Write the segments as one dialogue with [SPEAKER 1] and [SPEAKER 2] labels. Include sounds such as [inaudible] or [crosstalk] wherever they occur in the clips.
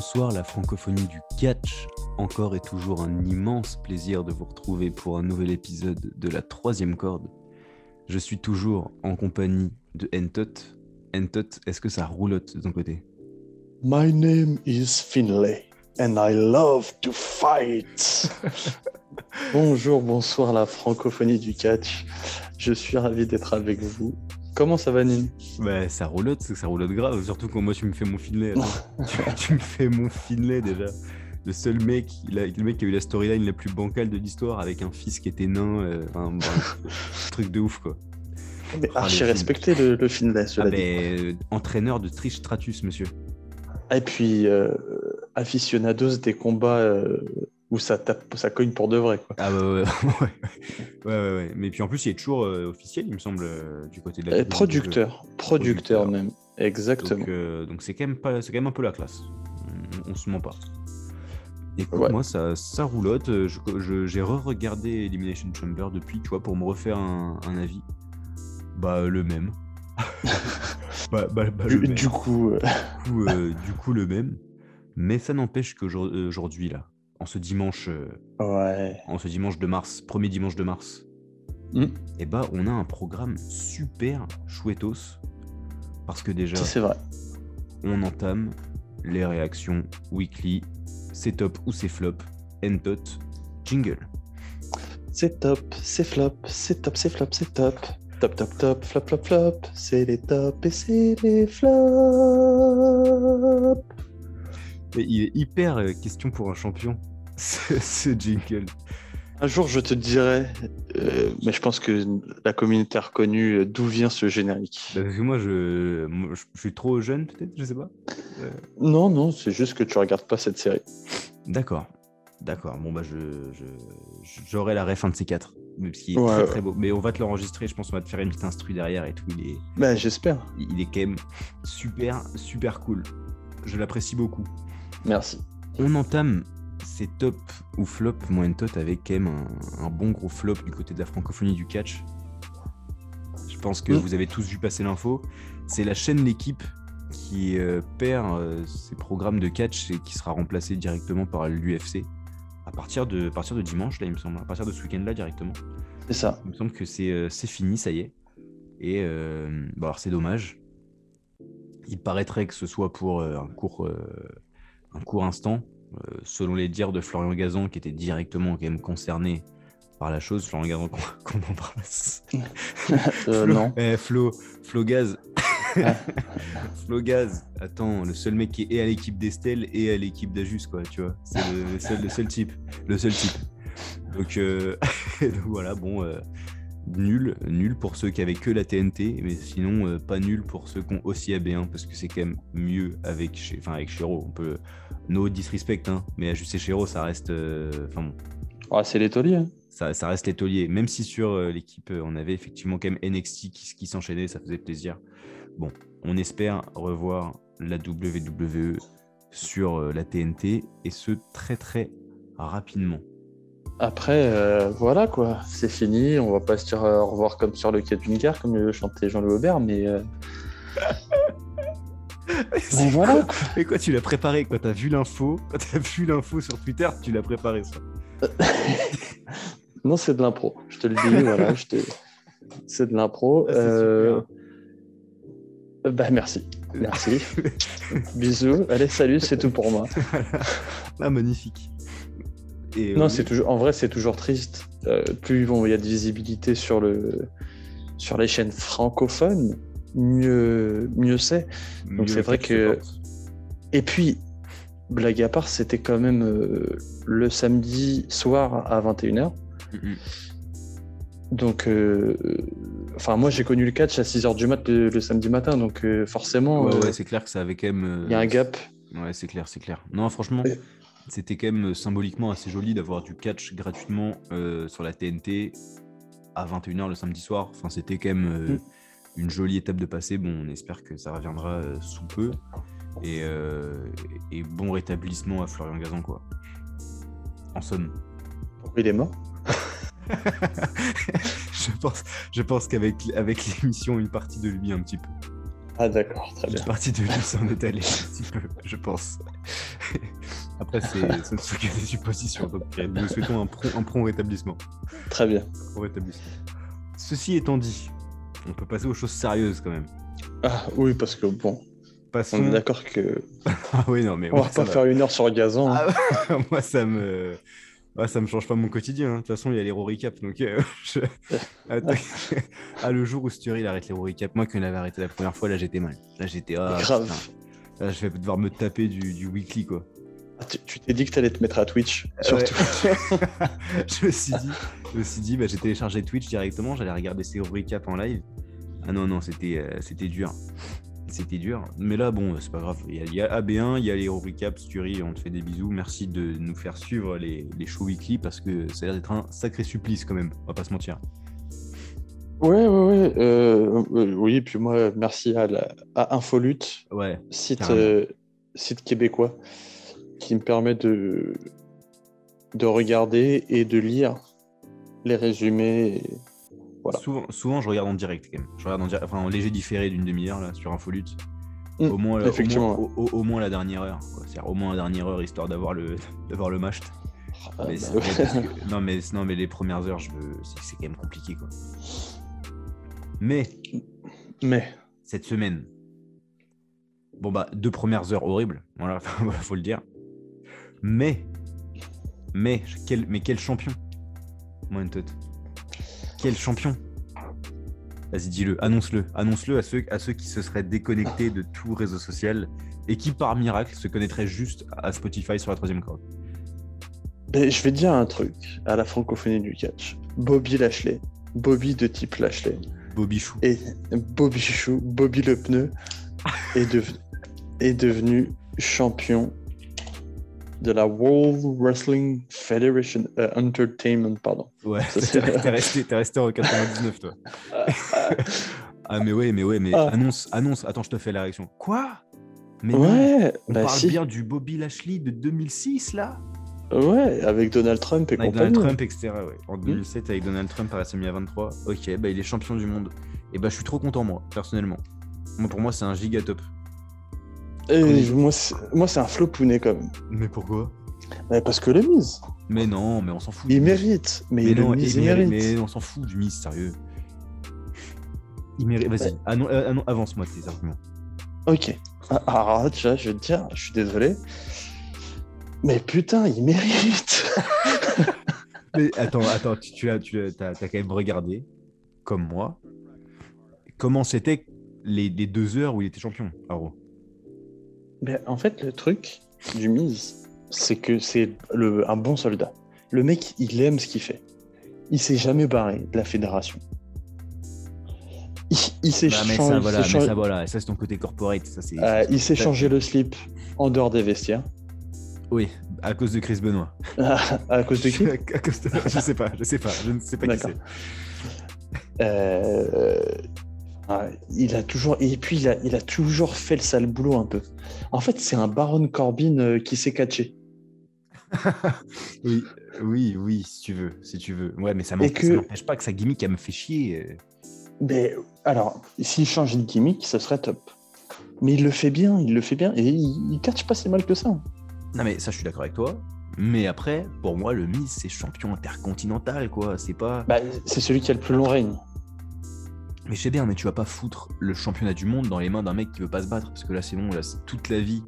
[SPEAKER 1] soir, la francophonie du catch. Encore et toujours un immense plaisir de vous retrouver pour un nouvel épisode de la troisième corde. Je suis toujours en compagnie de Entot. Entot, est-ce que ça roulotte de ton côté
[SPEAKER 2] My name is Finlay and I love to
[SPEAKER 1] [laughs]
[SPEAKER 2] fight. Bonjour, bonsoir la francophonie du catch. Je suis ravi d'être avec vous. Comment ça va, Nîmes
[SPEAKER 1] Bah ça roulotte, c'est que ça roulotte grave, surtout quand moi tu me fais mon Finlay. [laughs] attends. tu, tu me fais mon Finlay déjà. Le seul mec, il a- le mec qui a eu la storyline la plus bancale de l'histoire avec un fils qui était nain, euh, enfin, bref, [laughs] truc de ouf quoi.
[SPEAKER 2] Mais
[SPEAKER 1] Ah,
[SPEAKER 2] archi
[SPEAKER 1] le Fin-
[SPEAKER 2] respecté le, le Finlay,
[SPEAKER 1] Ah
[SPEAKER 2] cela dit.
[SPEAKER 1] ben, euh, entraîneur de Trish Stratus, monsieur.
[SPEAKER 2] Et puis, euh, aficionados des combats euh, où ça, tape, ça cogne pour de vrai. Quoi.
[SPEAKER 1] Ah bah ouais, [laughs] ouais, ouais, ouais, ouais, ouais. Mais puis en plus, il est toujours euh, officiel, il me semble, euh, du côté de la.
[SPEAKER 2] Et producteur, producteur
[SPEAKER 1] Producteur.
[SPEAKER 2] même. Exactement.
[SPEAKER 1] Donc euh, donc c'est quand même pas, c'est quand même un peu la classe. On, on se ment pas. Écoute,
[SPEAKER 2] Ouais.
[SPEAKER 1] moi ça, ça roulotte. Euh, je- je- J'ai re-regardé Elimination Chamber depuis, tu vois, pour me refaire un, un avis. Bah euh, le
[SPEAKER 2] [laughs]
[SPEAKER 1] même. bah, bah, bah, le
[SPEAKER 2] du,
[SPEAKER 1] même.
[SPEAKER 2] du coup, euh, [laughs]
[SPEAKER 1] Du coup, euh, du coup, le même. Mais ça n'empêche qu'aujourd'hui là, en ce dimanche, euh,
[SPEAKER 2] ouais.
[SPEAKER 1] en ce dimanche de mars, premier dimanche de mars,
[SPEAKER 2] Hmm,
[SPEAKER 1] eh bah, on a un programme super chouettos. Parce que déjà,
[SPEAKER 2] ça, c'est vrai.
[SPEAKER 1] on entame les réactions weekly. C'est top ou c'est flop. Endot, jingle.
[SPEAKER 2] C'est top, c'est flop, c'est top, c'est flop, c'est top. Top, top, top, flop, flop, flop. C'est les tops et c'est les flops.
[SPEAKER 1] Et il est hyper euh, question pour un champion, [laughs] ce, ce jingle.
[SPEAKER 2] Un jour, je te dirai, euh, mais je pense que la communauté a reconnu euh, d'où vient ce générique.
[SPEAKER 1] Bah, Parce que moi, je, moi, je- je suis trop jeune, peut-être, je sais pas.
[SPEAKER 2] Non, non, c'est juste que tu regardes pas cette série.
[SPEAKER 1] D'accord. D'accord. Bon, bah, je, je- j'aurai la ref un de ces quatre. Mais parce qu'il est
[SPEAKER 2] Ouais,
[SPEAKER 1] très
[SPEAKER 2] ouais.
[SPEAKER 1] très beau. Mais on va te l'enregistrer. Je pense qu'on va te faire une petite instru derrière et tout. Il est,
[SPEAKER 2] Ben, j'espère.
[SPEAKER 1] il est quand même super, super cool. Je l'apprécie beaucoup.
[SPEAKER 2] Merci.
[SPEAKER 1] On entame ces top ou flop moyenne tot avec quand même un, un bon gros flop du côté de la francophonie du catch. Je pense que
[SPEAKER 2] Mm.
[SPEAKER 1] vous avez tous vu passer l'info. C'est la chaîne L'équipe qui euh, perd euh, ses programmes de catch et qui sera remplacée directement par l'UFC à partir de, à partir de dimanche, là, il me semble, à partir de ce week-end-là directement.
[SPEAKER 2] C'est ça.
[SPEAKER 1] Il me semble que c'est euh, c'est fini, ça y est. Et euh, bon, alors c'est dommage. Il paraîtrait que ce soit pour euh, un, court, euh, un court instant, euh, selon les dires de Florian Gazan, qui était directement quand même concerné par la chose. Florian Gazan [laughs] qu'on- qu'on embrasse.
[SPEAKER 2] Euh,
[SPEAKER 1] Flo,
[SPEAKER 2] non.
[SPEAKER 1] eh, Flo, Flo Gaz.
[SPEAKER 2] Ah.
[SPEAKER 1] [laughs] Flo Gaz, attends, le seul mec qui est et à l'équipe d'Estelle et à l'équipe d'Ajus, quoi, tu vois. C'est le, le seul, le seul type. Le seul type. Donc, euh, [laughs] donc voilà, bon, euh, nul, nul pour ceux qui avaient que la TNT, mais sinon euh, pas nul pour ceux qui ont aussi AB1, parce que c'est quand même mieux avec, chez, enfin, avec Shiro. On peut, no disrespect, hein, mais Ajus et Shiro, ça reste, euh, enfin bon,
[SPEAKER 2] Ah, c'est les tauliers. hein.
[SPEAKER 1] ça, ça reste les tauliers. Même si sur euh, l'équipe, euh, on avait effectivement quand même NXT qui, qui s'enchaînait, ça faisait plaisir. Bon, on espère revoir la WWE sur euh, la TNT et ce très très rapidement.
[SPEAKER 2] Après, euh, voilà quoi. C'est fini. On va pas se dire euh, au revoir comme sur le quai d'une gare, comme le chantait Jean-Louis Aubert, mais. euh, mais Bah voilà quoi.
[SPEAKER 1] Mais quoi, tu l'as préparé quand t'as vu l'info, quand t'as vu l'info sur Twitter, tu l'as préparé ça.
[SPEAKER 2] Non, c'est de l'impro. Je te
[SPEAKER 1] [laughs]
[SPEAKER 2] le dis, voilà. je te- C'est de l'impro.
[SPEAKER 1] Ah, c'est
[SPEAKER 2] euh, Bah, merci.
[SPEAKER 1] [laughs]
[SPEAKER 2] Merci. Bisous. Allez, salut, c'est tout pour moi.
[SPEAKER 1] Ah, magnifique. Et, euh,
[SPEAKER 2] Non, c'est toujours. En vrai, c'est toujours triste. Euh, plus bon, il y a de visibilité sur le sur les chaînes francophones, mieux mieux c'est.
[SPEAKER 1] mieux
[SPEAKER 2] donc c'est
[SPEAKER 1] le
[SPEAKER 2] vrai
[SPEAKER 1] fait
[SPEAKER 2] que-
[SPEAKER 1] se porte.
[SPEAKER 2] Et puis, blague à part, c'était quand même euh, le samedi soir à 21h.
[SPEAKER 1] Mm, mm.
[SPEAKER 2] Donc, euh, euh, enfin, moi, j'ai connu le catch à 6h du mat le, le samedi matin. Donc, euh, forcément,
[SPEAKER 1] Ouais,
[SPEAKER 2] euh, il
[SPEAKER 1] ouais, c'est clair que ça avait quand même.
[SPEAKER 2] y a
[SPEAKER 1] euh,
[SPEAKER 2] un gap.
[SPEAKER 1] Ouais, c'est clair, c'est clair. Non, franchement,
[SPEAKER 2] Et-
[SPEAKER 1] c'était quand même euh, symboliquement assez joli d'avoir du catch gratuitement euh, sur la TNT à 21h le samedi soir. Enfin, c'était quand même euh,
[SPEAKER 2] Mm.
[SPEAKER 1] une jolie étape de passer. Bon, on espère que ça reviendra euh, sous peu. Et, euh, et bon rétablissement à Florian Gazan, quoi. En [laughs] somme.
[SPEAKER 2] Pourquoi il est mort
[SPEAKER 1] je pense, je pense qu'avec avec l'émission, une partie de lui, un petit peu.
[SPEAKER 2] Ah d'accord, très bien.
[SPEAKER 1] Cette partie de lui s'en est allée un petit peu, je pense. [laughs] Après, [laughs] c'est- ce ne sont que des suppositions. Donc, euh, nous souhaitons un prompt, un prompt rétablissement.
[SPEAKER 2] Très bien.
[SPEAKER 1] Prompt rétablissement. Ceci étant dit, on peut passer aux choses sérieuses quand même.
[SPEAKER 2] Ah oui, parce que bon,
[SPEAKER 1] Passons.
[SPEAKER 2] on est d'accord que
[SPEAKER 1] [laughs] Ah oui, non, mais
[SPEAKER 2] on va
[SPEAKER 1] moi, ça
[SPEAKER 2] pas
[SPEAKER 1] va. Ah,
[SPEAKER 2] faire une heure sur Gazan. hein.
[SPEAKER 1] moi, ça me. moi, ça me change pas mon quotidien. hein. De toute façon, il y a les recap. Donc, euh, [laughs]
[SPEAKER 2] [laughs]
[SPEAKER 1] je- Attends. ah, le jour où Sturil arrête les recap, moi, quand il avait arrêté la première fois, là, j'étais mal. Là, j'étais. ah,
[SPEAKER 2] Grave.
[SPEAKER 1] putain. Là, je vais devoir me taper du, du weekly, quoi.
[SPEAKER 2] Ah, tu- tu t'es dit que t'allais te mettre à Twitch, surtout.
[SPEAKER 1] Ouais. [laughs] je me suis dit, je me suis dit, bah, j'ai téléchargé Twitch directement, j'allais regarder ses recaps en live. Ah non, non, c'était, euh, c'était dur. C'était dur. Mais là, bon, c'est pas grave. Il y a, il y a AB1, il y a les recaps, Sturi, on te fait des bisous. Merci de nous faire suivre les, les shows weekly parce que ça a l'air d'être un sacré supplice quand même. On va pas se mentir.
[SPEAKER 2] Ouais, ouais, ouais. euh, euh, oui, puis moi, merci à, la- à Infolute,
[SPEAKER 1] Ouais.
[SPEAKER 2] site,
[SPEAKER 1] Carrément.
[SPEAKER 2] euh, site québécois qui me permet de, de regarder et de lire les résumés. Voilà.
[SPEAKER 1] Souvent, souvent, je regarde en direct quand même. Je regarde en, direct- enfin, en léger différé d'une demi-heure là sur Infolute.
[SPEAKER 2] Mm,
[SPEAKER 1] au, moins, euh, au
[SPEAKER 2] effectivement,
[SPEAKER 1] moins- au- au- au moins la dernière heure. quoi. C'est-à-dire au moins la dernière heure histoire d'avoir le, [laughs] d'avoir le match.
[SPEAKER 2] Ah,
[SPEAKER 1] Mais
[SPEAKER 2] bah
[SPEAKER 1] c'est
[SPEAKER 2] ouais.
[SPEAKER 1] vrai parce que- non, mais, non, mais les premières heures, je veux- c'est c'est quand même compliqué. Quoi. Mais
[SPEAKER 2] [laughs] Mais
[SPEAKER 1] cette semaine, bon, bah, deux premières heures horribles, voilà, [laughs] voilà, faut le dire. Mais, mais, quel, mais quel champion, Mohentot. Quel champion. Vas-y, dis-le, annonce-le, annonce-le à ceux, à ceux qui se seraient déconnectés de tout réseau social et qui, par miracle, se connaîtraient juste à Spotify sur la troisième corde.
[SPEAKER 2] mais je vais te dire un truc à la francophonie du catch. Bobby Lashley, Bobby de type Lashley,
[SPEAKER 1] Bobby Chou.
[SPEAKER 2] et Bobby Chou, Bobby le
[SPEAKER 1] [laughs]
[SPEAKER 2] pneu, est, dev- est devenu champion de la World Wrestling Federation euh, Entertainment, pardon.
[SPEAKER 1] Ouais,
[SPEAKER 2] Ça,
[SPEAKER 1] t'es
[SPEAKER 2] c'est-
[SPEAKER 1] t'es resté, t'es resté en 99, toi. [laughs] ah, mais ouais, mais ouais, mais
[SPEAKER 2] Ah.
[SPEAKER 1] annonce, annonce. Attends, je te fais la réaction. Quoi Mais non,
[SPEAKER 2] Ouais,
[SPEAKER 1] on
[SPEAKER 2] bah
[SPEAKER 1] parle
[SPEAKER 2] si.
[SPEAKER 1] bien du Bobby Lashley de 2006, là
[SPEAKER 2] Ouais, avec Donald Trump et
[SPEAKER 1] Avec
[SPEAKER 2] compagnie.
[SPEAKER 1] Donald Trump, etc. Ouais.
[SPEAKER 2] Hmm.
[SPEAKER 1] En 2007, avec Donald Trump à WrestleMania 23. Ok, bah il est champion du monde. Et bah je suis trop content, moi, personnellement. Moi, pour moi, c'est un giga top.
[SPEAKER 2] Et
[SPEAKER 1] Connu.
[SPEAKER 2] moi, c'est moi, c'est un flopounet quand même.
[SPEAKER 1] Mais pourquoi
[SPEAKER 2] Mais parce que le mise,
[SPEAKER 1] Mais non, mais on s'en fout.
[SPEAKER 2] il
[SPEAKER 1] du-
[SPEAKER 2] mérite. Mais,
[SPEAKER 1] Mais
[SPEAKER 2] le
[SPEAKER 1] non,
[SPEAKER 2] mise,
[SPEAKER 1] il
[SPEAKER 2] il
[SPEAKER 1] mérite-
[SPEAKER 2] mérite.
[SPEAKER 1] mais on s'en fout du Miz, sérieux. Il mérite. Vas-y, annon- euh, annon- avance-moi tes arguments.
[SPEAKER 2] Ok. Ah, ah, ah, déjà, je vais te dire, je suis désolé. Mais putain, il mérite. [laughs]
[SPEAKER 1] Mais attends, attends, tu, tu as, tu as, t'as- t'as quand même regardé, comme moi, comment c'était les, les deux heures où il était champion, Haro.
[SPEAKER 2] mais en fait, le truc du mise, c'est que c'est le- un bon soldat. Le mec, il aime ce qu'il fait. Il s'est jamais barré de la fédération. Il, il s'est
[SPEAKER 1] Bah, mais
[SPEAKER 2] changé-
[SPEAKER 1] ça, voilà,
[SPEAKER 2] il
[SPEAKER 1] mais
[SPEAKER 2] s'est
[SPEAKER 1] ça,
[SPEAKER 2] changé-
[SPEAKER 1] voilà, ça c'est ton côté corporate, ça c'est
[SPEAKER 2] euh, il s'est
[SPEAKER 1] ça-
[SPEAKER 2] changé le slip en dehors des vestiaires.
[SPEAKER 1] Oui, à cause de Chris Benoit.
[SPEAKER 2] à cause de
[SPEAKER 1] [laughs]
[SPEAKER 2] qui
[SPEAKER 1] À cause de- Je sais pas, je sais pas, je ne sais pas qui
[SPEAKER 2] D'accord.
[SPEAKER 1] c'est.
[SPEAKER 2] Euh, ouais, il a toujours et puis il a, il a toujours fait le sale boulot un peu. En fait, c'est un Baron Corbin euh, qui s'est catché.
[SPEAKER 1] Oui, oui, oui, si tu veux, si tu veux. Ouais, mais ça m'en-
[SPEAKER 2] Et que-
[SPEAKER 1] ça m'empêche pas que sa gimmick, elle me fait chier. euh.
[SPEAKER 2] Mais alors, s'il change de gimmick, ce serait top. Mais il le fait bien, il le fait bien et il, il catch pas si mal que ça.
[SPEAKER 1] Non mais ça, je suis d'accord avec toi. Mais après, pour moi, le Miz, c'est champion intercontinental, quoi. C'est pas...
[SPEAKER 2] Bah, c'est celui qui a le plus long règne.
[SPEAKER 1] Mais je sais bien, mais tu vas pas foutre le championnat du monde dans les mains d'un mec qui veut pas se battre. Parce que là, c'est bon, là, c'est toute la vie.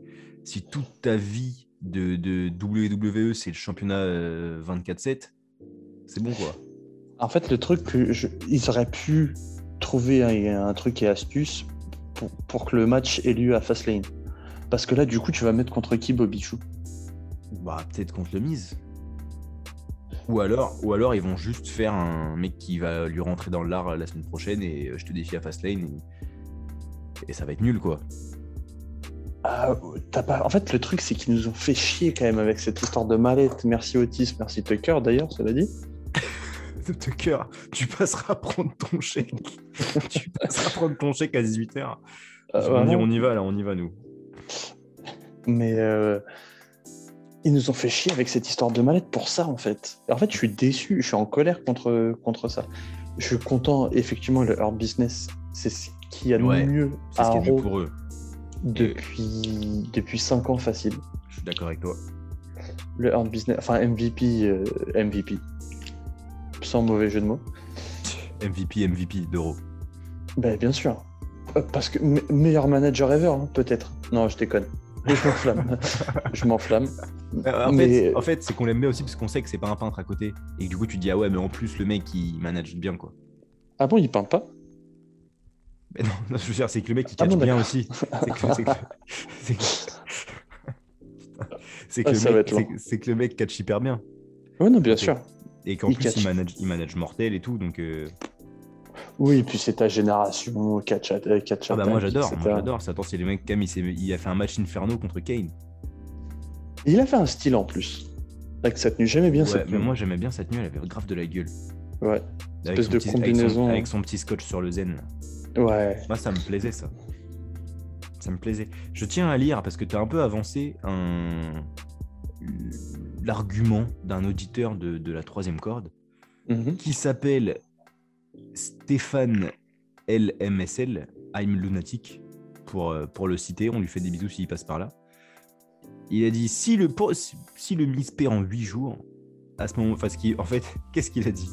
[SPEAKER 1] Si toute ta vie de, de WWE, c'est le championnat euh, 24-7, c'est bon, quoi.
[SPEAKER 2] En fait, le truc que je- ils auraient pu trouver un, un truc et astuce pour, pour que le match ait lieu à Fastlane. Parce que là, du coup, tu vas mettre contre qui Bobby Chou
[SPEAKER 1] Bah, peut-être contre le mise. Ou alors, ou alors, ils vont juste faire un mec qui va lui rentrer dans l'art la semaine prochaine et euh, je te défie à Fastlane. Et, et ça va être nul, quoi.
[SPEAKER 2] Ah, t'as pas... En fait, le truc, c'est qu'ils nous ont fait chier quand même avec cette histoire de mallette. Merci Otis, merci Tucker d'ailleurs, cela dit.
[SPEAKER 1] [laughs] De cœur, tu passeras prendre ton chèque. tu passeras prendre ton chèque à 18h.
[SPEAKER 2] Euh,
[SPEAKER 1] on, y,
[SPEAKER 2] vraiment.
[SPEAKER 1] on y va, là, on y va, nous.
[SPEAKER 2] Mais euh, ils nous ont fait chier avec cette histoire de mallette pour ça, en fait. En fait, je suis déçu, je suis en colère contre, contre ça. Je suis content, effectivement, le Hurt Business, c'est- c'est qui a
[SPEAKER 1] Ouais,
[SPEAKER 2] mieux
[SPEAKER 1] C'est
[SPEAKER 2] à
[SPEAKER 1] ce qui est mieux
[SPEAKER 2] Raw
[SPEAKER 1] pour eux.
[SPEAKER 2] depuis, depuis 5 ans facile.
[SPEAKER 1] Je suis d'accord avec toi.
[SPEAKER 2] Le Earn Business, enfin MVP, euh, MVP. Sans mauvais jeu de mots.
[SPEAKER 1] MVP, MVP d'Euro.
[SPEAKER 2] Ben, bien sûr. Euh, Parce que me- meilleur manager ever, hein, peut-être. Non, je déconne. Mais
[SPEAKER 1] [laughs]
[SPEAKER 2] je m'enflamme. je m'enflamme.
[SPEAKER 1] Euh, En
[SPEAKER 2] Mais-
[SPEAKER 1] fait, en fait, c'est qu'on l'aime bien aussi parce qu'on sait que c'est pas un peintre à côté. Et que du coup, tu te dis, ah ouais, mais en plus, le mec, il manage bien, quoi. [laughs]
[SPEAKER 2] Ah bon, il peint pas
[SPEAKER 1] Mais non, non, je veux dire, c'est que le mec, il
[SPEAKER 2] Ah
[SPEAKER 1] catch
[SPEAKER 2] bon,
[SPEAKER 1] bien
[SPEAKER 2] [laughs] d'accord.
[SPEAKER 1] aussi. C'est que, c'est que- [laughs] c'est que- c'est que
[SPEAKER 2] Ah,
[SPEAKER 1] le
[SPEAKER 2] ça va
[SPEAKER 1] mec-
[SPEAKER 2] être long.
[SPEAKER 1] c'est- c'est que le mec catch hyper bien.
[SPEAKER 2] Oui, non, bien sûr.
[SPEAKER 1] Et qu'en
[SPEAKER 2] Il
[SPEAKER 1] plus,
[SPEAKER 2] catch.
[SPEAKER 1] il manage, il manage mortel et tout. Donc, euh,
[SPEAKER 2] Oui, et puis c'est ta génération, catch, at- euh, catch
[SPEAKER 1] ah bah,
[SPEAKER 2] attack,
[SPEAKER 1] moi, j'adore.
[SPEAKER 2] etc.
[SPEAKER 1] Moi, j'adore. Ça, Attends, c'est les mecs, quand même, il, s'est- il a fait un match inferno contre Kane.
[SPEAKER 2] Il a fait un style en plus. Avec sa tenue, j'aimais bien
[SPEAKER 1] Ouais,
[SPEAKER 2] cette
[SPEAKER 1] mais
[SPEAKER 2] tenue.
[SPEAKER 1] moi, j'aimais bien cette nuit, elle avait grave de la gueule.
[SPEAKER 2] Ouais.
[SPEAKER 1] Avec
[SPEAKER 2] Espèce
[SPEAKER 1] son,
[SPEAKER 2] de
[SPEAKER 1] petit, avec son-
[SPEAKER 2] combinaison.
[SPEAKER 1] avec son petit scotch sur le zen. là.
[SPEAKER 2] Ouais.
[SPEAKER 1] Moi, ça me plaisait, ça. Ça me plaisait. Je tiens à lire, parce que tu as un peu avancé un... l'argument d'un auditeur de, de la troisième corde,
[SPEAKER 2] Mhm.
[SPEAKER 1] qui s'appelle Stéphane LMSL, I'm Lunatic, pour, euh, pour le citer. On lui fait des bisous s'il passe par là. Il a dit si le, po- si le Miss perd en 8 jours, à ce moment. Enfin, ce qui, en fait, [laughs] qu'est-ce qu'il a dit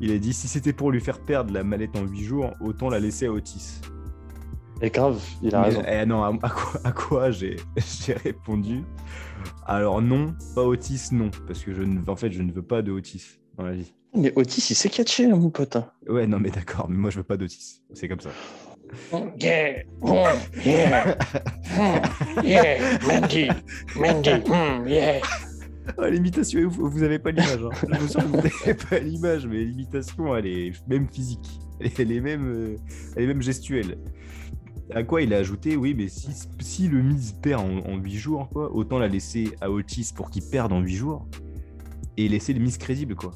[SPEAKER 1] Il a dit si c'était pour lui faire perdre la mallette en 8 jours, autant la laisser à Otis.
[SPEAKER 2] Et grave, il a
[SPEAKER 1] Mais,
[SPEAKER 2] raison.
[SPEAKER 1] eh non, à, à quoi, à quoi j'ai [laughs] j'ai répondu Alors non, pas Otis, non, parce que je ne, en fait, je ne veux pas de Otis dans la vie.
[SPEAKER 2] Mais Otis, il s'est catché, hein, mon pote. hein.
[SPEAKER 1] Ouais, non, mais d'accord, mais moi je veux pas d'Otis. C'est comme ça.
[SPEAKER 3] Yeah, mm, yeah, mm, yeah, Mandy, Mandy, mm, yeah.
[SPEAKER 1] Ah, l'imitation est ouf, vous avez pas l'image. hein. Je vous jure que vous n'avez pas l'image, mais l'imitation, elle est même physique. Elle est même, euh, elle est même gestuelle. À quoi il a ajouté, oui, mais si, si le Miz perd en, 8 jours, quoi, autant la laisser à Otis pour qu'il perde en 8 jours et laisser le Miz crédible, quoi.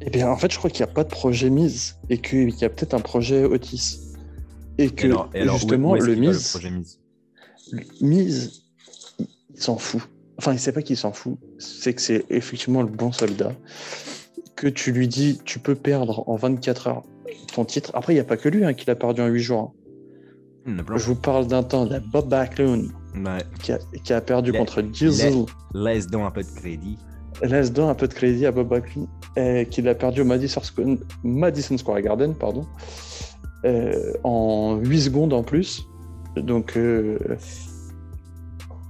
[SPEAKER 2] Eh bien, en fait, je crois qu'il n'y a pas de projet mise et qu'il y a peut-être un projet Otis. Et que,
[SPEAKER 1] où-
[SPEAKER 2] justement,
[SPEAKER 1] où est-ce
[SPEAKER 2] le
[SPEAKER 1] qu'il va,
[SPEAKER 2] mise,
[SPEAKER 1] projet Miz
[SPEAKER 2] mise, il, il s'en fout. Enfin, il sait pas qu'il s'en fout. C'est que c'est effectivement le bon soldat. Que tu lui dis, tu peux perdre en 24 heures ton titre. Après, il n'y a pas que lui hein, qui l'a perdu en 8 jours.
[SPEAKER 1] Il y en a plein.
[SPEAKER 2] Je vous parle d'un temps de Bob Backlund
[SPEAKER 1] Ouais.
[SPEAKER 2] qui a, qui a perdu
[SPEAKER 1] Il a-
[SPEAKER 2] contre Diesel.
[SPEAKER 1] Bah, Laisse donc un peu de crédit.
[SPEAKER 2] Laisse donc un peu de crédit à Bob Backlund euh, qui l'a perdu au Madison Squ- Madison Square Garden pardon, euh, en 8 secondes en plus. Donc euh,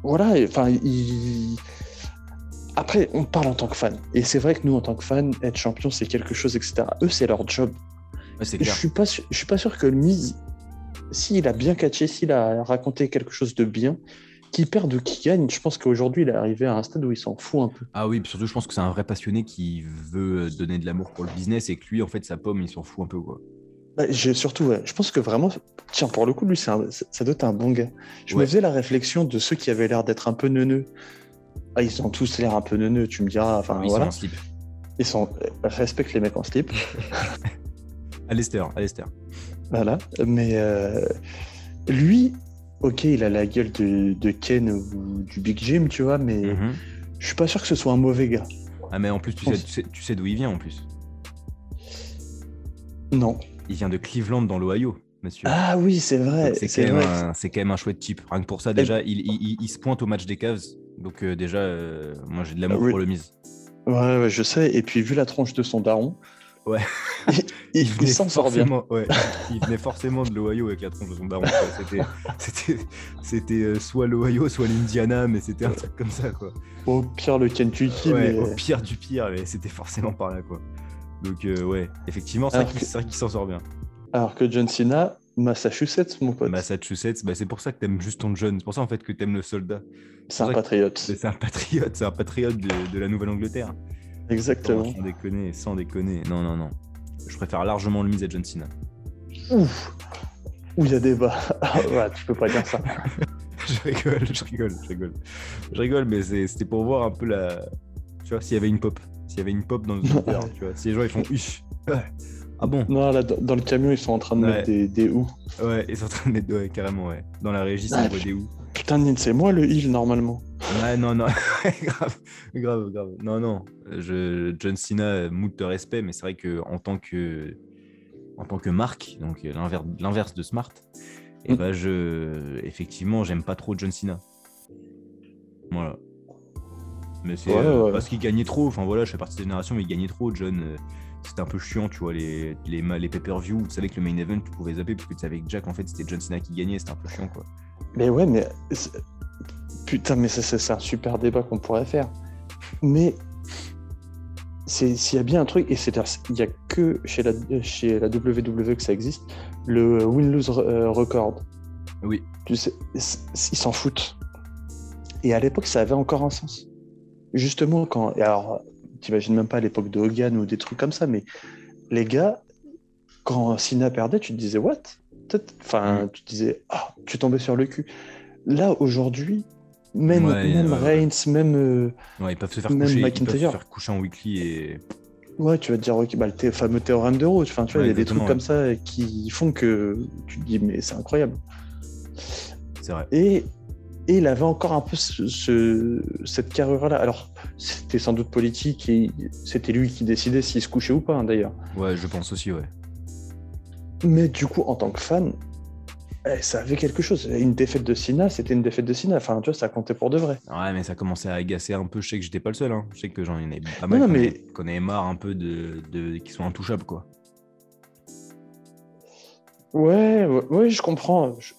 [SPEAKER 2] voilà, et, enfin il... Après, on parle en tant que fan. Et c'est vrai que nous, en tant que fan, être champion, c'est quelque chose, etc. Eux, c'est leur job.
[SPEAKER 1] Ouais, c'est
[SPEAKER 2] Je
[SPEAKER 1] clair.
[SPEAKER 2] suis pas sûr, je suis pas sûr que le Miz, s'il a bien catché, s'il a raconté quelque chose de bien, qu'il perde ou qu'il gagne, je pense qu'aujourd'hui, il est arrivé à un stade où il s'en fout un peu.
[SPEAKER 1] Ah oui, puis surtout, je pense que c'est un vrai passionné qui veut euh, donner de l'amour pour le business et que lui, en fait, sa pomme, il s'en fout un peu, quoi.
[SPEAKER 2] Bah, j'ai- surtout, ouais, je pense que vraiment, tiens, pour le coup, lui, c'est un- ça ça doit être un bon gars. Je
[SPEAKER 1] Ouais.
[SPEAKER 2] me faisais la réflexion de ceux qui avaient l'air d'être un peu neuneux. Ah, ils ont tous l'air un peu neuneux, tu me diras. Enfin,
[SPEAKER 1] Ils sont
[SPEAKER 2] voilà.
[SPEAKER 1] en slip.
[SPEAKER 2] Ils sont... euh, respectent les mecs en slip. [laughs]
[SPEAKER 1] Alistair, Alistair.
[SPEAKER 2] Voilà, mais euh, lui, ok, il a la gueule de, de Ken ou du Big Jim, tu vois, mais
[SPEAKER 1] Mhm.
[SPEAKER 2] je suis pas sûr que ce soit un mauvais gars.
[SPEAKER 1] Ah, mais en plus, tu
[SPEAKER 2] On
[SPEAKER 1] sais,
[SPEAKER 2] s-
[SPEAKER 1] tu sais, tu sais d'où il vient, en plus.
[SPEAKER 2] Non.
[SPEAKER 1] Il vient de Cleveland, dans l'Ohio, monsieur.
[SPEAKER 2] Ah oui, c'est vrai,
[SPEAKER 1] Donc, c'est
[SPEAKER 2] c'est
[SPEAKER 1] quand, même
[SPEAKER 2] vrai.
[SPEAKER 1] un- c'est quand même un chouette type. Rien que pour ça, déjà, il, il- il- il se pointe au match des Cavs. Donc, euh, déjà, euh, moi, j'ai de l'amour
[SPEAKER 2] Ah oui.
[SPEAKER 1] pour le mise.
[SPEAKER 2] Ouais, ouais, je sais. Et puis, vu la tronche de son daron,
[SPEAKER 1] Ouais.
[SPEAKER 2] [laughs] il, il- il
[SPEAKER 1] venait
[SPEAKER 2] s'en sort bien.
[SPEAKER 1] forcément- ouais, il venait forcément de l'Ohio avec la tronche de son daron. quoi. C'était- C'était, c'était euh, soit l'Ohio, soit l'Indiana, mais c'était un truc comme ça, quoi.
[SPEAKER 2] Au pire, le Kentucky,
[SPEAKER 1] Ouais,
[SPEAKER 2] mais... euh,
[SPEAKER 1] Au pire du pire, mais c'était forcément par là, quoi. Donc, euh, ouais, effectivement, c'est vrai
[SPEAKER 2] Alors
[SPEAKER 1] qu'il
[SPEAKER 2] que-
[SPEAKER 1] c'est vrai qu'il s'en sort bien.
[SPEAKER 2] alors que John Cena, Massachusetts, mon pote,
[SPEAKER 1] Massachusetts, bah, c'est pour ça que t'aimes juste ton jeune. C'est pour ça, en fait, que t'aimes le soldat.
[SPEAKER 2] c'est un
[SPEAKER 1] vrai que-
[SPEAKER 2] patriote.
[SPEAKER 1] C'est un patriote, c'est un patriote de, de la Nouvelle-Angleterre.
[SPEAKER 2] Exactement.
[SPEAKER 1] Sans déconner, sans déconner. Non, non, non. Je préfère largement le mise à John Cena.
[SPEAKER 2] Ouf Où il y a débat. [laughs] Ah, ouais, tu peux pas dire ça.
[SPEAKER 1] [laughs] je rigole, je rigole, je rigole. Je rigole, mais c'est- c'était pour voir un peu la. Tu vois, s'il y avait une pop. S'il y avait une pop dans le Twitter, tu vois. Si les gens ils font huch. Ah bon
[SPEAKER 2] Non, là, dans dans le camion, ils sont en train de
[SPEAKER 1] Ouais.
[SPEAKER 2] mettre des, des ou.
[SPEAKER 1] Ouais, ils sont en train de mettre ouais, carrément, ouais. Dans la régie, ça
[SPEAKER 2] Ah,
[SPEAKER 1] envoie des ou.
[SPEAKER 2] Putain, Nin, c'est moi le heal, normalement.
[SPEAKER 1] Ouais, non, [laughs] non. grave, grave, grave. Non, non. Je... John Cena, euh, moult de respect, mais c'est vrai que en tant que. en tant que marque, donc euh, l'inver- l'inverse de Smart, et
[SPEAKER 2] Mm.
[SPEAKER 1] ben je, effectivement, j'aime pas trop John Cena. Voilà. Mais c'est
[SPEAKER 2] Ouais,
[SPEAKER 1] euh,
[SPEAKER 2] ouais.
[SPEAKER 1] parce qu'il gagnait trop. Enfin voilà, je fais partie de cette génération, mais il gagnait trop, John. euh, C'était un peu chiant, tu vois, les, les, ma- les pay-per-view. Tu savais que le main event, tu pouvais zapper, parce que tu savais que Jack, en fait, c'était John Cena qui gagnait. C'était un peu chiant, quoi.
[SPEAKER 2] Mais ouais, mais. c'est- Putain, mais ça, ça, c'est un super débat qu'on pourrait faire. Mais. c'est- S'il y a bien un truc, et c'est il n'y a que chez la, chez la WWE que ça existe, le win-lose euh, record.
[SPEAKER 1] Oui.
[SPEAKER 2] Tu sais, c- ils s'en foutent. Et à l'époque, ça avait encore un sens. Justement, quand. Et alors, t'imagines même pas à l'époque de Hogan ou des trucs comme ça, mais les gars, quand Cena perdait, tu te disais, what Peut-être- Enfin,
[SPEAKER 1] Mm.
[SPEAKER 2] tu te disais, ah, tu tombais sur le cul. Là, aujourd'hui, même,
[SPEAKER 1] Ouais, ouais,
[SPEAKER 2] même
[SPEAKER 1] ouais.
[SPEAKER 2] Reigns, même. euh,
[SPEAKER 1] Ouais, ils peuvent se faire
[SPEAKER 2] Même
[SPEAKER 1] coucher. Ils peuvent se
[SPEAKER 2] McIntyre.
[SPEAKER 1] faire coucher en weekly et.
[SPEAKER 2] Ouais, tu vas te dire, ok, bah, le thé- fameux théorème de Rhodes, enfin, tu vois,
[SPEAKER 1] Ouais,
[SPEAKER 2] il y a des
[SPEAKER 1] exactement,
[SPEAKER 2] trucs comme ça euh, qui font que tu te dis, mais c'est incroyable.
[SPEAKER 1] C'est vrai.
[SPEAKER 2] Et, et il avait encore un peu ce- ce- cette carrure-là. Alors, c'était sans doute politique et c'était lui qui décidait s'il se couchait ou pas, hein, d'ailleurs.
[SPEAKER 1] Ouais, je pense aussi, ouais.
[SPEAKER 2] Mais du coup, en tant que fan, eh, ça avait quelque chose. Une défaite de Sina, c'était une défaite de Sina. Enfin, tu vois, ça comptait pour de vrai.
[SPEAKER 1] Ouais, mais ça commençait à agacer un peu. Je sais que j'étais pas le seul. Hein. Je sais que j'en ai pas mal.
[SPEAKER 2] non,
[SPEAKER 1] qu'on
[SPEAKER 2] mais-
[SPEAKER 1] avait- Qu'on avait marre un peu de, de... qu'ils soient intouchables, quoi.
[SPEAKER 2] Ouais, ouais, ouais, je comprends. Je,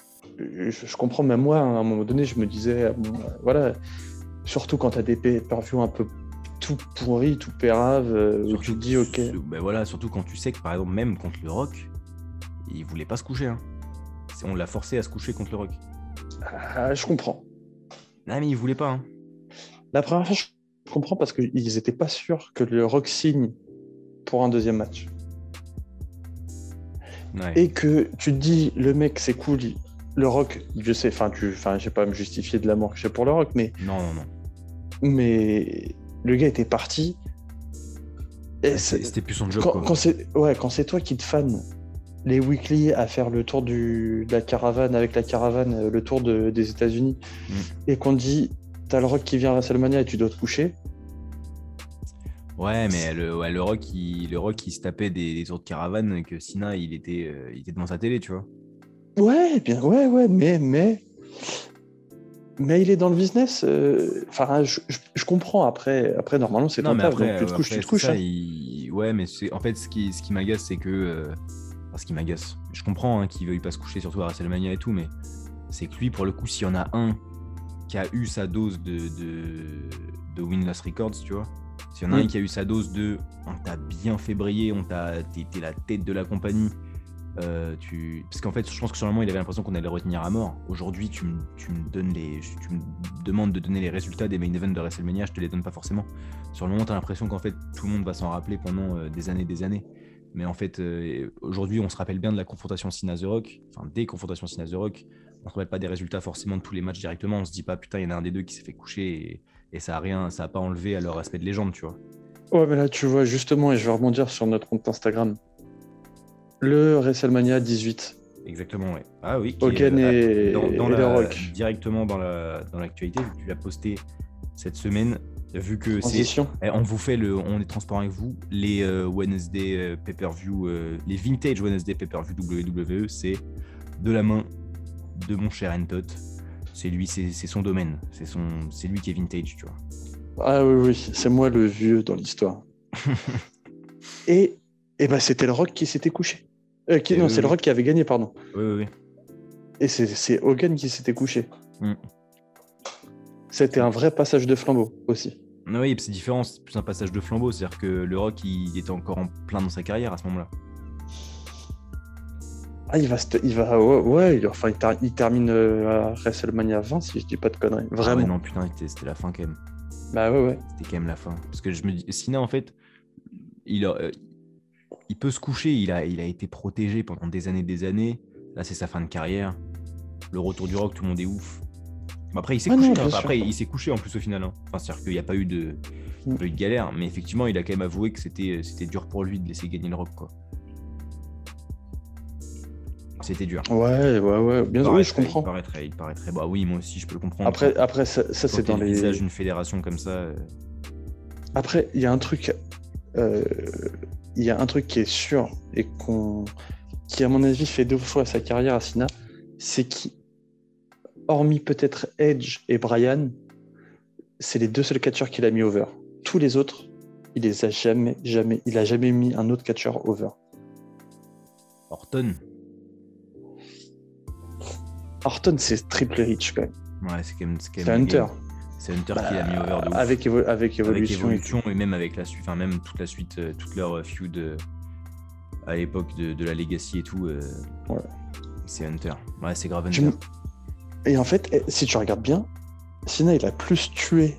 [SPEAKER 2] je- je comprends même moi, hein, à un moment donné, je me disais, ah, bon, euh, voilà, surtout quand t'as des pay-per-view un peu tout pourri, tout pérave, euh, où tu te dis, ok.
[SPEAKER 1] s- ben voilà, surtout quand tu sais que par exemple, même contre le Rock, il voulait pas se coucher. hein. C'est- On l'a forcé à se coucher contre le Rock.
[SPEAKER 2] Ah, je comprends.
[SPEAKER 1] Non, mais il voulait pas. hein.
[SPEAKER 2] La première fois, je je comprends parce qu'ils n'étaient pas sûrs que le Rock signe pour un deuxième match.
[SPEAKER 1] Ouais.
[SPEAKER 2] Et que tu te dis, le mec, c'est cool, il- le Rock, Dieu sait, enfin, tu, enfin, je vais pas à me justifier de l'amour que j'ai pour le Rock, mais,
[SPEAKER 1] Non, non, non.
[SPEAKER 2] mais le gars était parti. Et c'est-
[SPEAKER 1] C'est- C'était plus son job,
[SPEAKER 2] quand,
[SPEAKER 1] quoi.
[SPEAKER 2] quand c'est ouais, quand c'est toi qui te fan les weekly à faire le tour du, de la caravane avec la caravane, euh, le tour de- des États-Unis,
[SPEAKER 1] Mm.
[SPEAKER 2] et qu'on te dit t'as le rock qui vient à WrestleMania et tu dois te coucher.
[SPEAKER 1] Ouais, mais le, ouais, le Rock, il, le Rock, il se tapait des, des tours de caravane que Sina, il était, euh, il était devant sa télé, tu vois.
[SPEAKER 2] Ouais, bien, ouais, ouais, mais mais mais il est dans le business. euh, Enfin, je, je- je comprends. Après, après normalement c'est
[SPEAKER 1] Non,
[SPEAKER 2] ton
[SPEAKER 1] mais
[SPEAKER 2] taf,
[SPEAKER 1] après,
[SPEAKER 2] donc tu te
[SPEAKER 1] euh,
[SPEAKER 2] couches,
[SPEAKER 1] après,
[SPEAKER 2] tu te
[SPEAKER 1] c'est
[SPEAKER 2] couches.
[SPEAKER 1] ça,
[SPEAKER 2] hein.
[SPEAKER 1] il- Ouais, mais c'est en fait ce qui, ce qui m'agace, c'est que. euh, enfin, ce qui m'agace, je comprends hein, qu'il veuille pas se coucher, surtout à WrestleMania et tout, mais c'est que lui, pour le coup, s'il y en a un qui a eu sa dose de, de, de Win Loss Records, tu vois, s'il y en a
[SPEAKER 2] Mm.
[SPEAKER 1] un qui a eu sa dose de on t'a bien fait briller, on t'a, t'es, t'es la tête de la compagnie. euh, tu... Parce qu'en fait, je pense que sur le moment, il avait l'impression qu'on allait le retenir à mort. Aujourd'hui, tu me, tu me donnes les, tu me demandes de donner les résultats des main events de WrestleMania, je te les donne pas forcément sur le moment, tu as l'impression qu'en fait, tout le monde va s'en rappeler pendant euh, des années des années. Mais en fait, euh, aujourd'hui, on se rappelle bien de la confrontation Cena The Rock, enfin des confrontations Cena The Rock. On ne se rappelle pas des résultats forcément de tous les matchs directement. On se dit pas, putain, il y en a un des deux qui s'est fait coucher et, et ça a rien, ça a pas enlevé à leur aspect de légende, tu vois.
[SPEAKER 2] Ouais, mais là, tu vois, justement, et je vais rebondir sur notre compte Instagram. Le WrestleMania 18.
[SPEAKER 1] Exactement, ouais. Ah oui. qui
[SPEAKER 2] Hogan
[SPEAKER 1] est, euh,
[SPEAKER 2] et,
[SPEAKER 1] dans, dans la-
[SPEAKER 2] et le Rock.
[SPEAKER 1] Directement dans, la, dans l'actualité, vu que tu l'as posté cette semaine, vu que c'est
[SPEAKER 2] Transition.
[SPEAKER 1] Eh, on vous fait le, on est transparent avec vous. Les euh, Wednesday euh, pay-per-view, euh, les vintage Wednesday pay-per-view WWE, c'est de la main de mon cher Entot. C'est lui, c'est c'est son domaine. C'est son, c'est lui qui est vintage, tu vois.
[SPEAKER 2] Ah oui, oui, c'est moi le vieux
[SPEAKER 1] [laughs]
[SPEAKER 2] dans l'histoire. et et ben, c'était le Rock qui s'était couché. Euh, qui-
[SPEAKER 1] Et
[SPEAKER 2] non,
[SPEAKER 1] oui,
[SPEAKER 2] c'est le
[SPEAKER 1] oui.
[SPEAKER 2] Rock qui avait gagné, pardon.
[SPEAKER 1] Oui, oui, oui.
[SPEAKER 2] Et c'est- c'est Hogan qui s'était couché.
[SPEAKER 1] Mm.
[SPEAKER 2] C'était un vrai passage de flambeau aussi.
[SPEAKER 1] Non, oui, c'est différent. C'est plus un passage de flambeau. C'est-à-dire que le Rock, il était encore en plein dans sa carrière à ce moment-là.
[SPEAKER 2] Ah, il va, se- il va, ouais, ouais, il- enfin, il, ter- il termine euh, à WrestleMania 20 si je dis pas de conneries.
[SPEAKER 1] Ah ouais,
[SPEAKER 2] Vraiment.
[SPEAKER 1] non, putain, c'était c'était la fin quand même.
[SPEAKER 2] bah ouais, ouais.
[SPEAKER 1] C'était quand même la fin. Parce que je me dis, Sina, en fait, il, a- euh, il peut se coucher. Il a, il a été protégé pendant des années des années. Là, c'est sa fin de carrière. Le retour du rock, tout le monde est ouf. Bon, Après, il s'est
[SPEAKER 2] Ouais,
[SPEAKER 1] couché.
[SPEAKER 2] Ah non,
[SPEAKER 1] hein.
[SPEAKER 2] bien sûr.
[SPEAKER 1] Après, il s'est couché en plus au final. hein. Enfin, c'est-à-dire qu'il n'y a pas eu de,
[SPEAKER 2] Mm.
[SPEAKER 1] pas eu de galère. Mais effectivement, il a quand même avoué que c'était, euh, c'était dur pour lui de laisser gagner le rock. Quoi. C'était dur.
[SPEAKER 2] Ouais, ouais, ouais. Bien sûr, oui, je
[SPEAKER 1] paraîtrait-
[SPEAKER 2] comprends.
[SPEAKER 1] Il paraîtrait, il paraîtrait. Bah oui, moi aussi, je peux le comprendre.
[SPEAKER 2] Après, après ça, ça
[SPEAKER 1] Quand
[SPEAKER 2] c'est
[SPEAKER 1] t'es
[SPEAKER 2] dans
[SPEAKER 1] le
[SPEAKER 2] les.
[SPEAKER 1] visage d'une fédération comme ça. euh,
[SPEAKER 2] Après, il y a un truc euh, il y a un truc qui est sûr et qu'on, qui, à mon avis, fait deux fois sa carrière à Cena, c'est qui, hormis peut-être Edge et Brian, c'est les deux seuls catcheurs qu'il a mis over. Tous les autres, il les a jamais, jamais, il a jamais mis un autre catcheur over.
[SPEAKER 1] Orton.
[SPEAKER 2] Orton, c'est triple reach quand même.
[SPEAKER 1] Ouais, c'est quand même. quand
[SPEAKER 2] C'est
[SPEAKER 1] même-
[SPEAKER 2] Hunter.
[SPEAKER 1] C'est Hunter qui
[SPEAKER 2] Bah,
[SPEAKER 1] a mis over de ouf.
[SPEAKER 2] Avec, évo- avec
[SPEAKER 1] Avec
[SPEAKER 2] évolution. et tout.
[SPEAKER 1] Evolution et même avec la suite, enfin même toute la suite, euh, toute leur euh, feud euh, à l'époque de, de la Legacy et tout. euh,
[SPEAKER 2] Ouais.
[SPEAKER 1] C'est Hunter. Ouais, c'est grave
[SPEAKER 2] Je
[SPEAKER 1] Hunter.
[SPEAKER 2] me- Et en fait, eh, si tu regardes bien, Cena, il a plus tué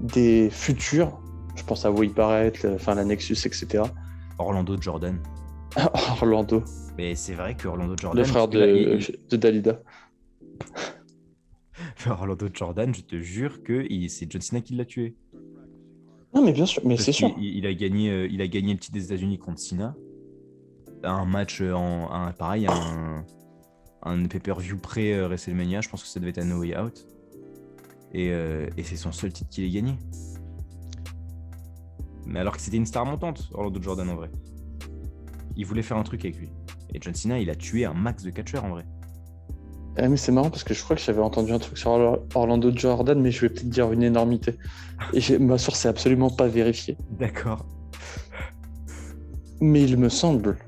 [SPEAKER 2] des futurs. Je pense à Wade Barrett, le- enfin la Nexus, etc. [laughs]
[SPEAKER 1] Orlando Jordan.
[SPEAKER 2] Orlando,
[SPEAKER 1] Mais c'est vrai que Orlando Jordan.
[SPEAKER 2] le frère
[SPEAKER 1] parce que là,
[SPEAKER 2] de, euh,
[SPEAKER 1] il-
[SPEAKER 2] de Dalida.
[SPEAKER 1] il- [laughs] Orlando Jordan, je te jure que il- c'est John Cena qui l'a tué.
[SPEAKER 2] Non, mais bien sûr, mais
[SPEAKER 1] Parce
[SPEAKER 2] c'est sûr.
[SPEAKER 1] qu'il- Il, il a gagné, euh, il a gagné le titre des États-Unis contre Cena. Un match euh, en, un- pareil, un, un pay-per-view pré euh, WrestleMania. Je pense que ça devait être un No Way Out. Et, euh, et c'est son seul titre qu'il ait gagné. Mais alors que c'était une star montante, Orlando Jordan en vrai. Il voulait faire un truc avec lui. Et John Cena, il a tué un max de catcheurs en vrai.
[SPEAKER 2] Ah, mais c'est marrant parce que je crois que j'avais entendu un truc sur Orla- Orlando Jordan, mais je vais peut-être dire une énormité. Et j'ai- ma source est absolument pas vérifiée.
[SPEAKER 1] D'accord.
[SPEAKER 2] Mais il me semble.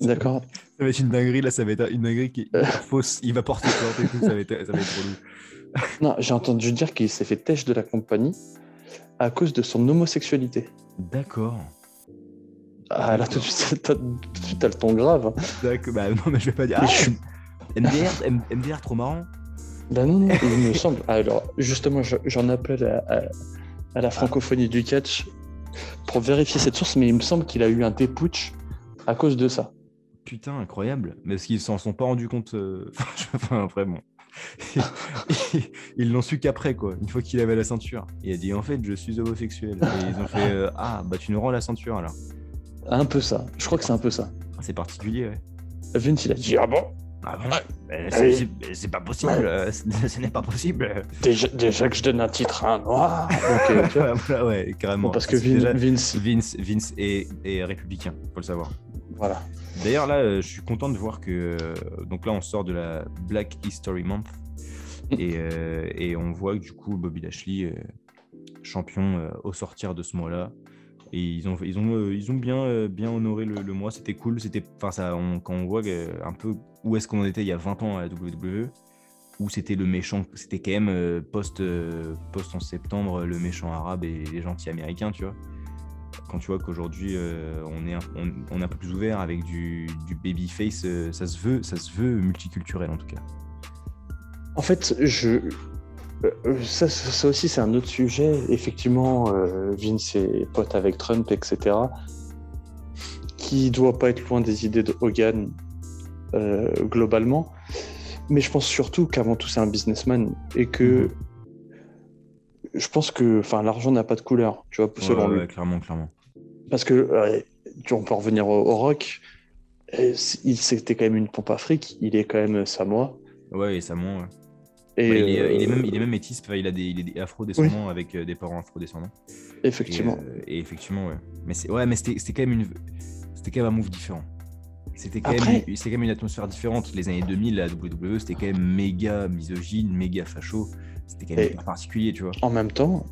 [SPEAKER 2] D'accord
[SPEAKER 1] Ça va être une dinguerie, là, ça va être une dinguerie qui
[SPEAKER 2] [laughs]
[SPEAKER 1] est fausse. Il va porter plainte et tout, ça va être, ça va être relou.
[SPEAKER 2] Non, j'ai entendu dire qu'il s'est fait têche de la compagnie à cause de son homosexualité.
[SPEAKER 1] D'accord.
[SPEAKER 2] Ah là, tout de suite, t'as, tout de suite, t'as le ton grave. hein.
[SPEAKER 1] D'accord, bah [laughs] non, mais je vais pas dire.
[SPEAKER 2] Mais
[SPEAKER 1] Ah,
[SPEAKER 2] je suis-
[SPEAKER 1] MDR, M- MDR, trop marrant.
[SPEAKER 2] Bah non, non, il me semble. Ah, Alors, justement, je- j'en appelle à, à- à la francophonie du catch pour vérifier cette source, mais il me semble qu'il a eu un députch à cause de ça.
[SPEAKER 1] Putain, incroyable. Mais est-ce qu'ils s'en sont pas rendus compte euh, [laughs] Enfin, après, bon. [laughs] Ils- Ils l'ont su qu'après, quoi. Une fois qu'il avait la ceinture. Il a dit, en fait, je suis homosexuel. Et ils ont fait, euh, ah, bah tu nous rends la ceinture, alors.
[SPEAKER 2] Un peu ça. Je crois que c'est un peu ça.
[SPEAKER 1] Ah, C'est particulier, ouais.
[SPEAKER 2] Vince, il a dit
[SPEAKER 3] Dis, ah bon
[SPEAKER 1] Ah bon
[SPEAKER 3] Ouais.
[SPEAKER 1] Mais c'est- c'est- mais C'est pas possible. euh, c'est- Ce n'est pas possible.
[SPEAKER 3] déjà, déjà que je donne un titre à un noir.
[SPEAKER 2] Ok,
[SPEAKER 1] [laughs]
[SPEAKER 2] tu vois.
[SPEAKER 1] Voilà, ouais, carrément.
[SPEAKER 2] Parce que
[SPEAKER 1] C'est
[SPEAKER 2] Vin-
[SPEAKER 1] déjà-
[SPEAKER 2] Vince,
[SPEAKER 1] Vince, Vince est, est républicain, faut le savoir.
[SPEAKER 2] voilà.
[SPEAKER 1] D'ailleurs, là, euh, je suis content de voir que. euh, Donc là, on sort de la Black History Month. Et, euh, et on voit que du coup, Bobby Lashley, euh, champion euh, au sortir de ce mois-là. Et ils ont, ils ont, euh, ils ont bien, euh, bien honoré le, le mois. C'était cool. C'était, enfin, ça, on- quand on voit euh, un peu où est-ce qu'on en était il y a 20 ans à la WWE, où c'était le méchant, c'était quand même euh, post, euh, post en septembre, le méchant arabe et les gentils américains, tu vois. Quand tu vois qu'aujourd'hui euh, on, est un, on, on est un peu plus ouvert avec du, du babyface, euh, ça se veut, ça se veut multiculturel en tout cas.
[SPEAKER 2] En fait, je. euh, euh, Ça, ça ça aussi, c'est un autre sujet. Effectivement, euh, Vince est pote avec Trump, etc. Qui doit pas être loin des idées de Hogan euh, globalement. Mais je pense surtout qu'avant tout, c'est un businessman et
[SPEAKER 1] Mhm.
[SPEAKER 2] que je pense que, enfin, l'argent n'a pas de couleur, tu vois, selon
[SPEAKER 1] Ouais,
[SPEAKER 2] lui.
[SPEAKER 1] ouais, clairement, clairement.
[SPEAKER 2] Parce que, euh, tu- on peut revenir au, au rock. euh, c- Il c'était quand même une pompe à fric. Il est quand même Samoa.
[SPEAKER 1] Ouais, et ça ment, ouais.
[SPEAKER 2] Et
[SPEAKER 1] Ouais, il, est, euh, il est
[SPEAKER 2] euh,
[SPEAKER 1] même, il est même métis, enfin, il a des, il est des afro-descendants avec euh, des parents afro-descendants. Et,
[SPEAKER 2] effectivement.
[SPEAKER 1] euh, et effectivement, ouais. Mais c'est- ouais, mais c'était c'était quand même une, c'était quand même un move différent. C'était quand,
[SPEAKER 2] Après-
[SPEAKER 1] même une- c'était quand même une atmosphère différente. Les années 2000, la WWE, c'était quand même méga misogyne, méga facho. C'était quand même
[SPEAKER 2] Et-
[SPEAKER 1] hyper particulier, tu vois.
[SPEAKER 2] En même temps,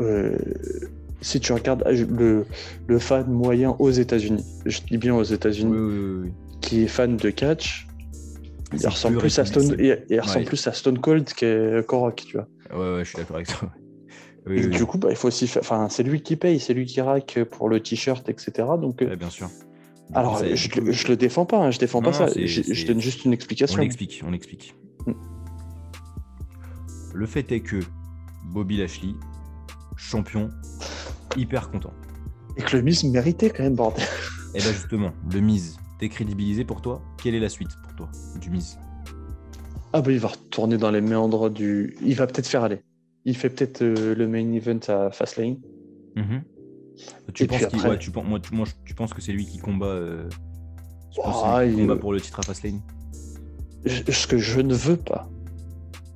[SPEAKER 2] euh, si tu regardes euh, le, le fan moyen aux États-Unis, je dis bien aux
[SPEAKER 1] Oui,
[SPEAKER 2] États-Unis,
[SPEAKER 1] oui, oui, oui.
[SPEAKER 2] qui est fan de catch, il
[SPEAKER 1] C'est
[SPEAKER 2] ressemble
[SPEAKER 1] plus
[SPEAKER 2] plus à Stone,
[SPEAKER 1] républicain.
[SPEAKER 2] il, il ressemble
[SPEAKER 1] Ouais.
[SPEAKER 2] plus à Stone Cold qu'à- qu'au Rock, tu vois.
[SPEAKER 1] Ouais, ouais, je suis d'accord avec toi. [laughs] Oui,
[SPEAKER 2] Et
[SPEAKER 1] oui,
[SPEAKER 2] Du coup, bah, il faut aussi, fa- enfin, c'est lui qui paye, c'est lui qui rack pour le t-shirt, etc. Donc, euh,
[SPEAKER 1] oui. Ouais, bien sûr. Du
[SPEAKER 2] alors,
[SPEAKER 1] coup, ça-
[SPEAKER 2] je,
[SPEAKER 1] du coup,
[SPEAKER 2] le- je le défends pas, hein, je défends
[SPEAKER 1] Non,
[SPEAKER 2] pas
[SPEAKER 1] non,
[SPEAKER 2] ça.
[SPEAKER 1] c'est-
[SPEAKER 2] Je, je
[SPEAKER 1] c'est-
[SPEAKER 2] donne juste une explication.
[SPEAKER 1] On l'explique, on l'explique.
[SPEAKER 2] Mm.
[SPEAKER 1] Le fait est que Bobby Lashley, champion, hyper content.
[SPEAKER 2] Et que le Miz méritait quand même, bordel.
[SPEAKER 1] Et ben justement, le Miz, décrédibilisé pour toi, quelle est la suite pour toi du Miz
[SPEAKER 2] Ah bah il va retourner dans les méandres du. Il va peut-être faire aller. Il fait peut-être euh, le main event à Fastlane.
[SPEAKER 1] Mhm. tu,
[SPEAKER 2] Et
[SPEAKER 1] penses
[SPEAKER 2] puis
[SPEAKER 1] qu'il-
[SPEAKER 2] après-
[SPEAKER 1] ouais, tu, pen- moi, tu, moi, je- tu penses que c'est lui qui combat, euh, tu penses que c'est
[SPEAKER 2] Ah,
[SPEAKER 1] lui qui
[SPEAKER 2] il-
[SPEAKER 1] combat pour le titre à Fastlane
[SPEAKER 2] Je- ce que je ne veux pas.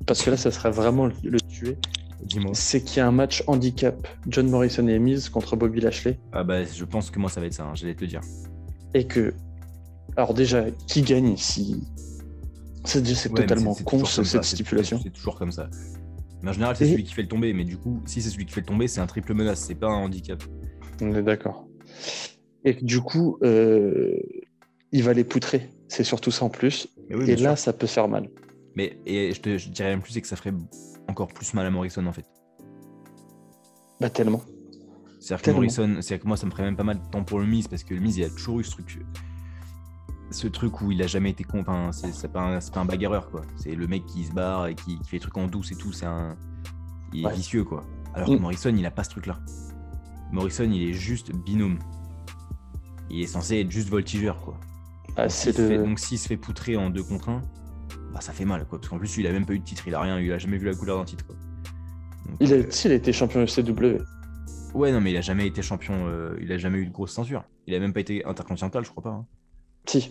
[SPEAKER 2] Parce que là, ça serait vraiment le, le tuer.
[SPEAKER 1] Dis-moi.
[SPEAKER 2] c'est qu'il y a un match handicap John Morrison et Miz contre Bobby Lashley
[SPEAKER 1] Ah bah, je pense que moi, ça va être ça, hein, j'allais te le dire.
[SPEAKER 2] et que. Alors, déjà, qui gagne si. C'est c'est
[SPEAKER 1] Ouais, mais
[SPEAKER 2] totalement
[SPEAKER 1] c'est- c'est
[SPEAKER 2] con
[SPEAKER 1] toujours
[SPEAKER 2] ce-
[SPEAKER 1] comme ça,
[SPEAKER 2] cette
[SPEAKER 1] c'est-
[SPEAKER 2] stipulation.
[SPEAKER 1] C'est toujours comme ça. Mais en général, c'est
[SPEAKER 2] Et-
[SPEAKER 1] celui qui fait le tomber, mais du coup, si c'est celui qui fait le tomber, c'est un triple menace, c'est pas un handicap.
[SPEAKER 2] On est d'accord. Et que du coup, euh, il va les poutrer. C'est surtout ça en plus.
[SPEAKER 1] Mais oui,
[SPEAKER 2] et
[SPEAKER 1] bien
[SPEAKER 2] là, ça peut faire mal.
[SPEAKER 1] Mais et je te je dirais même plus, c'est que ça ferait encore plus mal à Morrison en fait.
[SPEAKER 2] Bah, tellement.
[SPEAKER 1] C'est-à-dire que
[SPEAKER 2] Tellement.
[SPEAKER 1] Morrison, c'est-à-dire que moi, ça me ferait même pas mal de temps pour le Miz parce que le Miz, il a toujours eu ce truc, ce truc où il a jamais été con. Enfin, c'est c'est pas, un- c'est pas un bagarreur quoi. C'est le mec qui se barre et qui, qui fait des trucs en douce et tout. C'est un, il est
[SPEAKER 2] Ouais.
[SPEAKER 1] vicieux quoi. Alors
[SPEAKER 2] Mm.
[SPEAKER 1] que Morrison, il a pas ce truc-là. Morrison, il est juste binôme. Il est censé être juste voltigeur quoi.
[SPEAKER 2] Ah,
[SPEAKER 1] S'il
[SPEAKER 2] c'est
[SPEAKER 1] se fait-
[SPEAKER 2] le...
[SPEAKER 1] donc s'il se fait poutrer en 2 contre 1, bah ça fait mal quoi. Parce qu'en plus il a même pas eu de titre, il a rien, il a jamais vu la couleur d'un titre quoi. Donc,
[SPEAKER 2] il,
[SPEAKER 1] euh,
[SPEAKER 2] a, si, il a été champion FCW.
[SPEAKER 1] Ouais non mais il a jamais été champion, euh, il a jamais eu de grosse ceinture. Il a même pas été intercontinental je crois pas. hein.
[SPEAKER 2] Si,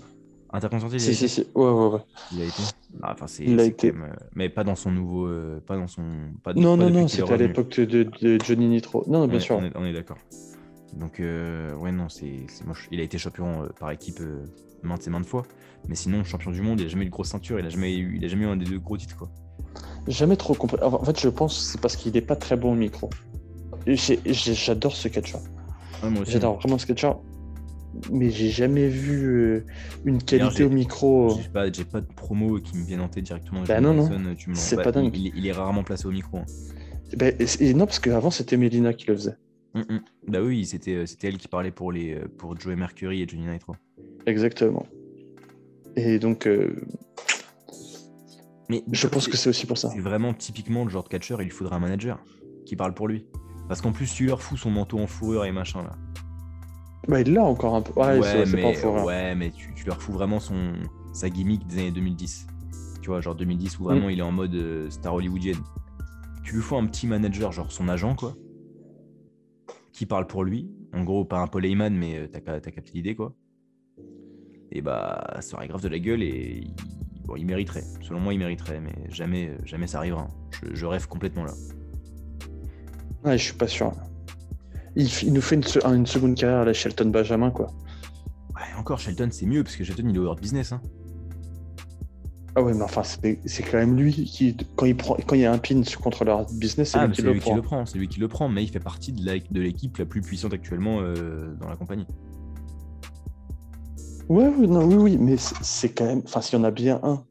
[SPEAKER 1] Intercontinental il, a
[SPEAKER 2] si, si,
[SPEAKER 1] été-
[SPEAKER 2] si. Ouais, ouais, ouais.
[SPEAKER 1] il a été. Ah, enfin, c'est-
[SPEAKER 2] Il a
[SPEAKER 1] c'est
[SPEAKER 2] été.
[SPEAKER 1] quand même, euh, mais pas dans son nouveau, euh, pas dans son. Pas de-
[SPEAKER 2] Non,
[SPEAKER 1] pas depuis
[SPEAKER 2] non, non,
[SPEAKER 1] qu'il est
[SPEAKER 2] c'était à
[SPEAKER 1] revenu.
[SPEAKER 2] l'époque de, de Johnny Nitro. Non, non, bien
[SPEAKER 1] On est-
[SPEAKER 2] sûr.
[SPEAKER 1] On est, on est d'accord. Donc, euh, ouais, non, c'est c'est moche. Il a été champion euh, par équipe euh, maintes et maintes fois. Mais sinon, champion du monde, il a jamais eu de grosse ceinture, il a jamais eu, il a jamais eu un des deux gros titres, quoi.
[SPEAKER 2] Jamais trop compris. En fait, je pense que c'est parce qu'il n'est pas très bon au micro. J'ai- j'ai- J'adore ce catcher.
[SPEAKER 1] Ouais, moi aussi. hein.
[SPEAKER 2] J'adore vraiment ce catcher. Mais j'ai jamais vu euh, une qualité
[SPEAKER 1] j'ai-
[SPEAKER 2] au micro. euh,
[SPEAKER 1] J'ai pas, j'ai pas de promo qui me viennent en tête directement.
[SPEAKER 2] Bah
[SPEAKER 1] Jim
[SPEAKER 2] non, non.
[SPEAKER 1] Morrison, tu me-
[SPEAKER 2] C'est pas dingue.
[SPEAKER 1] Il, il est rarement placé au micro. hein.
[SPEAKER 2] Ben, et- et non, parce qu'avant, c'était Mélina qui le faisait.
[SPEAKER 1] Mm, mm. Bah oui, c'était, euh, c'était elle qui parlait pour, les, euh, pour Joey Mercury et Johnny Nitro.
[SPEAKER 2] Exactement. Et donc, euh,
[SPEAKER 1] Mais
[SPEAKER 2] je pense que c'est aussi pour ça.
[SPEAKER 1] c'est vraiment typiquement le genre de catcheur, il faudrait un manager qui parle pour lui. Parce qu'en plus, tu leur fous son manteau en fourrure et machin là.
[SPEAKER 2] Bah, il l'a encore un peu. Ouais, c'est- c'est
[SPEAKER 1] mais,
[SPEAKER 2] pas hein. en fourrure.
[SPEAKER 1] ouais, mais tu, tu leur fous vraiment son, sa gimmick des années 2010. Tu vois, genre 2010 où
[SPEAKER 2] Mm.
[SPEAKER 1] vraiment il est en mode euh, star hollywoodienne. Tu lui fous un petit manager, genre son agent, quoi, qui parle pour lui. En gros, pas un Paul Heyman, mais euh, t'as ca- t'as capté l'idée, quoi. Et bah, ça aurait grave de la gueule et il, bon, il mériterait. Selon moi, il mériterait, mais jamais, euh, jamais ça arrivera. Je, je rêve complètement là.
[SPEAKER 2] Ouais, je suis pas sûr. Il, f- il nous fait une, se- une seconde carrière à la Shelton Benjamin, quoi.
[SPEAKER 1] Ouais, encore, Shelton, c'est mieux parce que Shelton, il est hors business. Hein.
[SPEAKER 2] Ah ouais, mais enfin, c'est c'est quand même lui qui, quand il prend, quand il y a un pin sur- contre leur business, c'est
[SPEAKER 1] Ah,
[SPEAKER 2] lui
[SPEAKER 1] mais
[SPEAKER 2] qui
[SPEAKER 1] c'est
[SPEAKER 2] le
[SPEAKER 1] lui qui
[SPEAKER 2] prend.
[SPEAKER 1] le prend, c'est lui qui le prend, mais il fait partie de la- de l'équipe la, plus puissante actuellement euh, dans la compagnie.
[SPEAKER 2] Ouais, ouais, non, oui, oui, mais c'est- c'est quand même, enfin, s'il y en a bien un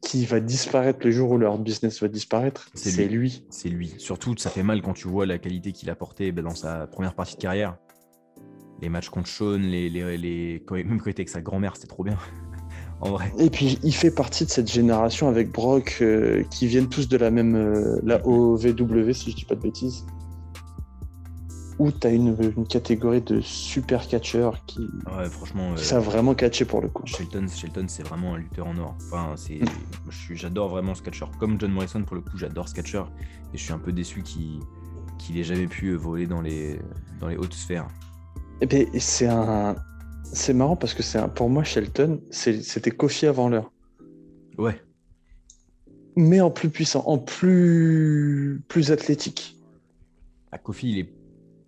[SPEAKER 2] qui va disparaître le jour où leur business va disparaître,
[SPEAKER 1] C'est
[SPEAKER 2] c'est
[SPEAKER 1] lui.
[SPEAKER 2] lui.
[SPEAKER 1] C'est lui. Surtout, ça fait mal quand tu vois la qualité qu'il a portée ben, dans sa première partie de carrière. Les matchs contre Sean, les, les, les- quand- même quand il était avec sa grand-mère, c'était trop bien. [laughs] en vrai.
[SPEAKER 2] Et puis, il fait partie de cette génération avec Brock euh, qui viennent tous de la même, euh, la OVW, si je dis pas de bêtises. Où t'as une, une catégorie de super catcheurs qui,
[SPEAKER 1] Ouais, franchement, euh,
[SPEAKER 2] qui savent vraiment catcher pour le coup.
[SPEAKER 1] Shelton, Shelton c'est vraiment un lutteur en or. Enfin, c'est,
[SPEAKER 2] Mm.
[SPEAKER 1] je suis- j'adore vraiment ce catcheur. Comme John Morrison, pour le coup, j'adore ce catcheur. Et je suis un peu déçu qu'il qu'il ait jamais pu euh, voler dans les, dans les hautes sphères.
[SPEAKER 2] Eh ben, c'est un. C'est marrant parce que c'est un... pour moi, Shelton, c'est- c'était Kofi avant l'heure.
[SPEAKER 1] Ouais.
[SPEAKER 2] Mais en plus puissant, en plus, plus athlétique.
[SPEAKER 1] Ah, Kofi, il est...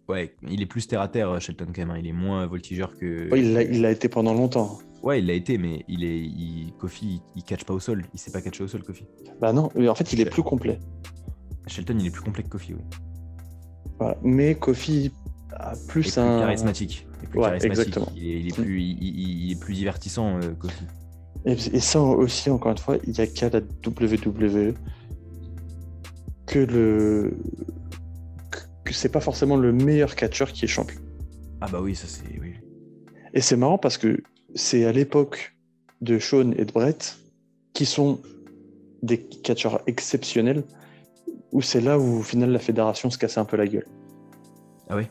[SPEAKER 1] Ouais, il est plus terre à terre, Shelton, quand même. hein. Il est moins voltigeur que.
[SPEAKER 2] Ouais, il l'a- il l'a été pendant longtemps.
[SPEAKER 1] Ouais, il l'a été, mais il est. il- Kofi, il, il catch pas au sol. Il sait pas catcher au sol, Kofi.
[SPEAKER 2] Bah non, mais en fait, il est plus complet.
[SPEAKER 1] Shelton, il est plus complet que Kofi, oui.
[SPEAKER 2] Voilà. Mais Kofi a
[SPEAKER 1] Et
[SPEAKER 2] plus
[SPEAKER 1] plus
[SPEAKER 2] un.
[SPEAKER 1] charismatique. Et plus
[SPEAKER 2] Ouais,
[SPEAKER 1] charismatique.
[SPEAKER 2] exactement.
[SPEAKER 1] Il est, il est plus, il, il- il est plus divertissant, euh, Kofi.
[SPEAKER 2] Et, et ça aussi, encore une fois, il n'y a qu'à la WWE que le. que- que c'est pas forcément le meilleur catcheur qui est champion.
[SPEAKER 1] Ah bah oui, ça c'est. Oui.
[SPEAKER 2] Et c'est marrant parce que c'est à l'époque de Sean et de Brett, qui sont des catcheurs exceptionnels, où c'est là où au final la fédération se cassait un peu la gueule.
[SPEAKER 1] Ah ouais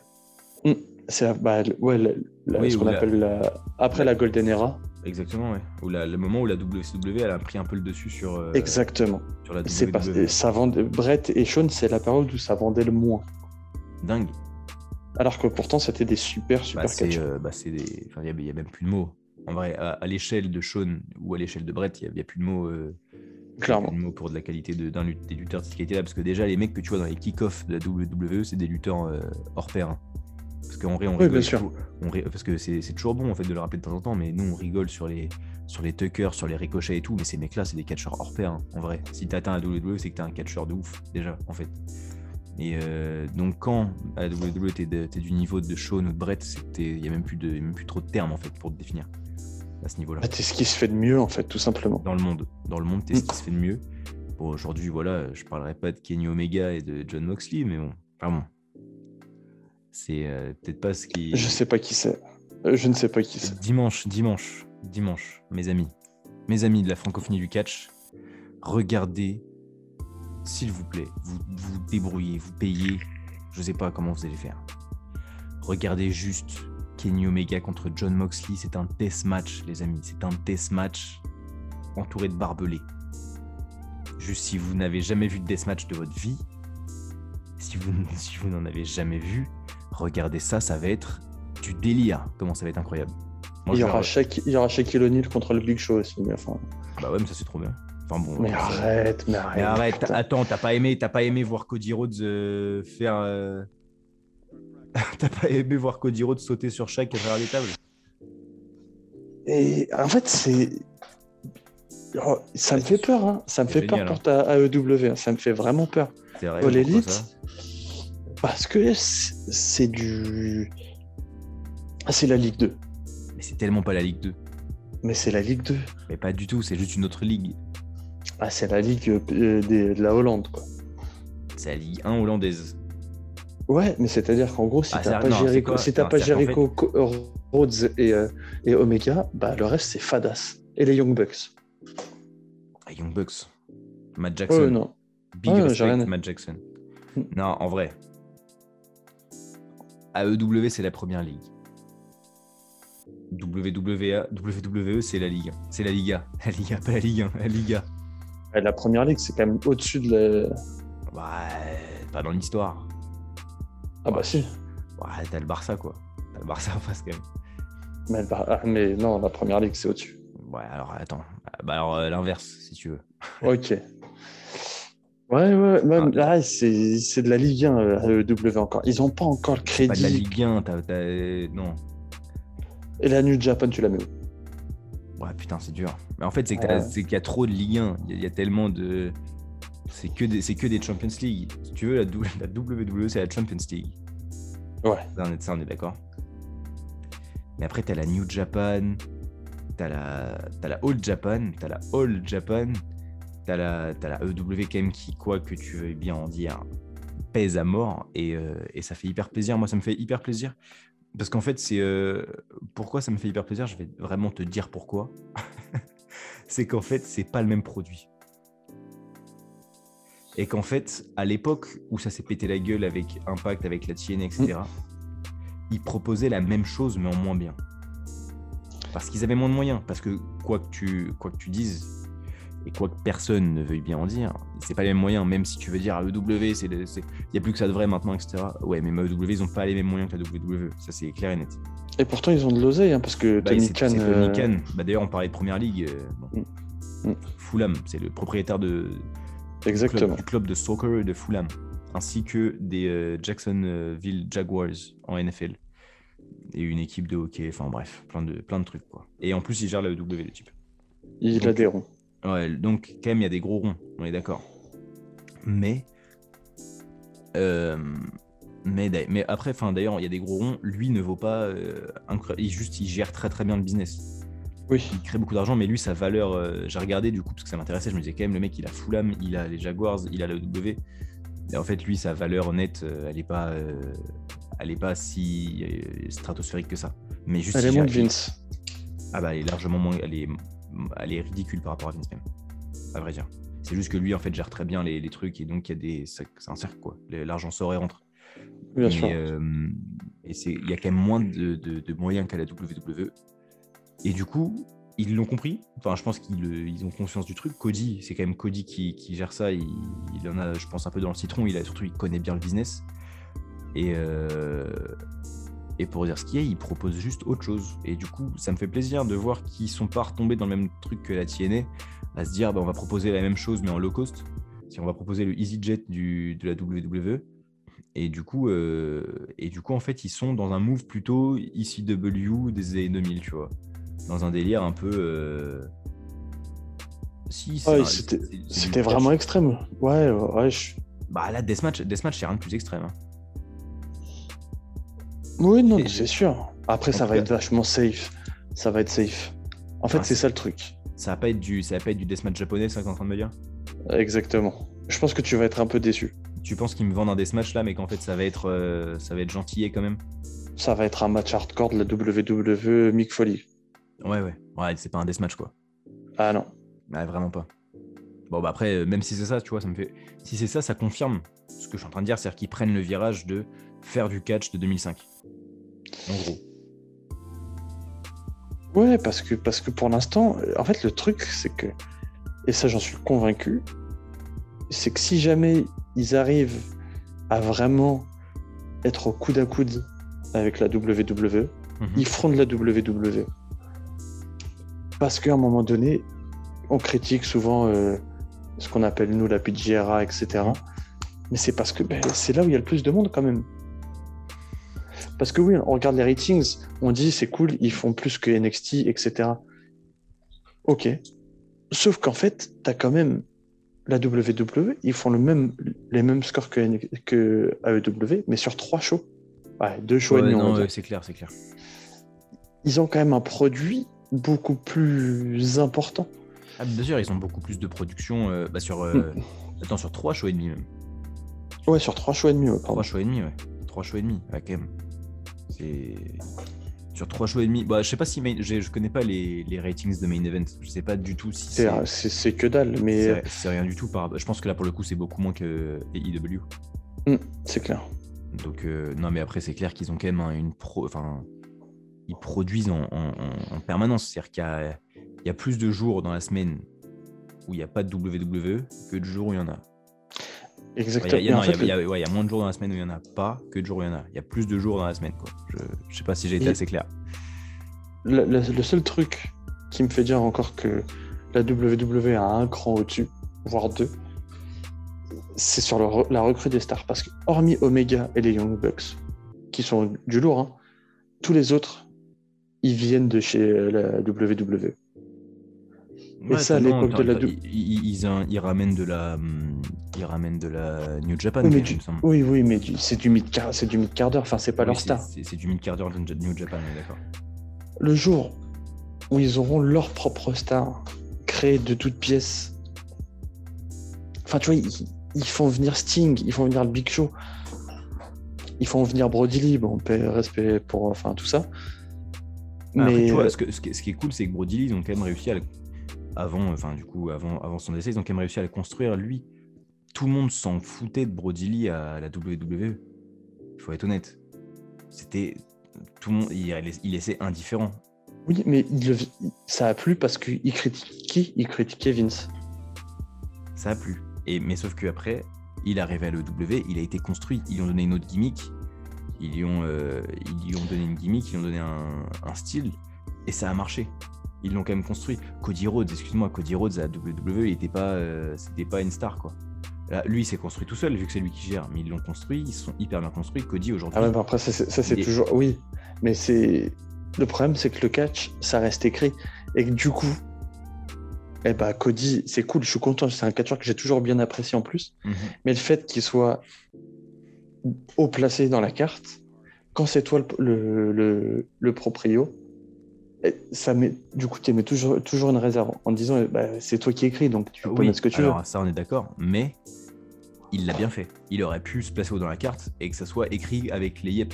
[SPEAKER 2] Mm. C'est la- bah, ouais, la- la-
[SPEAKER 1] Oui,
[SPEAKER 2] ce qu'on
[SPEAKER 1] ou la-
[SPEAKER 2] appelle la... après la Golden Era.
[SPEAKER 1] Exactement, ouais. Ou la- le moment où la WCW, elle a pris un peu le dessus sur, euh,
[SPEAKER 2] Exactement.
[SPEAKER 1] sur la E. WWE.
[SPEAKER 2] C'est parce que ça vendait... Brett et Sean, c'est la période où ça vendait le moins.
[SPEAKER 1] Dingue.
[SPEAKER 2] Alors que pourtant, c'était des super, super
[SPEAKER 1] Bah, c'est
[SPEAKER 2] catcheurs.
[SPEAKER 1] euh, bah, c'est des. Enfin, il n'y a, y a même plus de mots. En vrai, à, à l'échelle de Sean ou à l'échelle de Brett, il n'y a, y a plus de mots. euh, pas
[SPEAKER 3] clairement.
[SPEAKER 1] de mots pour de la qualité de- d'un lut- des lutteurs de cette qualité-là, parce que déjà les mecs que tu vois dans les kick-offs de la WWE, c'est des lutteurs euh, hors pair. hein. Parce qu'en vrai, on
[SPEAKER 2] Oui, bien
[SPEAKER 1] rigole
[SPEAKER 2] sûr.
[SPEAKER 1] on ri- parce que c'est c'est toujours bon en fait de le rappeler de temps en temps, mais nous on rigole sur les sur les tuckers, sur les ricochets et tout, mais ces mecs-là c'est des catcheurs hors pair hein, en vrai. Si t'atteins la WWE, c'est que t'es un catcheur de ouf déjà en fait. Et euh, donc quand à la WWE t'es de- t'es du niveau de Shawn ou de Brett, c'est que t'es- il y a même plus de y a même plus trop de termes en fait pour te définir à ce niveau-là
[SPEAKER 2] Bah, t'es ce qui se fait de mieux, en fait, tout simplement.
[SPEAKER 1] dans le monde. Dans le monde, t'es ce qui se fait de mieux. Bon, aujourd'hui, voilà, je parlerai pas de Kenny Omega et de John Moxley, mais bon, enfin bon. C'est euh, peut-être pas ce qui.
[SPEAKER 2] Je sais pas qui c'est. Euh, Je ne sais pas qui c'est.
[SPEAKER 1] Dimanche, dimanche, dimanche, mes amis, mes amis de la francophonie du catch, regardez, s'il vous plaît, vous vous débrouillez, vous payez, je sais pas comment vous allez faire. Regardez juste Kenny Omega contre John Moxley, c'est un test match, les amis, c'est un test match entouré de barbelés. Juste si vous n'avez jamais vu de death match de votre vie, si vous, si vous n'en avez jamais vu, regardez ça, ça va être du délire. Comment ça va être incroyable. Moi,
[SPEAKER 2] Il y,
[SPEAKER 1] je
[SPEAKER 2] aura
[SPEAKER 1] le-
[SPEAKER 2] Shaq- il y aura Shaquille O'Neal contre le Big Show aussi. Mais, enfin...
[SPEAKER 1] Bah ouais, mais ça c'est trop bien. Enfin bon.
[SPEAKER 2] mais
[SPEAKER 1] ça-
[SPEAKER 2] arrête, mais arrête.
[SPEAKER 1] Mais arrête,
[SPEAKER 2] putain.
[SPEAKER 1] attends, t'as pas aimé, t'as pas aimé voir Cody Rhodes euh, faire. euh, [laughs] t'as pas aimé voir Cody Rhodes sauter sur chaque à travers les tables.
[SPEAKER 2] Et en fait, c'est. Oh, ça me
[SPEAKER 1] Ouais,
[SPEAKER 2] fait
[SPEAKER 1] c'est
[SPEAKER 2] peur, hein. ça me
[SPEAKER 1] C'est
[SPEAKER 2] fait peur
[SPEAKER 1] génial, Ah,
[SPEAKER 2] pour ta AEW, hein. ça me fait vraiment peur.
[SPEAKER 1] C'est vrai.
[SPEAKER 2] All
[SPEAKER 1] pourquoi
[SPEAKER 2] Elite,
[SPEAKER 1] ça
[SPEAKER 2] parce que c'est c'est du. Ah, C'est la Ligue 2,
[SPEAKER 1] Mais c'est tellement pas la Ligue 2.
[SPEAKER 2] mais c'est la Ligue 2.
[SPEAKER 1] Mais pas du tout, c'est juste une autre ligue.
[SPEAKER 2] Ah, c'est la Ligue euh, euh, des- de la Hollande, quoi.
[SPEAKER 1] C'est la Ligue 1 hollandaise.
[SPEAKER 2] Ouais, mais c'est-à-dire qu'en gros, si
[SPEAKER 1] Ah, c'est-
[SPEAKER 2] t'as pas
[SPEAKER 1] non, c'est
[SPEAKER 2] Jericho,
[SPEAKER 1] quoi
[SPEAKER 2] si t'as
[SPEAKER 1] Non,
[SPEAKER 2] pas
[SPEAKER 1] c'est-à-dire qu'en
[SPEAKER 2] Jericho, Co- euh, Rhodes et, euh, et Omega, bah le reste c'est Fadas et les Young Bucks.
[SPEAKER 1] Ah, Young Bucks. Matt
[SPEAKER 2] Oh
[SPEAKER 1] Jackson.
[SPEAKER 2] non,
[SPEAKER 1] Big
[SPEAKER 2] Ouais, j'ai rien
[SPEAKER 1] respect,
[SPEAKER 2] à-
[SPEAKER 1] Matt Jackson.
[SPEAKER 2] Hmm.
[SPEAKER 1] Non, en vrai. AEW, c'est la première ligue. WWA, WWE, E, c'est la Ligue. C'est la Liga. La Liga, pas la Ligue 1, la Liga.
[SPEAKER 2] Ouais, la première ligue c'est quand même au-dessus de la.
[SPEAKER 1] Bah, pas dans l'histoire.
[SPEAKER 2] Ah bah si.
[SPEAKER 1] Ouais, t'as le Barça, quoi. T'as le Barça en face, quand même.
[SPEAKER 2] Mais, elle va- ah, mais non, la première ligue c'est au-dessus.
[SPEAKER 1] Ouais, alors attends. Bah, alors euh, l'inverse, si tu veux.
[SPEAKER 2] Ok. Ouais, ouais, ouais,
[SPEAKER 1] Ah.
[SPEAKER 2] là, c'est c'est de la Ligue 1, euh, AEW encore. Ils n'ont pas encore le
[SPEAKER 1] C'est Pas de la
[SPEAKER 2] crédit.
[SPEAKER 1] Ligue 1, t'as. t'as- euh, Non.
[SPEAKER 2] Et la New Japan, tu la mets où
[SPEAKER 1] Ouais, putain, c'est dur. Mais en fait, c'est que t'as-
[SPEAKER 2] Ouais.
[SPEAKER 1] c'est qu'il y a trop de Ligue 1. Il y a- il y, a tellement de. C'est que, des- c'est que des Champions League. Si tu veux, la, dou- [laughs] la WWE, c'est la Champions League.
[SPEAKER 2] Ouais.
[SPEAKER 1] Ça, on est, ça, on est d'accord. Mais après, t'as la New Japan, t'as la, t'as la Old Japan, t'as la All Japan, t'as la, t'as la EW quand même qui, quoi que tu veuilles bien en dire, pèse à mort. Et, euh, et ça fait hyper plaisir. Moi, ça me fait hyper plaisir. Parce qu'en fait, c'est. euh, pourquoi ça me fait hyper plaisir Je vais vraiment te dire pourquoi. [laughs] c'est qu'en fait, c'est pas le même produit. Et qu'en fait, à l'époque où ça s'est pété la gueule avec Impact, avec la TN, etc., ils proposaient la même chose, mais en moins bien. Parce qu'ils avaient moins de moyens. Parce que quoi que tu, quoi que tu dises, et quoi que personne ne veuille bien en dire, c'est pas les mêmes moyens. Même si tu veux dire AEW, c'est le- c'est- il n'y a plus que ça de vrai maintenant, etc. Ouais, mais AEW, ils n'ont pas les mêmes moyens que la WWE. Ça, c'est clair et net.
[SPEAKER 2] Et pourtant, ils ont de l'oseille, hein, parce que
[SPEAKER 1] Bah,
[SPEAKER 2] Tony
[SPEAKER 1] c'est-
[SPEAKER 2] Khan.
[SPEAKER 1] c'est
[SPEAKER 2] euh,
[SPEAKER 1] Tony Khan. Bah, D'ailleurs, on parlait de Première Ligue. euh, bon.
[SPEAKER 2] Mm.
[SPEAKER 1] Fulham, c'est le propriétaire de, du club-
[SPEAKER 2] euh, Exactement.
[SPEAKER 1] du club de soccer de Fulham, ainsi que des euh, Jacksonville Jaguars en NFL. Et une équipe de hockey, enfin bref, plein de, plein de trucs. quoi. Et en plus, il gère la W, le type.
[SPEAKER 2] Il a des ronds.
[SPEAKER 1] Ouais, donc quand même, il y a des gros ronds, on est d'accord. Mais, euh, mais, d'a- mais après, enfin d'ailleurs, il y a des gros ronds. Lui ne vaut pas. euh, incro- il juste, il gère très très bien le business.
[SPEAKER 2] Oui.
[SPEAKER 1] Il crée beaucoup d'argent, mais lui, sa valeur. euh, J'ai regardé du coup parce que ça m'intéressait. Je me disais quand même, le mec, il a Fulham, il a les Jaguars, il a le W. Et en fait, lui, sa valeur nette, euh, elle est pas, euh, elle est pas si euh, stratosphérique que ça. Mais juste,
[SPEAKER 2] Elle est
[SPEAKER 1] il
[SPEAKER 2] moins
[SPEAKER 1] gère-
[SPEAKER 2] que Vince.
[SPEAKER 1] ah bah elle est largement moins. Elle est, elle est ridicule par rapport à Vince même. À vrai dire. C'est juste que lui en fait gère très bien les, les trucs et donc il y a des. C'est c'est un cercle quoi. Le- L'argent sort et rentre.
[SPEAKER 2] Bien
[SPEAKER 1] Mais,
[SPEAKER 2] sûr.
[SPEAKER 1] euh, et c'est, il y a quand même moins de, de- de moyens qu'à la WWE. Et du coup, ils l'ont compris. Enfin, je pense qu'ils le- ils ont conscience du truc. Cody, c'est quand même Cody qui, qui gère ça. Il, il en a, je pense, un peu dans le citron. Il a surtout, il connaît bien le business. Et, euh, et pour dire ce qu'il y a, il propose juste autre chose. Et du coup, ça me fait plaisir de voir qu'ils sont pas retombés dans le même truc que la TNA à se dire bah, on va proposer la même chose mais en low cost. Si on va proposer le EasyJet du, de la WWE. Et du, coup, euh, et du coup, en fait, ils sont dans un move plutôt ECW des années 2000, tu vois. Dans un délire un peu. euh, Si, c'est
[SPEAKER 2] Ouais,
[SPEAKER 1] un-
[SPEAKER 2] c'était-
[SPEAKER 1] c'est- c'est du
[SPEAKER 2] C'était
[SPEAKER 1] catch.
[SPEAKER 2] vraiment extrême. Ouais, ouais. je-
[SPEAKER 1] Bah là, Deathmatch, Deathmatch c'est rien de plus extrême. hein.
[SPEAKER 2] Oui, non,
[SPEAKER 1] Et-
[SPEAKER 2] c'est sûr. Après,
[SPEAKER 1] En
[SPEAKER 2] ça
[SPEAKER 1] tout
[SPEAKER 2] va
[SPEAKER 1] cas-
[SPEAKER 2] être vachement safe. Ça va être safe. En fait,
[SPEAKER 1] Ah,
[SPEAKER 2] c'est
[SPEAKER 1] c'est-
[SPEAKER 2] ça le truc.
[SPEAKER 1] Ça va pas être du, ça va pas être du Deathmatch japonais, c'est ça que t'es en train de me dire
[SPEAKER 2] Exactement. Je pense que tu vas être un peu déçu.
[SPEAKER 1] Tu penses qu'ils me vendent un Deathmatch là, mais qu'en fait, ça va être, euh, ça va être gentillet quand même
[SPEAKER 2] Ça va être un match hardcore de la WWE Mick Foley.
[SPEAKER 1] Ouais, ouais. Ouais, c'est pas un Deathmatch quoi.
[SPEAKER 2] Ah non.
[SPEAKER 1] Ouais, vraiment pas. Bon, bah après, euh, même si c'est ça, tu vois, ça me fait. Si c'est ça, ça confirme ce que je suis en train de dire, c'est-à-dire qu'ils prennent le virage de faire du catch de 2005. En gros.
[SPEAKER 2] Ouais, parce que, parce que pour l'instant, euh, en fait, le truc, c'est que, et ça, j'en suis convaincu, c'est que si jamais ils arrivent à vraiment être au coude à coude avec la E, WWE,
[SPEAKER 1] Mhm.
[SPEAKER 2] ils feront de la WWE. Parce qu'à un moment donné, on critique souvent euh, ce qu'on appelle, nous, la PGRA, etc. Mais c'est parce que ben, c'est là où il y a le plus de monde, quand même. Parce que oui, on regarde les ratings, on dit c'est cool, ils font plus que NXT, etc. Ok. Sauf qu'en fait, t'as quand même la WWE, ils font le même, les mêmes scores que, N- que AEW, mais sur trois shows. Ouais, deux shows
[SPEAKER 1] Ouais,
[SPEAKER 2] et demi, on va
[SPEAKER 1] non,
[SPEAKER 2] dire
[SPEAKER 1] euh, c'est clair, c'est clair.
[SPEAKER 2] ils ont quand même un produit beaucoup plus important.
[SPEAKER 1] Ah, bien sûr, ils ont beaucoup plus de production euh, bah, sur. euh, Attends, sur 3 shows et demi même.
[SPEAKER 2] Ouais, sur trois shows et demi, ouais, pardon.
[SPEAKER 1] 3 shows et demi, ouais. 3 shows et demi, ouais, quand même. C'est. Sur 3 shows et demi. Bah, je sais pas si. main- j'ai- Je connais pas les, les ratings de main event. Je sais pas du tout si c'est.
[SPEAKER 2] C'est- C'est c'est que dalle, mais euh,
[SPEAKER 1] c'est- C'est rien du tout. Par... Je pense que là, pour le coup, c'est beaucoup moins que E AEW.
[SPEAKER 2] hmm, c'est clair.
[SPEAKER 1] Donc, euh, non, mais après, c'est clair qu'ils ont quand même un- une pro. Enfin, ils produisent en, en- en- en permanence. C'est-à-dire qu'il y a, il y a plus de jours dans la semaine où il n'y a pas de WWE que de jours où il y en a. Ouais,
[SPEAKER 2] Exactement.
[SPEAKER 1] Il y, a- il y a-
[SPEAKER 2] Et en
[SPEAKER 1] non, il y a-
[SPEAKER 2] fait,
[SPEAKER 1] il y a- ouais, il y a moins de jours dans la semaine où il n'y en a pas que de jours où il y en a. Il y a plus de jours dans la semaine. Quoi. Je ne sais pas si j'ai été
[SPEAKER 2] Et-
[SPEAKER 1] assez clair.
[SPEAKER 2] le, le- le seul truc qui me fait dire encore que la WWE a un cran au-dessus, voire deux, c'est sur le re- la recrue des stars. Parce que hormis Omega et les Young Bucks, qui sont du lourd, hein, tous les autres, ils viennent de chez euh, la E. WWE.
[SPEAKER 1] Ouais,
[SPEAKER 2] ça, à
[SPEAKER 1] attends,
[SPEAKER 2] l'époque de la
[SPEAKER 1] attends,
[SPEAKER 2] dou-
[SPEAKER 1] Ils, ils- ils ont- ils ramènent de la, hum, ils ramènent de la New Japan,
[SPEAKER 2] Oui, mais
[SPEAKER 1] il
[SPEAKER 2] tu-
[SPEAKER 1] me semble.
[SPEAKER 2] Oui, oui, mais du- c'est du mid-car- c'est du mid-quart d'heure, enfin, c'est pas
[SPEAKER 1] Oui,
[SPEAKER 2] leur
[SPEAKER 1] c'est-
[SPEAKER 2] star.
[SPEAKER 1] C'est c'est du mid-card de New Japan, ouais, d'accord.
[SPEAKER 2] le jour où ils auront leur propre star créée de toutes pièces, enfin tu vois, ils, ils font venir Sting, ils font venir le Big Show, ils font venir Brody Lee, bon, paix- respect pour enfin tout ça.
[SPEAKER 1] Ah, après,
[SPEAKER 2] Mais euh,
[SPEAKER 1] tu vois, ce, que- ce qui est- ce qui est cool, c'est que Brody Lee, ils ont quand même réussi à le... avant, enfin du coup, avant, avant son décès, ils ont quand même réussi à le construire lui. Tout le monde s'en foutait de Brody Lee à la WWE. Il faut être honnête. C'était tout le monde, il, il laissait indifférent.
[SPEAKER 2] oui, mais il le- ça a plu parce qu'il critiquait, il critiquait Vince.
[SPEAKER 1] Ça a plu. Et mais sauf que après, il est arrivé à l'EW, il a été construit. Ils lui ont donné une autre gimmick. Ils lui ont, euh, ils lui ont donné une gimmick, ils lui ont donné un, un style, et ça a marché. Ils l'ont quand même construit. Cody Rhodes, excuse-moi, Cody Rhodes à WWE, il était pas, euh, c'était pas une star quoi. Là, lui, il s'est construit tout seul vu que c'est lui qui gère. Mais ils l'ont construit, ils sont hyper bien construits. Cody aujourd'hui,
[SPEAKER 2] Ah ouais, bah après ça c'est ça, c'est
[SPEAKER 1] Il est-
[SPEAKER 2] toujours oui, mais c'est le problème c'est que le catch ça reste écrit et que du coup, eh bah Cody c'est cool, je suis content, c'est un catcheur que j'ai toujours bien apprécié en plus.
[SPEAKER 1] Mhm.
[SPEAKER 2] Mais le fait qu'il soit haut placé dans la carte, quand c'est toi le, le, le, le proprio, eh, ça met, du coup, tu mets toujours, toujours une réserve en disant eh, bah, c'est toi qui écris, donc tu peux
[SPEAKER 1] Oui,
[SPEAKER 2] mettre ce que tu
[SPEAKER 1] alors ça on est d'accord, mais il l'a bien fait. Il aurait pu se placer haut dans la carte et que ça soit écrit avec les yep.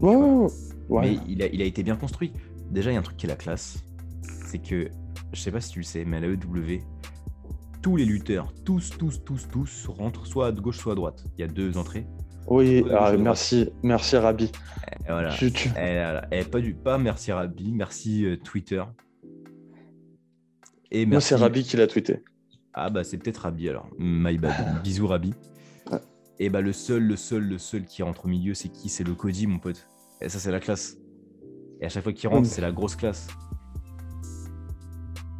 [SPEAKER 2] veux. Ouais, ouais, ouais. Ouais.
[SPEAKER 1] Mais il a, il a été bien construit. Déjà, il y a un truc qui est la classe. C'est que, je sais pas si tu le sais, mais à la EW, tous les lutteurs, tous, tous, tous, tous, rentrent soit à gauche, soit à droite. Il y a deux entrées.
[SPEAKER 2] Oui,
[SPEAKER 1] Ouais,
[SPEAKER 2] ah,
[SPEAKER 1] je-
[SPEAKER 2] merci, merci Rabi.
[SPEAKER 1] Et voilà.
[SPEAKER 2] Tu- tu-
[SPEAKER 1] Et là, là. Et pas du pas, merci Rabi, merci euh, Twitter. Et
[SPEAKER 2] Moi,
[SPEAKER 1] merci
[SPEAKER 2] c'est Rabi qui l'a tweeté.
[SPEAKER 1] Ah bah c'est peut-être Rabi alors. My
[SPEAKER 2] [laughs]
[SPEAKER 1] bad. Bisous Rabi.
[SPEAKER 2] Ouais.
[SPEAKER 1] Et bah le seul, le seul, le seul qui rentre au milieu, c'est qui C'est le Cody, mon pote. Et ça c'est la classe. Et à chaque fois qu'il rentre,
[SPEAKER 2] Ouais, mais-
[SPEAKER 1] c'est la grosse classe.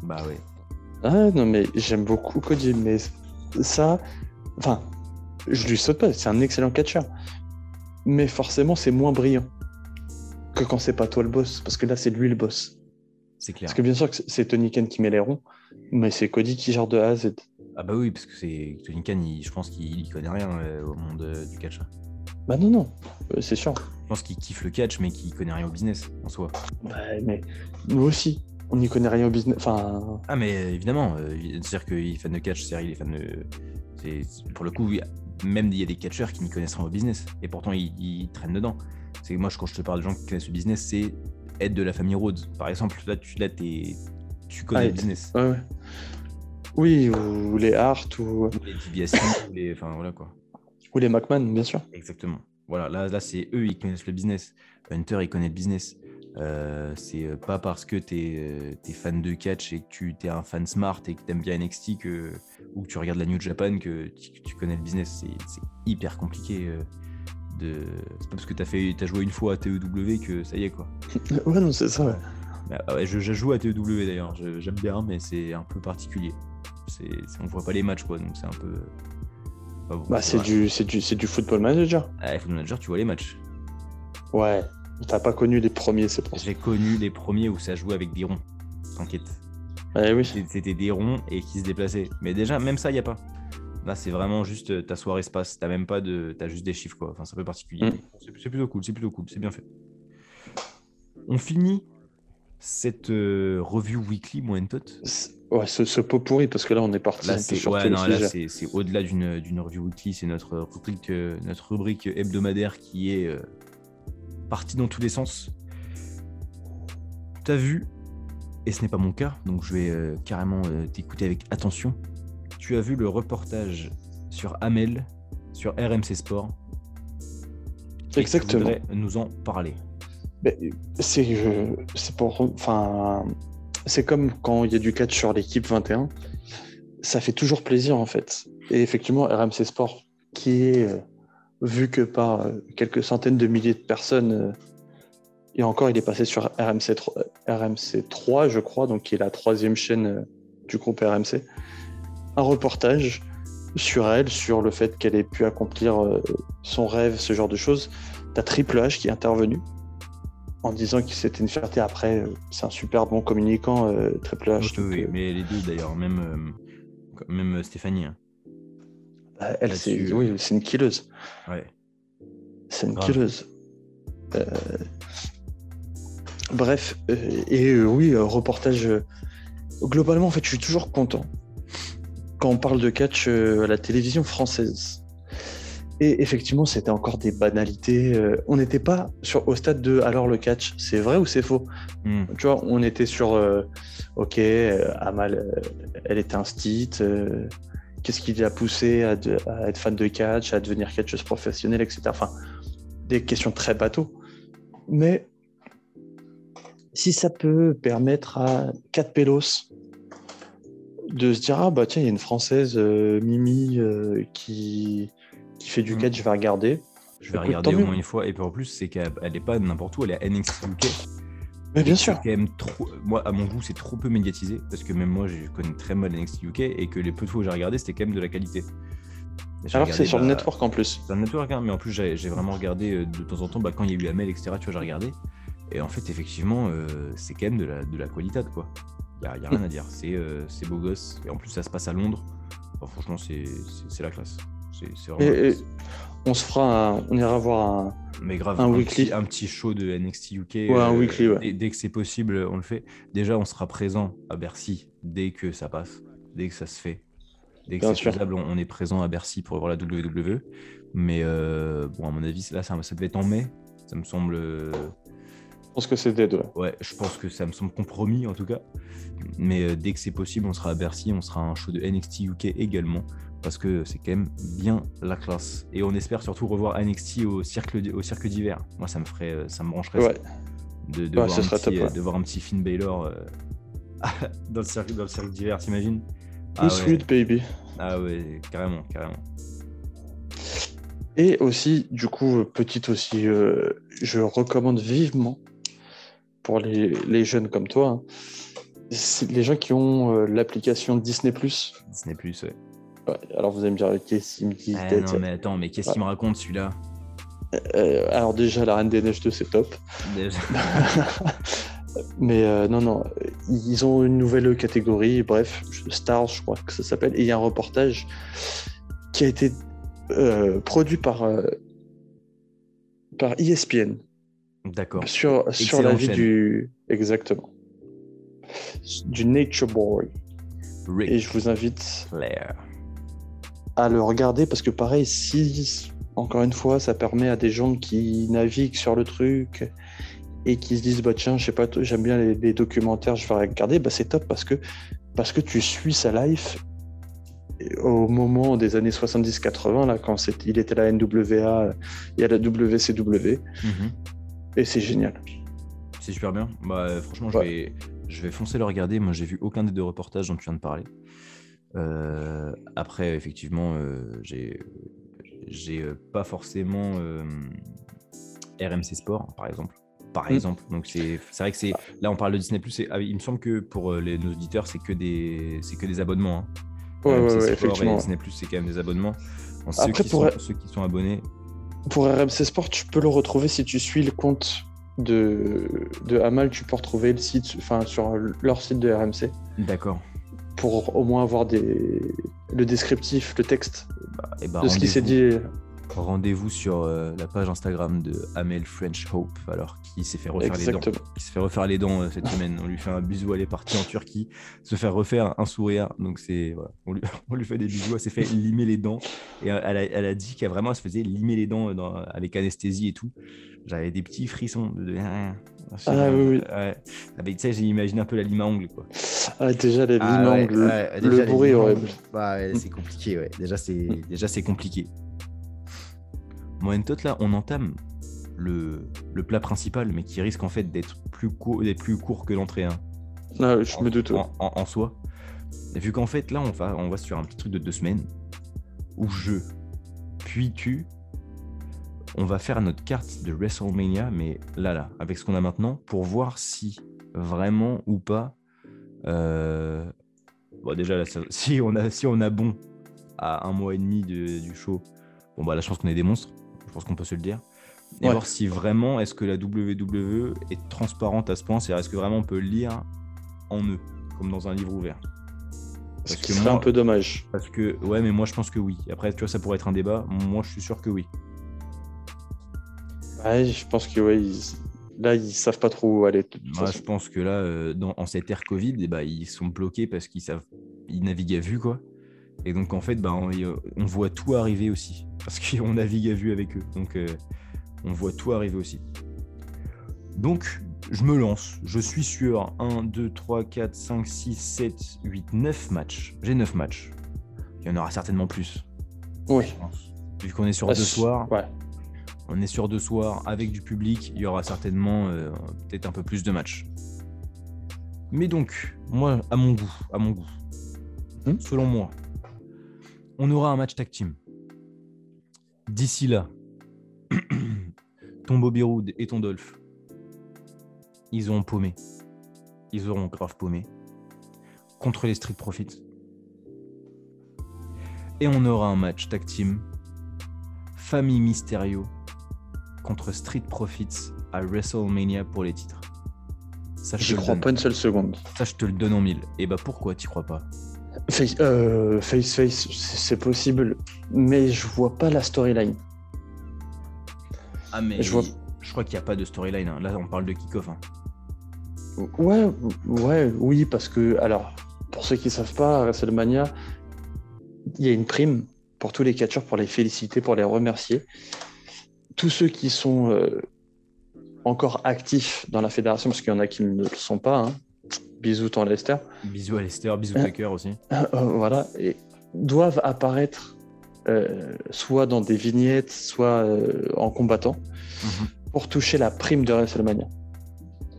[SPEAKER 1] Bah ouais.
[SPEAKER 2] Ah non, mais j'aime beaucoup Cody, mais ça, enfin, je lui saute pas, c'est un excellent catcheur. Mais forcément, c'est moins brillant que quand c'est pas toi le boss, parce que là, c'est lui le boss.
[SPEAKER 1] C'est clair.
[SPEAKER 2] Parce que bien sûr que c'est- c'est Tony Khan qui met les ronds, mais c'est Cody qui gère de A à Z.
[SPEAKER 1] Ah bah oui, parce que c'est Tony Khan, il- je pense qu'il il connaît rien euh, au monde euh, du catch.
[SPEAKER 2] Bah non, non, euh, c'est sûr.
[SPEAKER 1] Je pense qu'il kiffe le catch, mais qu'il connaît rien au business en soi.
[SPEAKER 2] Ouais, mais nous aussi, on n'y connaît rien au business. Enfin,
[SPEAKER 1] Ah mais euh, évidemment, euh, c'est-à-dire qu'il est fan de catch, c'est il est fan de... c'est- c'est- Pour le coup, il y a- même il y a des catcheurs qui n'y connaissent rien au business, et pourtant ils, ils traînent dedans. C'est Moi, je- quand je te parle de gens qui connaissent le business, c'est être de la famille Rhodes. Par exemple, là, tu, là, t'es- tu connais
[SPEAKER 2] Ah,
[SPEAKER 1] le
[SPEAKER 2] et-
[SPEAKER 1] business.
[SPEAKER 2] ouais, ouais. Oui, ou les Hart, ou,
[SPEAKER 1] Ou les DiBiase, ou les... Enfin voilà quoi.
[SPEAKER 2] ou les McMahon, bien sûr.
[SPEAKER 1] Exactement. Voilà, là, là c'est eux, ils connaissent le business. Hunter, il connaît le business. Euh, c'est euh, pas parce que t'es euh, t'es fan de catch et que tu t'es un fan smart et que t'aimes bien NXT que, ou que tu regardes la New Japan que tu, que tu connais le business. C'est- C'est hyper compliqué. euh, de... C'est pas parce que t'as fait- t'as joué une fois à TEW que ça y est quoi.
[SPEAKER 2] Ouais, non, c'est ça, ouais.
[SPEAKER 1] Bah, ah ouais, je, je joue à TEW d'ailleurs, je- j'aime bien, mais c'est un peu particulier. C'est- c'est- on voit pas les matchs quoi, donc c'est un peu. pas bon,
[SPEAKER 2] Bah, c'est
[SPEAKER 1] vrai.
[SPEAKER 2] du, c'est du, c'est du football manager.
[SPEAKER 1] Ah, Football Manager, tu vois les matchs.
[SPEAKER 2] Ouais. T'as pas connu les premiers, c'est pour ça.
[SPEAKER 1] J'ai connu les premiers où ça jouait avec des ronds. T'inquiète.
[SPEAKER 2] Ouais, Eh oui.
[SPEAKER 1] C'est- C'était des ronds et qui se déplaçaient. Mais déjà, même ça, il n'y a pas. Là, c'est vraiment juste euh, ta soirée se passe. T'as même pas de. T'as juste des chiffres, quoi. Enfin, c'est un peu particulier.
[SPEAKER 2] Mm.
[SPEAKER 1] C'est- C'est plutôt cool, c'est plutôt cool, c'est bien fait. On finit cette euh, review weekly, moins tot.
[SPEAKER 2] C'est- Ouais, ce, ce pot pourri, parce que là, on est parti
[SPEAKER 1] Là,
[SPEAKER 2] un peu
[SPEAKER 1] c'est
[SPEAKER 2] sur
[SPEAKER 1] ouais,
[SPEAKER 2] tous les
[SPEAKER 1] non, là,
[SPEAKER 2] sujets.
[SPEAKER 1] c'est- c'est au-delà d'une d'une review weekly. C'est notre rubrique, euh, notre rubrique hebdomadaire qui est euh, partie dans tous les sens. T'as vu, et ce n'est pas mon cas, donc je vais euh, carrément euh, t'écouter avec attention. Tu as vu le reportage sur Amel, sur RMC Sport. et tu
[SPEAKER 2] Exactement.
[SPEAKER 1] voudrais nous en parler.
[SPEAKER 2] Mais, euh, C'est euh, c'est pour. Enfin, c'est comme quand il y a du catch sur l'équipe 21. Ça fait toujours plaisir, en fait. Et effectivement, RMC Sport, qui est euh, vu que par euh, quelques centaines de milliers de personnes, euh, et encore, il est passé sur RMC 3, RMC 3 je crois, donc qui est la troisième chaîne euh, du groupe RMC. Un reportage sur elle, sur le fait qu'elle ait pu accomplir euh, son rêve, ce genre de choses. T'as Triple H qui est intervenu en disant que c'était une fierté. Après, euh, c'est un super bon communicant, euh, Triple H.
[SPEAKER 1] Oui,
[SPEAKER 2] donc,
[SPEAKER 1] oui,
[SPEAKER 2] euh,
[SPEAKER 1] mais les deux d'ailleurs, même, euh, même euh, Stéphanie. hein.
[SPEAKER 2] bah, elle, c'est
[SPEAKER 1] là-dessus,
[SPEAKER 2] oui, c'est une killeuse.
[SPEAKER 1] Ouais.
[SPEAKER 2] C'est une
[SPEAKER 1] Grave.
[SPEAKER 2] killeuse. Euh, Bref, euh, et euh, oui, euh, reportage. euh, Globalement, en fait, je suis toujours content quand on parle de catch euh, à la télévision française. Et effectivement, c'était encore des banalités. euh, on n'était pas sur, au stade de alors le catch, c'est vrai ou c'est faux
[SPEAKER 1] Mm.
[SPEAKER 2] tu vois, on était sur euh, OK, euh, Amal, euh, elle était un stit. euh, Qu'est-ce qui l'a poussé à, de- à être fan de catch, à devenir catcheuse professionnelle, etc. Enfin, des questions très bateaux. Mais si ça peut permettre à 4 Pélos de se dire Ah, bah tiens, il y a une Française, euh, Mimi, euh, qui, qui fait du
[SPEAKER 1] Mhm.
[SPEAKER 2] catch, je vais regarder.
[SPEAKER 1] Je vais
[SPEAKER 2] Écoute,
[SPEAKER 1] regarder
[SPEAKER 2] tant
[SPEAKER 1] au
[SPEAKER 2] mieux.
[SPEAKER 1] moins une fois. Et puis en plus, c'est qu'elle elle est pas n'importe où, elle est à NXT UK.
[SPEAKER 2] Mais bien
[SPEAKER 1] C'est
[SPEAKER 2] sûr.
[SPEAKER 1] quand même trop. Moi, à mon goût, c'est trop peu médiatisé. Parce que même moi, je connais très mal NXT UK. Et que les peu de fois où j'ai regardé, c'était quand même de la qualité. Et j'ai
[SPEAKER 2] Alors que c'est
[SPEAKER 1] regardé,
[SPEAKER 2] sur le
[SPEAKER 1] bah,
[SPEAKER 2] network en plus.
[SPEAKER 1] C'est un network, hein, mais en plus, j'ai j'ai vraiment regardé euh, de temps en temps, bah, quand il y a eu la mail, etc. Tu vois, j'ai regardé. Et en fait, effectivement, euh, c'est quand même de la, de la qualité, quoi. Il a, y a rien à dire. C'est euh, c'est beau gosse. Et en plus, ça se passe à Londres. Enfin, franchement, c'est- c'est c'est la classe. C'est c'est vraiment.
[SPEAKER 2] Et,
[SPEAKER 1] la
[SPEAKER 2] et
[SPEAKER 1] classe.
[SPEAKER 2] on se fera, un- on ira voir un,
[SPEAKER 1] Mais grave,
[SPEAKER 2] Un
[SPEAKER 1] un,
[SPEAKER 2] weekly.
[SPEAKER 1] Petit, un petit show de NXT UK.
[SPEAKER 2] Ouais, un weekly, ouais.
[SPEAKER 1] euh, dès, dès que c'est possible, on le fait. Déjà, on sera présent à Bercy dès que ça passe, dès que ça se fait. Dès que
[SPEAKER 2] Bien
[SPEAKER 1] c'est
[SPEAKER 2] sûr.
[SPEAKER 1] faisable, on on est présent à Bercy pour voir la WWE. Mais euh, bon, à mon avis, là, ça, ça devait être en mai. Ça me semble. euh,
[SPEAKER 2] Je pense que c'est des deux.
[SPEAKER 1] Ouais, je pense que ça me semble compromis en tout cas. Mais euh, dès que c'est possible, on sera à Bercy, on sera à un show de NXT UK également. Parce que c'est quand même bien la classe. Et on espère surtout revoir NXT au cercle, d- au cirque d'hiver. Moi, ça me ferait, euh, ça me brancherait ça,
[SPEAKER 2] Ouais.
[SPEAKER 1] de, de
[SPEAKER 2] Ouais,
[SPEAKER 1] voir
[SPEAKER 2] ce
[SPEAKER 1] un
[SPEAKER 2] serait
[SPEAKER 1] petit,
[SPEAKER 2] top,
[SPEAKER 1] euh,
[SPEAKER 2] ouais.
[SPEAKER 1] de voir un petit Finn Baylor [laughs] dans le cirque, dans le cirque d'hiver, t'imagines
[SPEAKER 2] Too
[SPEAKER 1] ah ouais.
[SPEAKER 2] sweet, baby.
[SPEAKER 1] ah ouais, carrément, carrément.
[SPEAKER 2] Et aussi, du coup, euh, petite aussi, euh, je recommande vivement pour les, les jeunes comme toi hein, c'est les gens qui ont euh, l'application Disney+.
[SPEAKER 1] Disney Plus, ouais.
[SPEAKER 2] Ouais, alors vous allez me dire, qu'est-ce qu'il me dit
[SPEAKER 1] Ah,
[SPEAKER 2] Ted
[SPEAKER 1] non, mais attends, mais qu'est-ce qu'il me raconte celui-là
[SPEAKER 2] Euh, Alors déjà, la Reine des Neiges 2, c'est top. [laughs]
[SPEAKER 1] Déjà.
[SPEAKER 2] Mais euh, non, non, ils ont une nouvelle catégorie, bref, Stars, je crois que ça s'appelle. Et il y a un reportage qui a été euh, produit par, euh, par E ESPN
[SPEAKER 1] D'accord.
[SPEAKER 2] sur, sur la
[SPEAKER 1] Excellente
[SPEAKER 2] vie
[SPEAKER 1] chaîne.
[SPEAKER 2] du. Exactement. Du Nature Boy.
[SPEAKER 1] Ric
[SPEAKER 2] Et je vous invite
[SPEAKER 1] Flair.
[SPEAKER 2] à le regarder parce que, pareil, si, encore une fois, ça permet à des gens qui naviguent sur le truc et qui se disent, bah tiens, je sais pas, j'aime bien les, les documentaires, je vais regarder, bah c'est top parce que, parce que tu suis sa life au moment des années 70-80, là, quand c'est- il était à la NWA et à la WCW,
[SPEAKER 1] Mhm.
[SPEAKER 2] et c'est génial.
[SPEAKER 1] C'est super bien. Bah, euh, franchement, je,
[SPEAKER 2] Ouais.
[SPEAKER 1] vais, je vais foncer le regarder. Moi, j'ai vu aucun des deux reportages dont tu viens de parler. Euh, après, effectivement, euh, j'ai j'ai euh, pas forcément euh, RMC Sport, par exemple. Par
[SPEAKER 2] Mm.
[SPEAKER 1] exemple. Donc, c'est c'est vrai que c'est. Là, on parle de Disney. et- ah oui, il me semble que pour euh, les, nos auditeurs, c'est que, des- c'est que des abonnements. hein.
[SPEAKER 2] Ouais,
[SPEAKER 1] RMC
[SPEAKER 2] ouais,
[SPEAKER 1] Sport
[SPEAKER 2] ouais,
[SPEAKER 1] et
[SPEAKER 2] effectivement.
[SPEAKER 1] Disney, c'est quand même des abonnements. Alors, ceux,
[SPEAKER 2] Après,
[SPEAKER 1] qui
[SPEAKER 2] pour-
[SPEAKER 1] sont, ceux qui sont abonnés,
[SPEAKER 2] Pour RMC Sport, tu peux le retrouver si tu suis le compte de, de Hamal, tu peux retrouver le site, enfin, sur leur site de RMC.
[SPEAKER 1] d'accord.
[SPEAKER 2] pour au moins avoir des... le descriptif, le texte
[SPEAKER 1] Et bah,
[SPEAKER 2] de ce qui s'est
[SPEAKER 1] rendez-vous.
[SPEAKER 2] dit.
[SPEAKER 1] Rendez-vous sur euh, la page Instagram de Amel French Hope, alors qui s'est fait refaire les
[SPEAKER 2] Exactement.
[SPEAKER 1] dents. Qui se fait refaire les dents euh, cette semaine. On lui fait un bisou, elle est partie en Turquie, se faire refaire un sourire. Donc c'est voilà. on, lui, [laughs] on lui fait des bisous, elle s'est fait limer les dents. Et euh, elle a, elle a dit qu'elle vraiment elle se faisait limer les dents euh, dans- avec anesthésie et tout. J'avais des petits frissons de. de- Ah,
[SPEAKER 2] Ah, oui, oui.
[SPEAKER 1] Ouais. Ah, Avec ça, j'ai imaginé un peu la lime à ongles quoi.
[SPEAKER 2] Ah, déjà, les
[SPEAKER 1] Ah, ouais,
[SPEAKER 2] langues, le-
[SPEAKER 1] ouais,
[SPEAKER 2] le
[SPEAKER 1] déjà, les
[SPEAKER 2] bruit
[SPEAKER 1] bilingues,
[SPEAKER 2] horrible. Hmm.
[SPEAKER 1] bah, ouais, c'est compliqué, ouais. Déjà, c'est, déjà, c'est compliqué. Moyen tot là, on entame le, le plat principal, mais qui risque en fait d'être plus, court, d'être plus court que l'entrée. hein,
[SPEAKER 2] Ah, je me doute. ouais.
[SPEAKER 1] en, en- en soi. Et vu qu'en fait, là, on va, on va sur un petit truc de deux semaines où je, puis tu, on va faire notre carte de WrestleMania, mais là, là, avec ce qu'on a maintenant, pour voir si vraiment ou pas. euh, Bon, déjà, là, ça- [laughs] si, on a, si on a bon à un mois et demi de- du show, bon, bah là, je pense qu'on est des monstres. Je pense qu'on peut se le dire. Et
[SPEAKER 2] Ouais.
[SPEAKER 1] voir si vraiment, est-ce que la WWE est transparente à ce point C'est-à-dire, est-ce que vraiment on peut lire en eux, comme dans un livre ouvert
[SPEAKER 2] Ce
[SPEAKER 1] parce
[SPEAKER 2] qui
[SPEAKER 1] que
[SPEAKER 2] serait
[SPEAKER 1] moi-
[SPEAKER 2] un peu dommage.
[SPEAKER 1] Parce que, ouais, mais moi, je pense que oui. Après, tu vois, ça pourrait être un débat. Moi, je suis sûr que oui.
[SPEAKER 2] Ouais, je pense que ouais, ils- là, ils savent pas trop où aller. de toute
[SPEAKER 1] Moi,
[SPEAKER 2] façon.
[SPEAKER 1] je pense que là, euh, dans, en cette ère Covid, eh ben, ils sont bloqués parce qu'ils savent, ils naviguent à vue, quoi. Et donc, en fait, ben, on, y- on voit tout arriver aussi. [laughs] Parce qu'on navigue à vue avec eux. Donc, euh, on voit tout arriver aussi. Donc, je me lance. Je suis sur 1, 2, 3, 4, 5, 6, 7, 8, 9 matchs. J'ai 9 matchs. Il y en aura certainement plus,
[SPEAKER 2] Oui.
[SPEAKER 1] je pense. Vu qu'on est sur
[SPEAKER 2] Ah,
[SPEAKER 1] deux
[SPEAKER 2] c'est-
[SPEAKER 1] soirs.
[SPEAKER 2] Ouais.
[SPEAKER 1] On est sur deux soirs avec du public, il y aura certainement euh, peut-être un peu plus de matchs. Mais donc, moi, à mon goût, à mon goût,
[SPEAKER 2] Hmm.
[SPEAKER 1] selon moi, on aura un match tag team. D'ici là, [clears throat] ton Bobby Roode et ton Dolph, ils auront paumé. Ils auront grave paumé. Contre les Street Profits. Et on aura un match tag team. Famille Mysterio contre Street Profits à WrestleMania pour les titres. Ça, je,
[SPEAKER 2] J'y
[SPEAKER 1] te le
[SPEAKER 2] crois
[SPEAKER 1] donne.
[SPEAKER 2] pas une seule seconde.
[SPEAKER 1] Ça, je te le donne en mille. Et bah pourquoi t'y crois pas
[SPEAKER 2] Face, euh, face, face, c'est c'est possible, mais je vois pas la storyline.
[SPEAKER 1] Ah mais
[SPEAKER 2] Je vois-
[SPEAKER 1] je crois qu'il n'y a pas de storyline. hein. Là, on parle de kick-off. hein.
[SPEAKER 2] Ouais, ouais, oui, parce que, alors, pour ceux qui savent pas, à WrestleMania, il y a une prime pour tous les catcheurs pour les féliciter, pour les remercier. Tous ceux qui sont euh, encore actifs dans la fédération, parce qu'il y en a qui ne le sont pas, hein. bisous, tant Lester,
[SPEAKER 1] Bisous à Lester, bisous
[SPEAKER 2] Hein
[SPEAKER 1] Tucker aussi.
[SPEAKER 2] Euh, voilà, et doivent apparaître euh, soit dans des vignettes, soit euh, en combattant, pour toucher la prime de WrestleMania,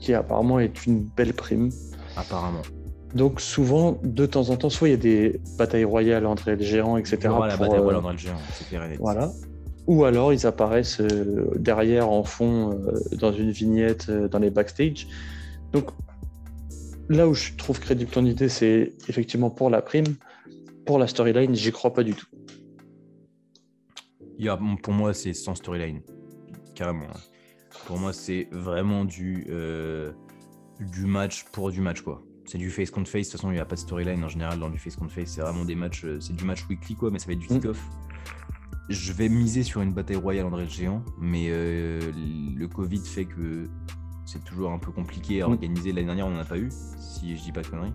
[SPEAKER 2] qui apparemment est une belle prime.
[SPEAKER 1] Apparemment.
[SPEAKER 2] Donc souvent, de temps en temps, soit il y a des batailles royales entre les géants, etc.
[SPEAKER 1] Il y aura la
[SPEAKER 2] pour,
[SPEAKER 1] bataille
[SPEAKER 2] euh,
[SPEAKER 1] royale entre le géant, hein. c'est clair et net.
[SPEAKER 2] voilà. Ou alors ils apparaissent euh, derrière en fond euh, dans une vignette euh, dans les backstage. Donc là où je trouve crédible ton idée, c'est effectivement pour la prime. Pour la storyline, j'y crois pas du tout.
[SPEAKER 1] Il y a- pour moi, c'est sans storyline. Carrément. hein. Pour moi, c'est vraiment du, euh, du match pour du match, quoi. C'est du face contre face. De toute façon, il n'y a pas de storyline en général dans du face contre face. C'est vraiment des matchs. euh, C'est du match weekly, quoi, mais ça va être du
[SPEAKER 2] Mm.
[SPEAKER 1] kick-off. Je vais miser sur une bataille royale André le Géant, mais euh, le Covid fait que c'est toujours un peu compliqué à
[SPEAKER 2] Mm.
[SPEAKER 1] organiser. L'année dernière, on n'en a pas eu, si je dis pas de conneries.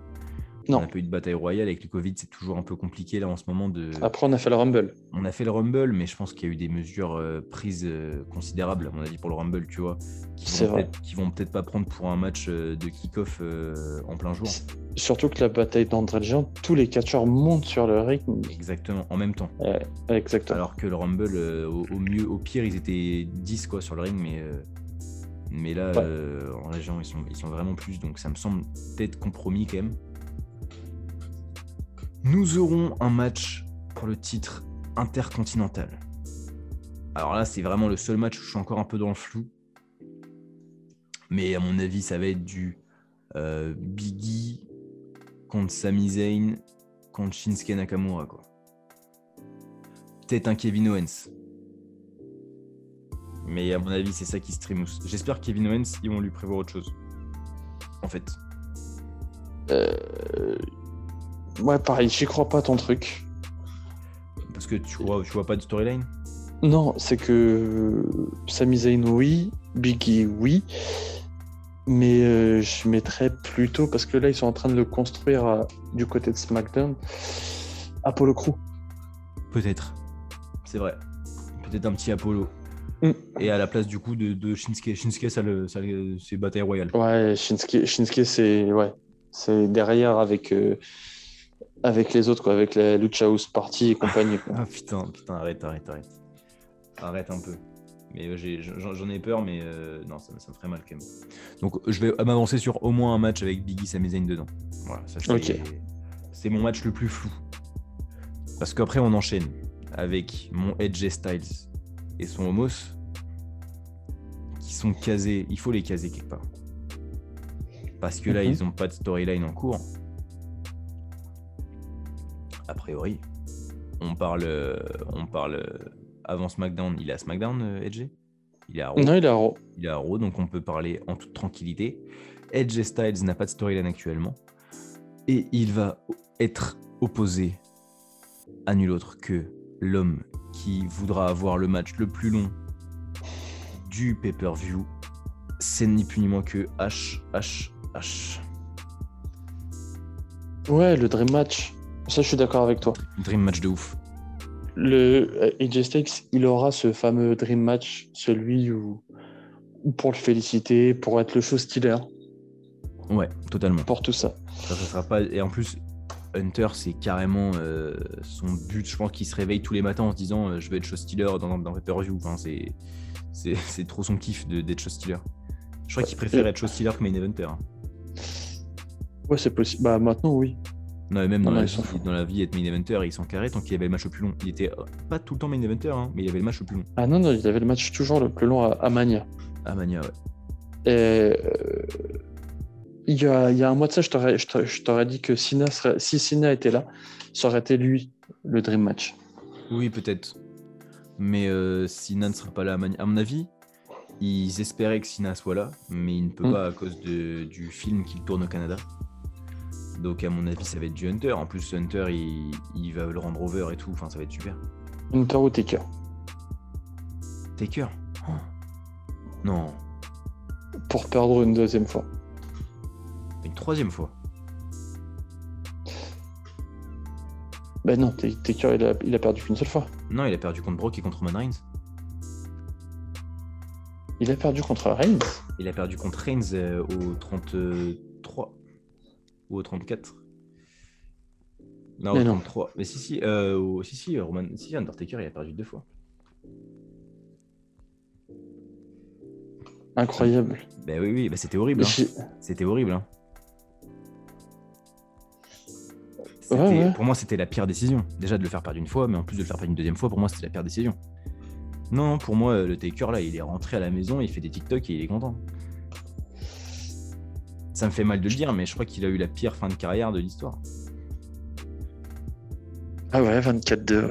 [SPEAKER 2] Non.
[SPEAKER 1] On n'a pas eu de bataille royale. Avec le Covid, c'est toujours un peu compliqué, là, en ce moment, de.
[SPEAKER 2] Après, on a fait le Rumble.
[SPEAKER 1] On a fait le Rumble, mais je pense qu'il y a eu des mesures euh, prises euh, considérables, à mon avis, pour le Rumble, tu vois. Qui
[SPEAKER 2] C'est
[SPEAKER 1] vont
[SPEAKER 2] vrai.
[SPEAKER 1] peut-être- Qui vont peut-être pas prendre pour un match euh, de kick-off euh, en plein jour.
[SPEAKER 2] Surtout que la bataille d'André le Géant, tous les catcheurs montent sur le ring.
[SPEAKER 1] Exactement, en même temps.
[SPEAKER 2] Euh, exactement.
[SPEAKER 1] Alors que le Rumble, euh, au, au mieux, au pire, ils étaient 10 quoi, sur le ring, mais, euh, mais là,
[SPEAKER 2] Ouais.
[SPEAKER 1] euh, en région, ils sont, ils sont vraiment plus, donc ça me semble peut-être compromis quand même. Nous aurons un match pour le titre intercontinental. Alors là, c'est vraiment le seul match où je suis encore un peu dans le flou. Mais à mon avis, ça va être du euh, Biggie contre Sami Zayn contre Shinsuke Nakamura, quoi peut-être un Kevin Owens. Mais à mon avis, c'est ça qui se trimousse. J'espère que Kevin Owens, ils vont lui prévoir autre chose. En fait.
[SPEAKER 2] Euh, Ouais, pareil, j'y crois pas ton truc.
[SPEAKER 1] Parce que tu vois, tu vois pas de storyline
[SPEAKER 2] Non, c'est que euh, Sami Zayn, oui, Biggie, oui, mais euh, je mettrais plutôt, parce que là, ils sont en train de le construire à- du côté de SmackDown, Apollo Crew.
[SPEAKER 1] Peut-être. C'est vrai. Peut-être un petit Apollo.
[SPEAKER 2] Mm.
[SPEAKER 1] Et à la place du coup de, de Shinsuke. Shinsuke, ça le, ça le- c'est bataille royale.
[SPEAKER 2] Ouais, Shinsuke, Shinsuke, c'est ouais, c'est derrière avec, euh, avec les autres, quoi, avec la Lucha House Party et compagnie.
[SPEAKER 1] [laughs]
[SPEAKER 2] quoi.
[SPEAKER 1] Ah putain, putain, arrête, arrête, arrête. Arrête un peu. Mais euh, j'ai- j'en j'en ai peur, mais euh, non, ça, me- ça me ferait mal quand même. Donc je vais euh, m'avancer sur au moins un match avec Biggie Sami Zayn dedans. Voilà, ça c'est
[SPEAKER 2] Ok.
[SPEAKER 1] c'est mon match le plus flou. Parce qu'après on enchaîne avec mon Edge Styles et son Homos qui sont casés, il faut les caser quelque part. Parce que là,
[SPEAKER 2] Mhm.
[SPEAKER 1] ils n'ont pas de storyline en cours. A priori, on parle, euh, on parle euh, avant SmackDown, il est à SmackDown, euh, Edge Il est à Raw
[SPEAKER 2] Non, il a
[SPEAKER 1] il est à Raw, donc on peut parler en toute tranquillité. Edge et Styles n'a pas de storyline actuellement. Et il va être opposé à nul autre que l'homme qui voudra avoir le match le plus long du pay-per-view. C'est ni plus ni moins que H, H, H.
[SPEAKER 2] ouais, le Dream Match. Ça, je suis d'accord avec toi.
[SPEAKER 1] Dream match de ouf.
[SPEAKER 2] Le euh, AJ Styles, il aura ce fameux Dream Match, celui où, où pour le féliciter, pour être le show stealer,
[SPEAKER 1] Ouais, totalement.
[SPEAKER 2] pour tout ça.
[SPEAKER 1] Ça, ça sera pas... Et en plus, Hunter, c'est carrément euh, son but. Je pense qu'il se réveille tous les matins en se disant euh, Je vais être show stealer dans, dans, dans Pay-Per-View. Enfin, c'est, c'est, [laughs] c'est trop son kiff de, d'être show stealer. Je crois qu'il préfère être show stealer que main eventer. hein.
[SPEAKER 2] Ouais, c'est possible. Bah maintenant, oui.
[SPEAKER 1] Non, mais même dans,
[SPEAKER 2] Ah non,
[SPEAKER 1] la
[SPEAKER 2] ils s'en
[SPEAKER 1] vie, dans la vie, être main eventer, il s'en carré tant qu'il avait le match le plus long. Il était euh, pas tout le temps main eventer, hein, mais il avait le match le plus long.
[SPEAKER 2] Ah non, non, il avait le match toujours le plus long à, à Mania.
[SPEAKER 1] Ah, Mania, ouais.
[SPEAKER 2] Et euh, il y, a, il y a un mois de ça, je t'aurais, je t'aurais- je t'aurais dit que Sina serait- si Sina était là, ça aurait été lui le Dream Match.
[SPEAKER 1] Oui, peut-être. Mais euh, Sina ne sera pas là à Mani- À mon avis, ils espéraient que Sina soit là, mais il ne peut
[SPEAKER 2] Mm.
[SPEAKER 1] pas à cause de- du film qu'il tourne au Canada. Donc, à mon avis, ça va être du Hunter. En plus, Hunter, il, il va le rendre over et tout. Enfin, ça va être super.
[SPEAKER 2] Hunter ou Taker
[SPEAKER 1] Taker Oh. Non,
[SPEAKER 2] pour perdre une deuxième fois.
[SPEAKER 1] une troisième fois.
[SPEAKER 2] Ben non, T- Taker, il a, il a perdu qu'une seule fois.
[SPEAKER 1] Non, il a perdu contre Brock et contre Roman Reigns.
[SPEAKER 2] Il a perdu contre Reigns.
[SPEAKER 1] Il a perdu contre Reigns euh, au 33 ou au 34. Non,
[SPEAKER 2] Mais
[SPEAKER 1] au
[SPEAKER 2] non.
[SPEAKER 1] 33. Mais si, si, euh, au- si, si, Roman, si, si, Undertaker, il a perdu deux fois.
[SPEAKER 2] Incroyable.
[SPEAKER 1] Bah oui, oui, bah c'était horrible. hein.
[SPEAKER 2] J'ai-
[SPEAKER 1] C'était horrible. hein. C'était-
[SPEAKER 2] ouais.
[SPEAKER 1] Pour moi, c'était la pire décision. Déjà de le faire perdre une fois, mais en plus de le faire perdre une deuxième fois, pour moi, c'était la pire décision. Non, non, pour moi, le taker, là, il est rentré à la maison, il fait des TikTok et il est content. Ça me fait mal de le dire, mais je crois qu'il a eu la pire fin de carrière de l'histoire.
[SPEAKER 2] Ah ouais, 24-2, ouais.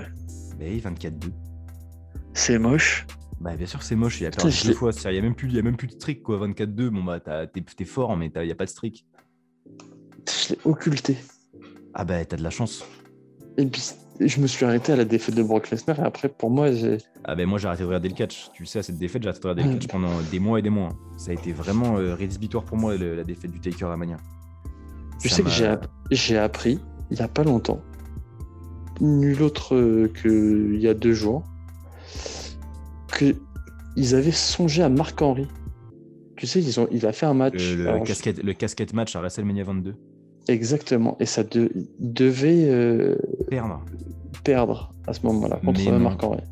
[SPEAKER 1] Bah oui, 24-2.
[SPEAKER 2] C'est moche.
[SPEAKER 1] Bah bien sûr c'est moche, il a
[SPEAKER 2] Putain,
[SPEAKER 1] perdu
[SPEAKER 2] je
[SPEAKER 1] deux
[SPEAKER 2] l'ai-
[SPEAKER 1] fois. Il n'y a, même plus- y a même plus de streak quoi, 24-2, bon bah t'as- t'es t'es fort mais il n'y a pas de streak.
[SPEAKER 2] Je l'ai occulté.
[SPEAKER 1] Ah bah t'as de la chance.
[SPEAKER 2] Et puis, je me suis arrêté à la défaite de Brock Lesnar. Et après, pour moi, j'ai.
[SPEAKER 1] Ah ben moi j'ai arrêté de regarder le catch. Tu le sais, à cette défaite, j'ai arrêté de regarder le
[SPEAKER 2] Ouais.
[SPEAKER 1] catch pendant des mois et des mois. hein. Ça a été vraiment euh, rédhibitoire pour moi le- la défaite du Taker à Mania.
[SPEAKER 2] Tu
[SPEAKER 1] Ça
[SPEAKER 2] sais que
[SPEAKER 1] m'a-
[SPEAKER 2] j'ai, app- j'ai appris, il n'y a pas longtemps, nul autre euh, que il y a deux jours, qu'ils avaient songé à Marc Henry. Tu sais, ils ont, il a fait un match.
[SPEAKER 1] Le, le
[SPEAKER 2] alors, je-
[SPEAKER 1] casquette, le casquette match à WrestleMania 22.
[SPEAKER 2] Exactement. Et ça de- il devait euh,
[SPEAKER 1] Perdre.
[SPEAKER 2] perdre à ce moment-là contre
[SPEAKER 1] Mais non.
[SPEAKER 2] Marc Henry.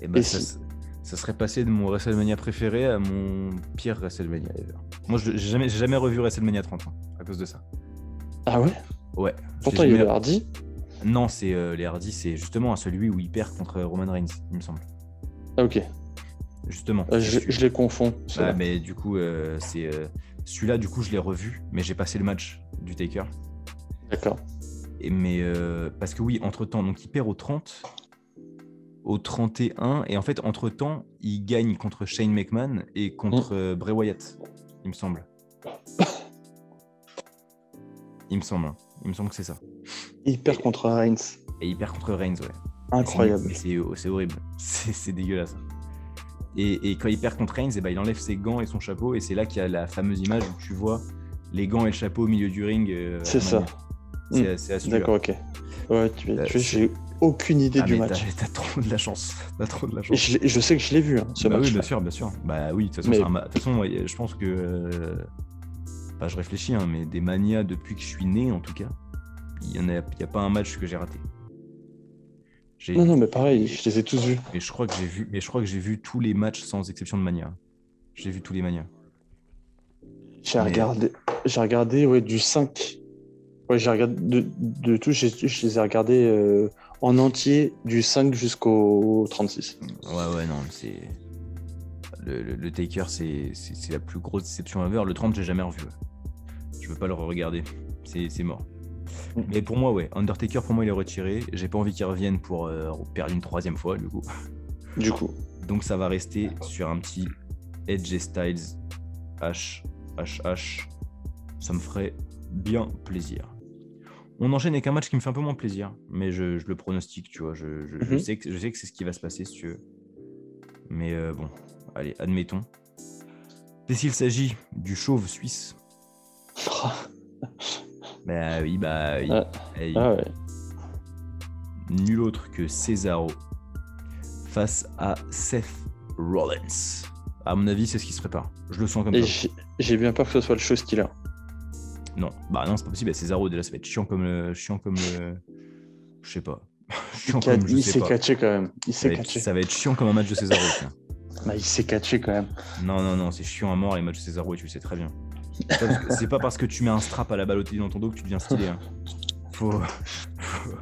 [SPEAKER 1] Et ben
[SPEAKER 2] Et
[SPEAKER 1] ça,
[SPEAKER 2] si-
[SPEAKER 1] se- ça serait passé de mon WrestleMania préféré à mon pire WrestleMania ever. Moi je- j'ai jamais, j'ai jamais revu WrestleMania 30 hein, à cause de ça.
[SPEAKER 2] Ah ouais
[SPEAKER 1] Ouais. Je
[SPEAKER 2] Pourtant,
[SPEAKER 1] l'ai
[SPEAKER 2] il y a
[SPEAKER 1] jamais-
[SPEAKER 2] eu Hardy.
[SPEAKER 1] Non, c'est euh, les Hardy, c'est justement à celui où il perd contre Roman Reigns, il me semble.
[SPEAKER 2] Ah, ok.
[SPEAKER 1] Justement. c'est
[SPEAKER 2] Euh, Je,
[SPEAKER 1] celui-
[SPEAKER 2] je les confonds.
[SPEAKER 1] Ah,
[SPEAKER 2] ceux-là.
[SPEAKER 1] mais du coup, euh, c'est euh, celui-là, du coup, je l'ai revu, mais j'ai passé le match du Taker.
[SPEAKER 2] D'accord.
[SPEAKER 1] Et, mais euh, parce que oui, entre temps, donc il perd au 30, au 31, et en fait, entre temps, il gagne contre Shane McMahon et contre euh, Bray Wyatt, il me semble. il me semble, hein. il me semble que c'est ça.
[SPEAKER 2] Il perd contre Reigns.
[SPEAKER 1] Et il perd contre Reigns, ouais.
[SPEAKER 2] Incroyable.
[SPEAKER 1] Mais c'est mais c'est- c'est horrible. [laughs] C'est c'est dégueulasse. Et, et quand il perd contre Reigns, eh ben, il enlève ses gants et son chapeau. Et c'est là qu'il y a la fameuse image où tu vois les gants et le chapeau au milieu du ring. euh,
[SPEAKER 2] C'est
[SPEAKER 1] à
[SPEAKER 2] ça. Hmm.
[SPEAKER 1] Mania. C'est c'est à celui-là.
[SPEAKER 2] D'accord, ok. Ouais, tu,
[SPEAKER 1] Euh,
[SPEAKER 2] tu vois,
[SPEAKER 1] c'est-
[SPEAKER 2] j'ai aucune idée
[SPEAKER 1] Ah,
[SPEAKER 2] du
[SPEAKER 1] mais
[SPEAKER 2] match.
[SPEAKER 1] t'as- T'as trop de la chance. [laughs] T'as trop de la
[SPEAKER 2] Et
[SPEAKER 1] chance.
[SPEAKER 2] Je, l'ai- je sais que je l'ai vu, hein, ce
[SPEAKER 1] Bah oui,
[SPEAKER 2] match.
[SPEAKER 1] bien sûr, bien sûr. Bah oui, de toute façon,
[SPEAKER 2] Mais-
[SPEAKER 1] c'est un ma- de toute façon, ouais, je pense que. euh, bah, je réfléchis, hein, mais des manias depuis que je suis né, en tout cas, il y en a, il y a pas un match que j'ai raté. J'ai-
[SPEAKER 2] Non, non, mais pareil, je les ai tous vus.
[SPEAKER 1] Mais je crois que j'ai vu, mais je crois que j'ai vu tous les matchs sans exception de Mania. J'ai vu tous les Mania.
[SPEAKER 2] J'ai
[SPEAKER 1] Mais-
[SPEAKER 2] regardé, j'ai regardé ouais, du 5. Ouais, j'ai regardé de, de tout, j'ai- je les ai regardés euh, en entier du 5 jusqu'au 36.
[SPEAKER 1] Ouais, ouais, non, c'est le, le- le Taker, c'est c'est- c'est la plus grosse déception ever. Le 30, j'ai jamais revu. ouais. Je veux pas le regarder. C'est c'est mort.
[SPEAKER 2] Mm.
[SPEAKER 1] Mais pour moi, ouais, Undertaker, pour moi, il est retiré. J'ai pas envie qu'il revienne pour euh, perdre une troisième fois, du coup.
[SPEAKER 2] Du coup,
[SPEAKER 1] Donc ça va rester sur un petit Edge et Styles H H H. Ça me ferait bien plaisir. On enchaîne avec un match qui me fait un peu moins plaisir, mais je, je le pronostique, tu vois. Je, je- je
[SPEAKER 2] Mhm.
[SPEAKER 1] sais que je sais que c'est ce qui va se passer, si tu veux. Mais euh, bon, allez, admettons. Et s'il s'agit du chauve suisse, bah oui, bah oui.
[SPEAKER 2] Ah.
[SPEAKER 1] Eh oui.
[SPEAKER 2] ah ouais.
[SPEAKER 1] nul autre que Cesaro face à Seth Rollins. À mon avis, c'est ce qui se prépare. Je le sens comme
[SPEAKER 2] Et
[SPEAKER 1] ça.
[SPEAKER 2] j'ai- j'ai bien peur que ce soit le show hein. stealer.
[SPEAKER 1] Non, bah non, c'est pas possible. Cesaro, déjà, ça va être chiant comme le. Chiant comme le... Je sais pas. [laughs] chiant
[SPEAKER 2] Il,
[SPEAKER 1] comme je sais
[SPEAKER 2] s'est
[SPEAKER 1] pas.
[SPEAKER 2] catché quand même. Il
[SPEAKER 1] Ça
[SPEAKER 2] s'est
[SPEAKER 1] va, être,
[SPEAKER 2] catché.
[SPEAKER 1] ça va être chiant comme un match de Cesaro. tiens.
[SPEAKER 2] Bah, il s'est catché quand même.
[SPEAKER 1] Non, non, non, c'est chiant à mort les matchs de Cesaro et tu le sais très bien. C'est pas parce que- C'est pas parce que tu mets un strap à la balotée dans ton dos que tu deviens stylé. hein. Faut, faut,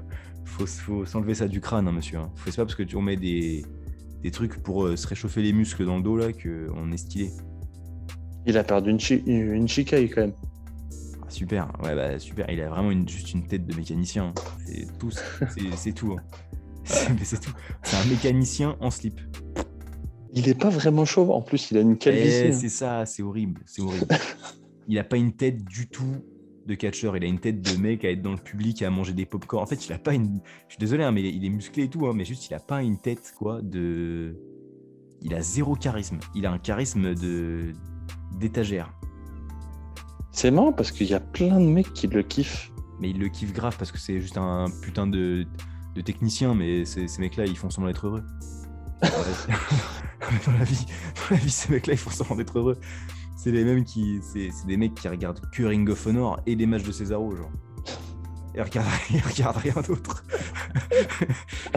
[SPEAKER 1] faut, faut s'enlever ça du crâne, hein, monsieur. hein. Faut- C'est pas parce que tu on met des, des trucs pour euh, se réchauffer les muscles dans le dos là que on est stylé.
[SPEAKER 2] Il a perdu une, chi une chicaille quand même.
[SPEAKER 1] Ah, super, ouais bah super. Il a vraiment une, juste une tête de mécanicien. hein. C'est tout, c'est c'est tout. hein. [laughs] C'est- mais c'est tout. C'est un mécanicien en slip.
[SPEAKER 2] Il est pas vraiment chauve. En plus, il a une
[SPEAKER 1] Eh,
[SPEAKER 2] calvitie. hein.
[SPEAKER 1] c'est ça, c'est horrible, c'est horrible. il a pas une tête du tout de catcheur, il a une tête de mec à être dans le public, à manger des pop En fait, il a pas une. Je suis désolé, hein, mais il est musclé et tout, hein, mais juste il a pas une tête quoi de. Il a zéro charisme. Il a un charisme de d'étagère.
[SPEAKER 2] C'est marrant parce qu'il y a plein de mecs qui le kiffent.
[SPEAKER 1] Mais il le kiffe grave parce que c'est juste un putain de, de technicien, mais ces, ces mecs-là, ils font semblant d'être heureux. dans la vie, [laughs] dans la vie, ces mecs-là, ils font semblant d'être heureux. C'est les mêmes qui, c'est c'est des mecs qui regardent que Ring of Honor et les matchs de Cesaro, genre. Ils regardent, [laughs] ils regardent rien d'autre. [laughs]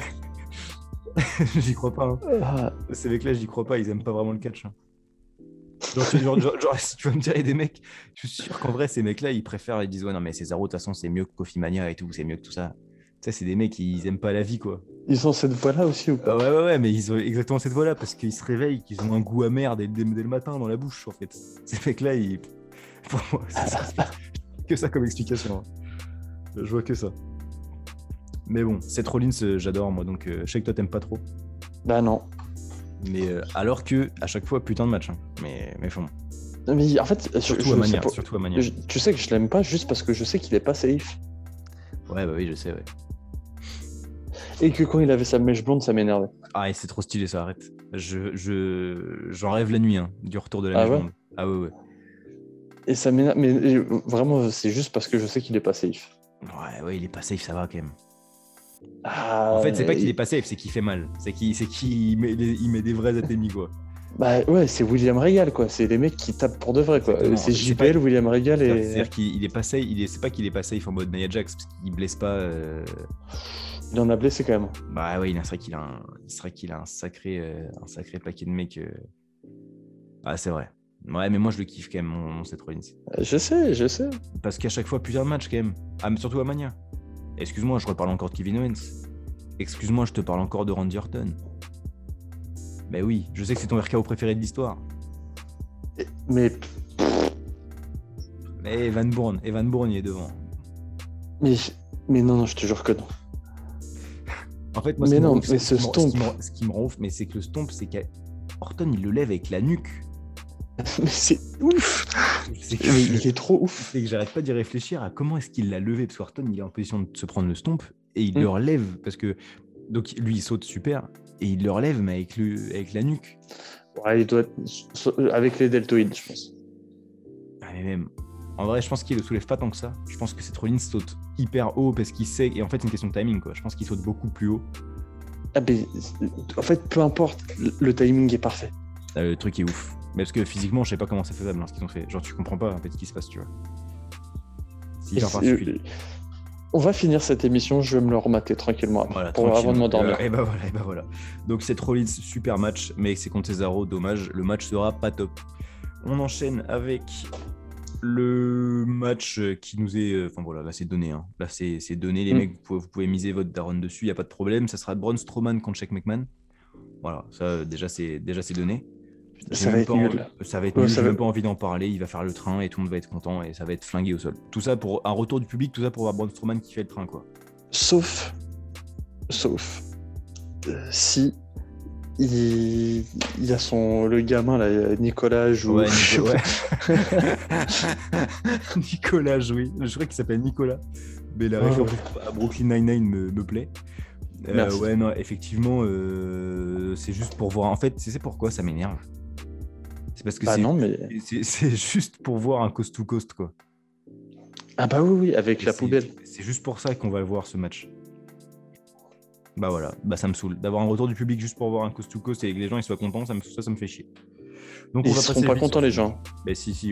[SPEAKER 1] J'y crois pas. hein.
[SPEAKER 2] Ah,
[SPEAKER 1] Ces mecs-là, j'y crois pas. Ils aiment pas vraiment le catch. hein. Genre, tu- genre- genre- [laughs] genre, si tu vas me dire, il y a des mecs, je suis sûr qu'en vrai, ces mecs-là, ils préfèrent, ils disent, ouais, non, mais Cesaro, de toute façon, c'est mieux que Kofi Mania et tout, c'est mieux que tout ça. Tu sais, c'est des mecs, ils aiment pas la vie, quoi.
[SPEAKER 2] Ils ont cette voix-là aussi ou
[SPEAKER 1] Ah
[SPEAKER 2] pas
[SPEAKER 1] ouais, ouais, ouais, mais ils ont exactement cette voix-là, parce qu'ils se réveillent, qu'ils ont un goût amer dès, dès- dès le matin dans la bouche, en fait. Ces mecs-là, ils. [laughs]
[SPEAKER 4] Pour moi, c'est ça. que ça comme explication. hein. Je vois que ça. Mais bon, Seth Rollins, euh, j'adore moi, donc euh, je sais que toi t'aimes pas trop.
[SPEAKER 2] Bah non.
[SPEAKER 1] Mais euh, alors que, à chaque fois, putain de match. hein. Mais, mais bon.
[SPEAKER 2] Non, Mais en fait, je-
[SPEAKER 1] Surtout
[SPEAKER 2] je
[SPEAKER 1] à
[SPEAKER 2] sais
[SPEAKER 1] manière.
[SPEAKER 2] pas-
[SPEAKER 1] Surtout à manière.
[SPEAKER 2] je- tu sais que je l'aime pas juste parce que je sais qu'il est pas safe.
[SPEAKER 1] Ouais, bah oui, je sais, ouais.
[SPEAKER 2] Et que quand il avait sa mèche blonde, ça m'énervait.
[SPEAKER 1] Ah, et c'est trop stylé, ça arrête. Je, je, j'en rêve la nuit, hein, du retour de la
[SPEAKER 2] Ah
[SPEAKER 1] neige
[SPEAKER 2] ouais
[SPEAKER 1] blonde. Ah ouais, ouais.
[SPEAKER 2] Et ça m'énerve. Mais euh, vraiment, c'est juste parce que je sais qu'il est pas safe.
[SPEAKER 1] Ouais, ouais, il est pas safe, ça va quand même.
[SPEAKER 2] Ah,
[SPEAKER 1] En fait, c'est pas qu'il
[SPEAKER 2] il-
[SPEAKER 1] est pas safe, c'est qu'il fait mal. C'est qu'il, c'est qu'il met, des- il met des vrais atémis, quoi.
[SPEAKER 2] Bah ouais, c'est William Regal quoi. C'est les mecs qui tapent pour de vrai quoi.
[SPEAKER 1] Exactement.
[SPEAKER 2] C'est
[SPEAKER 1] C'est
[SPEAKER 2] JPL,
[SPEAKER 1] pas-
[SPEAKER 2] William Regal et.
[SPEAKER 1] C'est-à-dire qu'il il est pas safe, il est, c'est pas qu'il est pas safe en mode Nia Jax, parce qu'il blesse pas. euh,
[SPEAKER 2] Il en a blessé quand même.
[SPEAKER 1] Bah ouais, il a- c'est vrai qu'il a un, c'est vrai qu'il a un sacré, euh, un sacré paquet de mecs. euh. Ah, c'est vrai. Ouais, mais moi je le kiffe quand même, mon, mon Seth Rollins.
[SPEAKER 2] Euh, Je sais, je sais.
[SPEAKER 1] Parce qu'à chaque fois, putain de match quand même. Ah, mais surtout à Mania. Excuse-moi, je reparle encore de Kevin Owens. Excuse-moi, je te parle encore de Randy Orton. Bah oui, je sais que c'est ton RKO préféré de l'histoire.
[SPEAKER 2] Et- Mais,
[SPEAKER 1] Mais Evan Bourne, Evan Bourne il est devant.
[SPEAKER 2] mais, mais non, non, je te jure que non.
[SPEAKER 1] En fait, moi, ce
[SPEAKER 2] Mais
[SPEAKER 1] qui me
[SPEAKER 2] non,
[SPEAKER 1] rend ouf,
[SPEAKER 2] mais
[SPEAKER 1] c'est-
[SPEAKER 2] ce
[SPEAKER 1] qui me- qui me-
[SPEAKER 2] stomp.
[SPEAKER 1] Ce qui me rend ouf, mais c'est que le stomp, c'est qu'Orton, il le lève avec la nuque.
[SPEAKER 2] Mais c'est ouf.
[SPEAKER 1] C'est que-
[SPEAKER 2] Mais il est trop ouf.
[SPEAKER 1] c'est que j'arrête pas d'y réfléchir à comment est-ce qu'il l'a levé parce qu'Orton il est en position de se prendre le stomp et il
[SPEAKER 2] Mm.
[SPEAKER 1] le relève parce que donc lui il saute super et il le relève mais avec le avec la nuque
[SPEAKER 2] Ouais, il doit être- euh, avec les deltoïdes, je pense.
[SPEAKER 1] ah, mais même en vrai je pense qu'il le soulève pas tant que ça je pense que Seth Rollins saute hyper haut parce qu'il sait et en fait c'est une question de timing quoi je pense qu'il saute beaucoup plus haut
[SPEAKER 2] Ah, mais, en fait, peu importe, le- le timing est parfait.
[SPEAKER 1] Ah, le truc est ouf mais parce que physiquement je sais pas comment c'est faisable hein, ce qu'ils ont fait genre tu comprends pas en fait ce qui se passe tu vois c'est hyper
[SPEAKER 2] Et- euh,
[SPEAKER 1] particulier
[SPEAKER 2] On va finir cette émission, je vais me le remater tranquillement après,
[SPEAKER 1] Voilà,
[SPEAKER 2] pour avant de
[SPEAKER 1] tranquillement.
[SPEAKER 2] m'endormir.
[SPEAKER 1] Euh, et bah voilà, et bah voilà. Donc cette Rollins, super match, mais c'est contre Cesaro, dommage, le match sera pas top. On enchaîne avec le match qui nous est... euh, Enfin voilà, là c'est donné. hein. Là c'est c'est donné, les
[SPEAKER 2] Mm.
[SPEAKER 1] mecs, vous pouvez, vous pouvez miser votre daronne dessus, il a pas de problème. Ça sera Braun Strowman contre Shaq McMahon. Voilà, ça euh, déjà c'est déjà c'est donné. Euh, J'ai
[SPEAKER 2] Ça va
[SPEAKER 1] même
[SPEAKER 2] être
[SPEAKER 1] pas en-
[SPEAKER 2] nul.
[SPEAKER 1] Ça va être
[SPEAKER 2] Ouais,
[SPEAKER 1] nul,
[SPEAKER 2] ça
[SPEAKER 1] j'ai
[SPEAKER 2] va-
[SPEAKER 1] même pas envie d'en parler. Il va faire le train et tout le monde va être content et ça va être flingué au sol. Tout ça pour un retour du public, tout ça pour voir Braun Strowman qui fait le train quoi.
[SPEAKER 2] Sauf, sauf, euh, si il, il y a son, le gamin, là, Nicolas, ou [laughs]
[SPEAKER 1] Ouais, Nico-
[SPEAKER 2] Ah
[SPEAKER 1] ouais. [laughs] Nicolas, oui. Je crois qu'il s'appelle Nicolas. Mais la
[SPEAKER 2] Ouais,
[SPEAKER 1] référence à Brooklyn Nine-Nine me, me plaît. Euh,
[SPEAKER 2] Merci.
[SPEAKER 1] ouais, non, effectivement, euh, c'est juste pour voir. En fait, c'est c'est pourquoi ça m'énerve. C'est parce que
[SPEAKER 2] Bah
[SPEAKER 1] c'est-
[SPEAKER 2] non, mais.
[SPEAKER 1] [laughs] c'est c'est juste pour voir un cost-to-cost, quoi.
[SPEAKER 2] Ah bah oui, oui, avec
[SPEAKER 1] Et
[SPEAKER 2] la
[SPEAKER 1] c'est-
[SPEAKER 2] poubelle.
[SPEAKER 1] C'est juste pour ça qu'on va le voir ce match. Bah voilà, bah ça me saoule. D'avoir un retour du public juste pour voir un cost to cost et que les gens ils soient contents, ça me, ça, ça me fait chier. Donc
[SPEAKER 2] Ils
[SPEAKER 1] va
[SPEAKER 2] seront
[SPEAKER 1] passer
[SPEAKER 2] pas
[SPEAKER 1] vite
[SPEAKER 2] contents,
[SPEAKER 1] sur-
[SPEAKER 2] les gens.
[SPEAKER 1] Mais si, [laughs] si.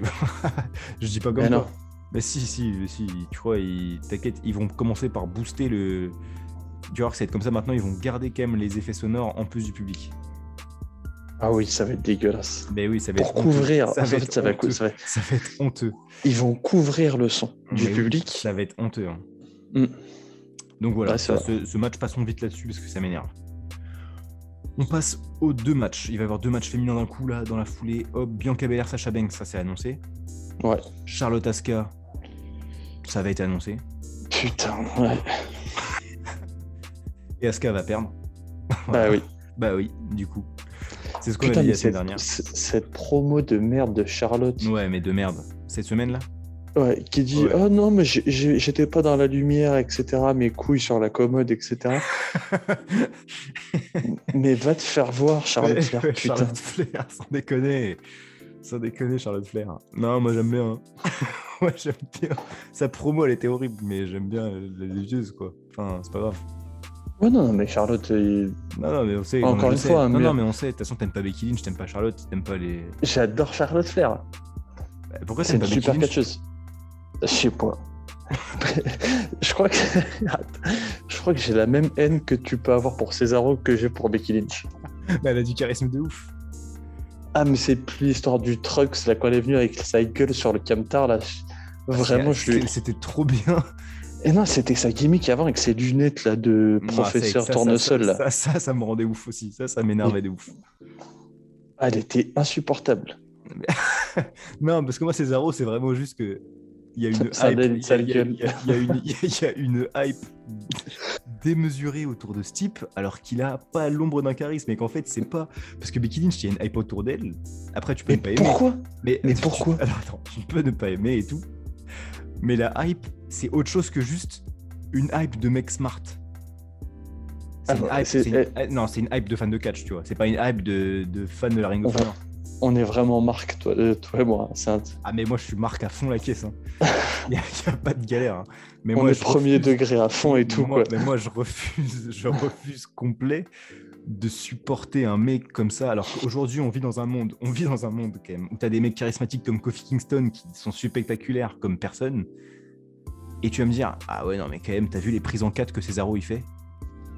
[SPEAKER 1] Je dis pas comme
[SPEAKER 2] Mais
[SPEAKER 1] toi.
[SPEAKER 2] non.
[SPEAKER 1] Mais si, si, mais si, tu vois, ils- t'inquiète, ils vont commencer par booster le. Tu vois, que ça va être comme ça maintenant, ils vont garder quand même les effets sonores en plus du public.
[SPEAKER 2] Ah oui, ça va être dégueulasse.
[SPEAKER 1] Mais oui, ça va
[SPEAKER 2] Pour
[SPEAKER 1] être.
[SPEAKER 2] couvrir,
[SPEAKER 1] honteux.
[SPEAKER 2] en fait, ça va
[SPEAKER 1] être
[SPEAKER 2] cou-
[SPEAKER 1] honteux.
[SPEAKER 2] ça va-
[SPEAKER 1] Ça va être honteux.
[SPEAKER 2] ils vont couvrir le son du
[SPEAKER 1] Mais oui,
[SPEAKER 2] public.
[SPEAKER 1] ça va être honteux. hein.
[SPEAKER 2] Mm.
[SPEAKER 1] Donc voilà,
[SPEAKER 2] Ouais, c'est
[SPEAKER 1] ça, ce, ce match, passons vite là-dessus parce que ça m'énerve. On passe aux deux matchs. Il va y avoir deux matchs féminins d'un coup, là, dans la foulée. Hop, Bianca Belair, Sacha Banks, ça c'est annoncé.
[SPEAKER 2] Ouais.
[SPEAKER 1] Charlotte Asuka, ça avait été annoncé.
[SPEAKER 2] Putain, ouais.
[SPEAKER 1] Et Asuka va perdre.
[SPEAKER 2] Bah oui.
[SPEAKER 1] Bah oui, du coup. C'est ce qu'on a
[SPEAKER 2] Putain,
[SPEAKER 1] dit
[SPEAKER 2] mais
[SPEAKER 1] la semaine
[SPEAKER 2] cette,
[SPEAKER 1] dernière.
[SPEAKER 2] c- cette promo de merde de Charlotte
[SPEAKER 1] Ouais, mais de merde. Cette semaine-là
[SPEAKER 2] ouais, qui dit
[SPEAKER 1] Ouais.
[SPEAKER 2] Oh non, mais j'ai- j'ai- j'étais pas dans la lumière, etc. Mes couilles sur la
[SPEAKER 1] [laughs]
[SPEAKER 2] commode, etc. mais va te faire voir,
[SPEAKER 1] [laughs]
[SPEAKER 2] Charlotte.
[SPEAKER 1] Ouais,
[SPEAKER 2] Flair,
[SPEAKER 1] ouais,
[SPEAKER 2] putain.
[SPEAKER 1] Charlotte Flair, sans déconner. Sans déconner, Charlotte Flair. Non, moi j'aime bien. hein. [laughs] moi j'aime bien. Sa promo, elle était horrible, mais j'aime bien les vieuse, quoi. Enfin, c'est pas grave.
[SPEAKER 2] Ouais, non, non, mais Charlotte, euh,
[SPEAKER 1] Non, non, mais on sait.
[SPEAKER 2] Encore
[SPEAKER 1] on le
[SPEAKER 2] une
[SPEAKER 1] sait.
[SPEAKER 2] fois, hein,
[SPEAKER 1] Non,
[SPEAKER 2] mais-
[SPEAKER 1] non, mais on sait. De toute façon, t'aimes pas Becky Lynch, t'aimes pas Charlotte, t'aimes pas les.
[SPEAKER 2] j'adore Charlotte Flair.
[SPEAKER 1] Bah, Pourquoi
[SPEAKER 2] C'est
[SPEAKER 1] t'aimes
[SPEAKER 2] une
[SPEAKER 1] pas
[SPEAKER 2] super
[SPEAKER 1] Becky Lynch
[SPEAKER 2] catcheuse. Je sais pas. [laughs] je crois que [laughs] je crois que j'ai la même haine que tu peux avoir pour Cesaro que j'ai pour Becky Lynch.
[SPEAKER 1] Bah, Elle a du charisme de ouf.
[SPEAKER 2] Ah mais c'est plus l'histoire du Trucks là quand elle est venue avec sa gueule sur le camtar
[SPEAKER 1] Ah,
[SPEAKER 2] là. je- Vraiment je
[SPEAKER 1] C'était
[SPEAKER 2] lui.
[SPEAKER 1] c'était trop bien.
[SPEAKER 2] Et non c'était sa gimmick avant avec ses lunettes là de
[SPEAKER 1] Non,
[SPEAKER 2] professeur
[SPEAKER 1] Ah, c'est- ça, ça,
[SPEAKER 2] tournesol
[SPEAKER 1] ça,
[SPEAKER 2] là.
[SPEAKER 1] Ça, ça, ça me rendait ouf aussi. Ça, ça m'énervait de ouf.
[SPEAKER 2] Ah, Elle était insupportable.
[SPEAKER 1] Non, parce que moi, Cesaro, c'est vraiment juste que. Il y a une
[SPEAKER 2] Ça
[SPEAKER 1] hype,
[SPEAKER 2] donne une
[SPEAKER 1] il y a-
[SPEAKER 2] [laughs] sale
[SPEAKER 1] il y a-
[SPEAKER 2] gueule.
[SPEAKER 1] il y a- il y a une- il y a une hype démesurée autour de ce type, alors qu'il a pas l'ombre d'un charisme et qu'en fait, c'est pas. Parce que Becky Lynch, il y a une hype autour d'elle. Après, tu peux
[SPEAKER 2] Mais
[SPEAKER 1] ne pas aimer.
[SPEAKER 2] pourquoi
[SPEAKER 1] Mais,
[SPEAKER 2] Mais
[SPEAKER 1] tu- tu-
[SPEAKER 2] pourquoi
[SPEAKER 1] [laughs] alors, attends, tu peux ne pas aimer et tout. Mais la hype, c'est autre chose que juste une hype de mec smart. C'est
[SPEAKER 2] Ah
[SPEAKER 1] une
[SPEAKER 2] bah,
[SPEAKER 1] hype-
[SPEAKER 2] c'est-
[SPEAKER 1] c'est une- eh, Non, c'est une hype de fan de catch, tu vois. C'est pas une hype de, de fan de la Ring of
[SPEAKER 2] On va-
[SPEAKER 1] Honor.
[SPEAKER 2] On est vraiment Marc, toi, euh, toi et moi. hein. C'est un-
[SPEAKER 1] Ah, mais moi, je suis marque à fond la caisse. hein.
[SPEAKER 2] [laughs]
[SPEAKER 1] Il a, pas de galère. hein. Mais
[SPEAKER 2] On
[SPEAKER 1] moi,
[SPEAKER 2] est
[SPEAKER 1] je
[SPEAKER 2] premier
[SPEAKER 1] refuse-
[SPEAKER 2] degré à fond et tout,
[SPEAKER 1] moi,
[SPEAKER 2] quoi.
[SPEAKER 1] Mais moi, je refuse, [laughs] je refuse complet de supporter un mec comme ça. Alors qu'aujourd'hui, on vit dans un monde, on vit dans un monde quand même où t'as des mecs charismatiques comme Kofi Kingston qui sont spectaculaires comme personne. Et tu vas me dire, ah ouais, non, mais quand même, t'as vu les prises en 4 que Cesaro il fait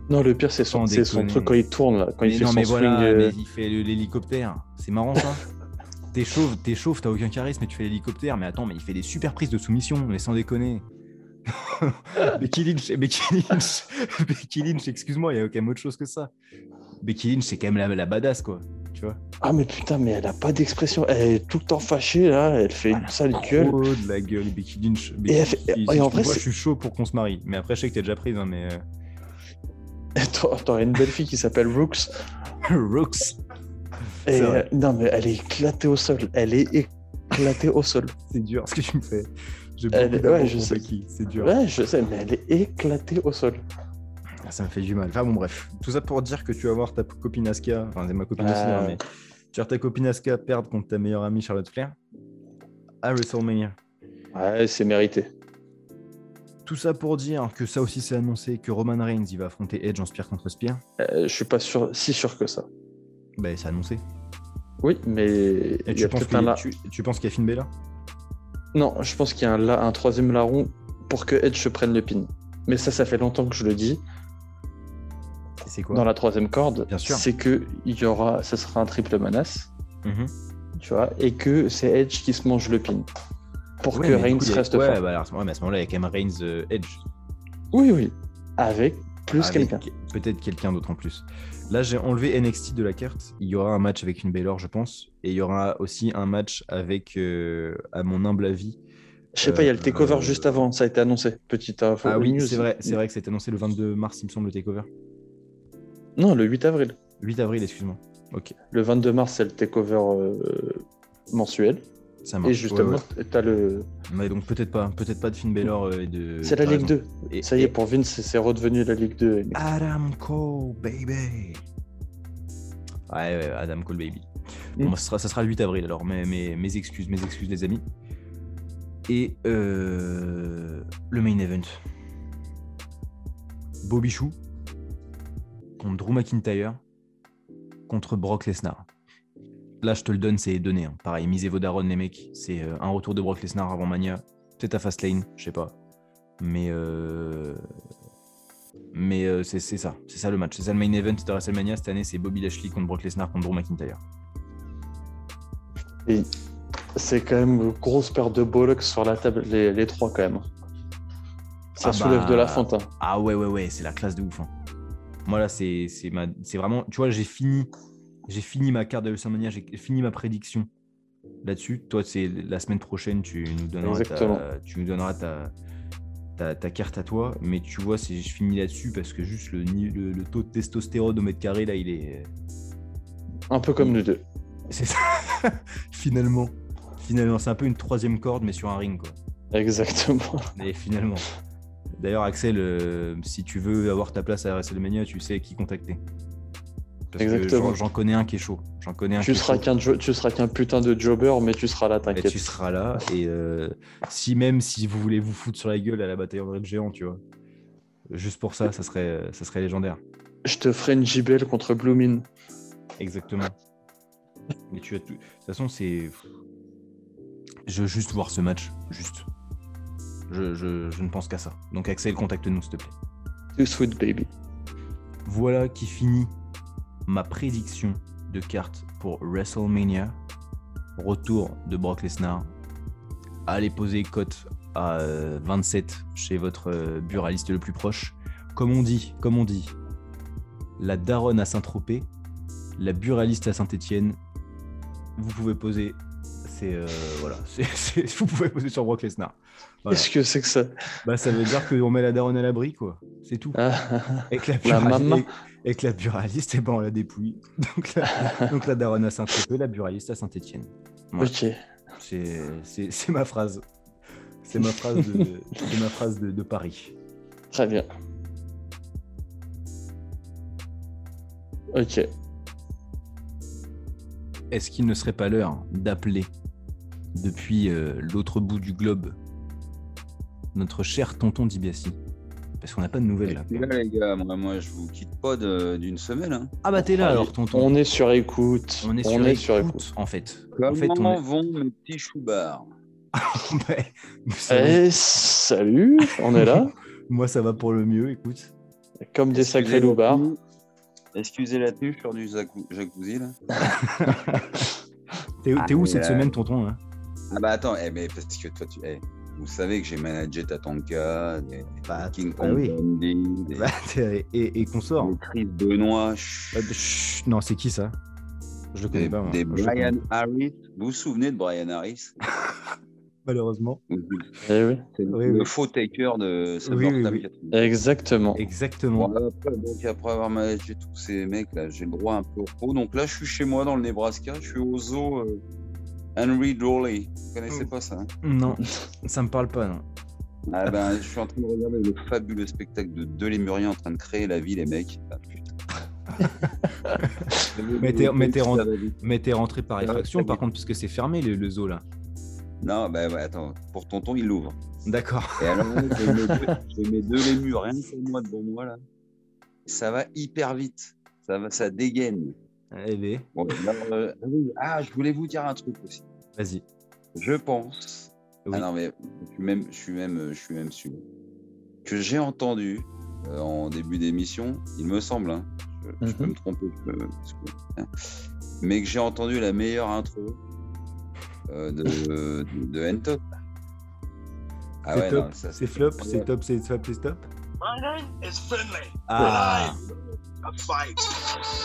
[SPEAKER 2] Non, le pire, c'est son,
[SPEAKER 1] Sans
[SPEAKER 2] c'est son
[SPEAKER 1] déconner.
[SPEAKER 2] truc quand il tourne, là, quand
[SPEAKER 1] Mais
[SPEAKER 2] il fait
[SPEAKER 1] non,
[SPEAKER 2] son
[SPEAKER 1] mais
[SPEAKER 2] swing.
[SPEAKER 1] voilà,
[SPEAKER 2] euh,
[SPEAKER 1] mais il fait le- l'hélicoptère. C'est marrant
[SPEAKER 2] [laughs]
[SPEAKER 1] ça. t'es chauve, t'es chauve, t'as aucun charisme et tu fais l'hélicoptère. Mais attends, mais il fait des super prises de soumission, mais sans déconner. [laughs] Becky Lynch, Becky Lynch, [laughs] Becky Lynch, excuse-moi, il y a quand même autre chose que ça. Becky Lynch, c'est quand même la, la badass, quoi. Tu vois
[SPEAKER 2] Ah, mais putain, mais elle a pas d'expression. Elle est tout le temps fâchée, là. Elle fait une sale gueule.
[SPEAKER 1] Oh, de la gueule, Becky Lynch.
[SPEAKER 2] Et,
[SPEAKER 1] Becky
[SPEAKER 2] elle
[SPEAKER 1] Lynch,
[SPEAKER 2] fait-
[SPEAKER 1] si- si
[SPEAKER 2] et en
[SPEAKER 1] tu
[SPEAKER 2] vrai,
[SPEAKER 1] me vois,
[SPEAKER 2] c'est-
[SPEAKER 1] je suis chaud pour qu'on se marie. Mais après, je sais que t'es déjà prise, hein, mais. euh,
[SPEAKER 2] Attends, attends, une belle fille qui s'appelle Brooks.
[SPEAKER 1] euh, [laughs] Rooks,
[SPEAKER 2] Et
[SPEAKER 1] C'est vrai.
[SPEAKER 2] euh, non, mais elle est éclatée au sol. Elle est éclatée au sol.
[SPEAKER 1] c'est dur ce que tu me fais. J'ai
[SPEAKER 2] Elle-
[SPEAKER 1] beaucoup
[SPEAKER 2] ouais,
[SPEAKER 1] d'amour
[SPEAKER 2] je
[SPEAKER 1] pour
[SPEAKER 2] sais.
[SPEAKER 1] Becky, c'est dur.
[SPEAKER 2] Ouais, je sais, mais elle est éclatée au sol.
[SPEAKER 1] Ah, Ça me fait du mal. Enfin bon, bref. Tout ça pour dire que tu vas voir ta copine Aska, enfin c'est ma copine aussi,
[SPEAKER 2] Ah.
[SPEAKER 1] hein, mais tu vas voir ta copine Aska perdre contre ta meilleure amie Charlotte Flair à WrestleMania.
[SPEAKER 2] Ouais, c'est mérité.
[SPEAKER 1] Tout ça pour dire que ça aussi c'est annoncé, que Roman Reigns il va affronter Edge en spire contre spire.
[SPEAKER 2] Euh, je suis pas sûr, si sûr que ça.
[SPEAKER 1] Bah c'est annoncé.
[SPEAKER 2] Oui, mais
[SPEAKER 1] Et
[SPEAKER 2] il y
[SPEAKER 1] tu
[SPEAKER 2] a
[SPEAKER 1] penses,
[SPEAKER 2] peut-être
[SPEAKER 1] qu'il
[SPEAKER 2] un
[SPEAKER 1] y a-
[SPEAKER 2] la-
[SPEAKER 1] tu, tu penses qu'il y a Finn Bella
[SPEAKER 2] Non, je pense qu'il y a un, la- un troisième larron pour que Edge se prenne le pin. Mais ça, ça fait longtemps que je le dis.
[SPEAKER 1] C'est quoi
[SPEAKER 2] Dans la troisième corde,
[SPEAKER 1] Bien sûr.
[SPEAKER 2] c'est que il y aura, ça sera un triple menace,
[SPEAKER 1] Mhm.
[SPEAKER 2] tu vois, et que c'est Edge qui se mange le pin pour
[SPEAKER 1] Ouais,
[SPEAKER 2] que
[SPEAKER 1] mais du
[SPEAKER 2] Reigns
[SPEAKER 1] coup, il y a-
[SPEAKER 2] reste
[SPEAKER 1] ouais,
[SPEAKER 2] fort.
[SPEAKER 1] bah, alors, ouais, mais à ce moment-là, il y a quand même Reigns euh, Edge.
[SPEAKER 2] Oui, oui, avec plus
[SPEAKER 1] Avec
[SPEAKER 2] quelqu'un.
[SPEAKER 1] Peut-être quelqu'un d'autre en plus. Là, j'ai enlevé NXT de la carte. Il y aura un match avec une Baylor, je pense. Et il y aura aussi un match avec, euh, à mon humble avis.
[SPEAKER 2] Je sais pas, il y a le
[SPEAKER 1] Euh,
[SPEAKER 2] takeover
[SPEAKER 1] euh,
[SPEAKER 2] juste avant, ça a été annoncé. Petite info.
[SPEAKER 1] ah oui,
[SPEAKER 2] news.
[SPEAKER 1] c'est vrai, c'est vrai que c'est annoncé le 22 mars, il me semble, le takeover.
[SPEAKER 2] Non, le 8 avril.
[SPEAKER 1] 8 avril, excuse-moi. Ok,
[SPEAKER 2] Le 22 mars, c'est le takeover euh, mensuel.
[SPEAKER 1] ça marche.
[SPEAKER 2] Et
[SPEAKER 1] Ouais,
[SPEAKER 2] justement,
[SPEAKER 1] ouais. Euh,
[SPEAKER 2] t'as le.
[SPEAKER 1] Mais donc peut-être pas, peut-être pas de Finn Baylor et de.
[SPEAKER 2] C'est la
[SPEAKER 1] t'as
[SPEAKER 2] Ligue
[SPEAKER 1] raison.
[SPEAKER 2] 2.
[SPEAKER 1] Et-
[SPEAKER 2] Ça y est,
[SPEAKER 1] et-
[SPEAKER 2] pour Vince, c'est- c'est redevenu la Ligue 2.
[SPEAKER 1] Adam Cole, baby. Ouais, ouais, Adam Cole, baby. Bon,
[SPEAKER 2] Mm.
[SPEAKER 1] bah, ce sera- ça sera le 8 avril alors, mais, mais- mes excuses, mes excuses, les amis. Et euh, le main event Bobby Chou contre Drew McIntyre contre Brock Lesnar. Là, je te le donne, c'est donné. hein. Pareil, misez vos darons, les mecs. C'est euh, un retour de Brock Lesnar avant Mania. Peut-être à Fastlane, je sais pas. Mais euh, mais euh, c'est c'est ça, c'est ça le match, c'est ça le main event de WrestleMania cette année, c'est Bobby Lashley contre Brock Lesnar contre Drew McIntyre.
[SPEAKER 2] C'est quand même une grosse paire de bollocks sur la table, les, les trois quand même. Ça
[SPEAKER 1] Ah
[SPEAKER 2] soulève
[SPEAKER 1] bah.
[SPEAKER 2] de la fonte. hein.
[SPEAKER 1] Ah ouais ouais ouais, c'est la classe de ouf. hein. Moi là c'est c'est ma c'est vraiment, tu vois j'ai fini j'ai fini ma carte de WrestleMania, j'ai fini ma prédiction là-dessus. Toi c'est la semaine prochaine tu nous donneras
[SPEAKER 2] Exactement.
[SPEAKER 1] ta, tu nous donneras ta, ta, ta carte à toi, mais tu vois c'est je finis là-dessus parce que juste le, ni- le, le taux de testostérone au mètre carré là il est euh,
[SPEAKER 2] Un peu comme nous deux.
[SPEAKER 1] c'est ça [laughs] finalement finalement c'est un peu une troisième corde mais sur un ring quoi.
[SPEAKER 2] Exactement.
[SPEAKER 1] Mais finalement. D'ailleurs, Axel, euh, si tu veux avoir ta place à WrestleMania, tu sais qui contacter. Parce que
[SPEAKER 2] Exactement.
[SPEAKER 1] j'en- j'en connais un qui est chaud. J'en connais un
[SPEAKER 2] tu,
[SPEAKER 1] qui est
[SPEAKER 2] seras
[SPEAKER 1] chaud.
[SPEAKER 2] qu'un jo- tu seras qu'un putain de jobber, mais tu seras là,
[SPEAKER 1] Et
[SPEAKER 2] t'inquiète.
[SPEAKER 1] tu seras là. Et euh, si même si vous voulez vous foutre sur la gueule à la bataille André le géant, tu vois. Juste pour ça, ça serait, ça serait légendaire.
[SPEAKER 2] Je te ferai une JBL contre Bloomin.
[SPEAKER 1] Exactement. Mais tu as tout. De toute façon, c'est. Je veux juste voir ce match. Juste. Je, je- je ne pense qu'à ça. Donc, Axel, contacte-nous, s'il te plaît.
[SPEAKER 2] Too sweet baby.
[SPEAKER 1] Voilà qui finit ma prédiction de carte pour WrestleMania. Retour de Brock Lesnar. Allez poser cote à euh, 27 chez votre euh, buraliste le plus proche. Comme on dit, comme on dit, la daronne à Saint-Tropez, la buraliste à Saint-Étienne. Vous pouvez poser ces C'est euh, voilà, [laughs] c'est- c'est- vous pouvez poser sur Brock Lesnar. Voilà.
[SPEAKER 2] Qu'est-ce que c'est que ça
[SPEAKER 1] Bah, ça veut dire qu'on met la daronne à l'abri, quoi. C'est tout.
[SPEAKER 2] Ah,
[SPEAKER 1] Avec la,
[SPEAKER 2] La
[SPEAKER 1] burali-
[SPEAKER 2] maman.
[SPEAKER 1] avec- avec la buraliste, et ben on la dépouille. [laughs] Donc la, donc la daronne à Saint-Tropez, la buraliste à Saint-Étienne. Ouais.
[SPEAKER 2] Ok.
[SPEAKER 1] C'est c'est- c'est ma phrase. C'est ma phrase de, c'est ma phrase de, de Paris.
[SPEAKER 2] Très bien. Ok.
[SPEAKER 1] Est-ce qu'il ne serait pas l'heure d'appeler depuis euh, l'autre bout du globe notre cher tonton Dibiassi Parce qu'on n'a pas de nouvelles là.
[SPEAKER 5] Et là, les gars, moi, moi, je vous quitte pas de- d'une semaine. hein.
[SPEAKER 1] Ah bah t'es là alors tonton.
[SPEAKER 2] On est sur écoute.
[SPEAKER 1] On est sur, écoute, en fait. En
[SPEAKER 5] Comment
[SPEAKER 1] fait, on est-
[SPEAKER 5] vont mes petits choubards
[SPEAKER 1] [laughs] Ouais, nous savons-
[SPEAKER 2] Eh, salut, on
[SPEAKER 1] [laughs]
[SPEAKER 2] est là,
[SPEAKER 1] Moi ça va pour le mieux, écoute.
[SPEAKER 2] comme des sacrés
[SPEAKER 5] Excusez la
[SPEAKER 2] loupards.
[SPEAKER 5] tenue- Excusez la tenue sur du zaku- jacuzzi là.
[SPEAKER 1] T'es
[SPEAKER 5] Ah,
[SPEAKER 1] t'es où
[SPEAKER 5] mais,
[SPEAKER 1] cette
[SPEAKER 5] euh,
[SPEAKER 1] semaine tonton hein là
[SPEAKER 5] Ah bah attends, eh, mais parce que toi tu. eh, vous savez que j'ai managé Tatanka, des,
[SPEAKER 1] Bah,
[SPEAKER 5] des King
[SPEAKER 1] bah
[SPEAKER 5] Kong
[SPEAKER 1] oui.
[SPEAKER 5] Bundy, des,
[SPEAKER 1] Bah, t'es- et, et qu'on sort.
[SPEAKER 5] des Chris Benoit, chut,
[SPEAKER 1] Euh, chut, non, c'est qui ça Je le connais
[SPEAKER 5] des,
[SPEAKER 1] pas. moi.
[SPEAKER 5] des
[SPEAKER 1] Je le connais
[SPEAKER 5] Brian
[SPEAKER 1] pas.
[SPEAKER 5] Harris. Vous vous souvenez de Brian
[SPEAKER 1] [laughs]
[SPEAKER 5] Harris
[SPEAKER 1] Malheureusement.
[SPEAKER 2] Eh oui,
[SPEAKER 5] C'est
[SPEAKER 1] Oui,
[SPEAKER 5] le
[SPEAKER 1] oui.
[SPEAKER 5] faux taker
[SPEAKER 1] Oui,
[SPEAKER 5] de
[SPEAKER 1] oui,
[SPEAKER 5] SummerSlam
[SPEAKER 1] oui.
[SPEAKER 5] 90.
[SPEAKER 2] exactement.
[SPEAKER 1] Exactement.
[SPEAKER 5] Bon, après, donc après avoir managé tous ces mecs là, j'ai le droit un peu au repos. Donc là, je suis chez moi dans le Nebraska, je suis au zoo euh, Henry Dooley. Vous connaissez pas ça hein
[SPEAKER 1] Non, ça me parle pas. Non.
[SPEAKER 5] Ah ben, je suis en train de regarder le fabuleux spectacle de deux Lémuriens en train de créer la vie, les mecs. Ah, putain.
[SPEAKER 1] [laughs] Mais t'es- mais t'es
[SPEAKER 5] Ça
[SPEAKER 1] rendu-
[SPEAKER 5] va vite.
[SPEAKER 1] Mais t'es rentré par
[SPEAKER 5] Ah,
[SPEAKER 1] effraction,
[SPEAKER 5] oui.
[SPEAKER 1] par contre, parce que c'est fermé le, le zoo là.
[SPEAKER 5] Non, ben ouais, attends, pour tonton, il l'ouvre.
[SPEAKER 1] D'accord.
[SPEAKER 5] Et alors, j'ai mes deux- j'ai mes deux Lémuriens pour moi devant moi là. Ça va hyper vite. Ça va, ça dégaine.
[SPEAKER 1] Eh ben,
[SPEAKER 5] Bon, alors, euh, ah oui, ah, je voulais vous dire un truc aussi.
[SPEAKER 1] vas-y.
[SPEAKER 5] Je pense.
[SPEAKER 1] Oui.
[SPEAKER 5] Ah non, mais je suis même, je suis même, euh, je suis même sûr. Que j'ai entendu euh, en début d'émission, il me semble, hein, je, je peux
[SPEAKER 2] Mhm.
[SPEAKER 5] me tromper, je peux- parce que- hein, mais que j'ai entendu la meilleure intro euh, de, de, de N-Top. Ah
[SPEAKER 1] c'est
[SPEAKER 5] ouais,
[SPEAKER 1] top,
[SPEAKER 5] non, ça,
[SPEAKER 1] c'est flop, c'est top, c'est flop, c'est top.
[SPEAKER 6] My name is Finlay.
[SPEAKER 1] Ah,
[SPEAKER 6] I fight.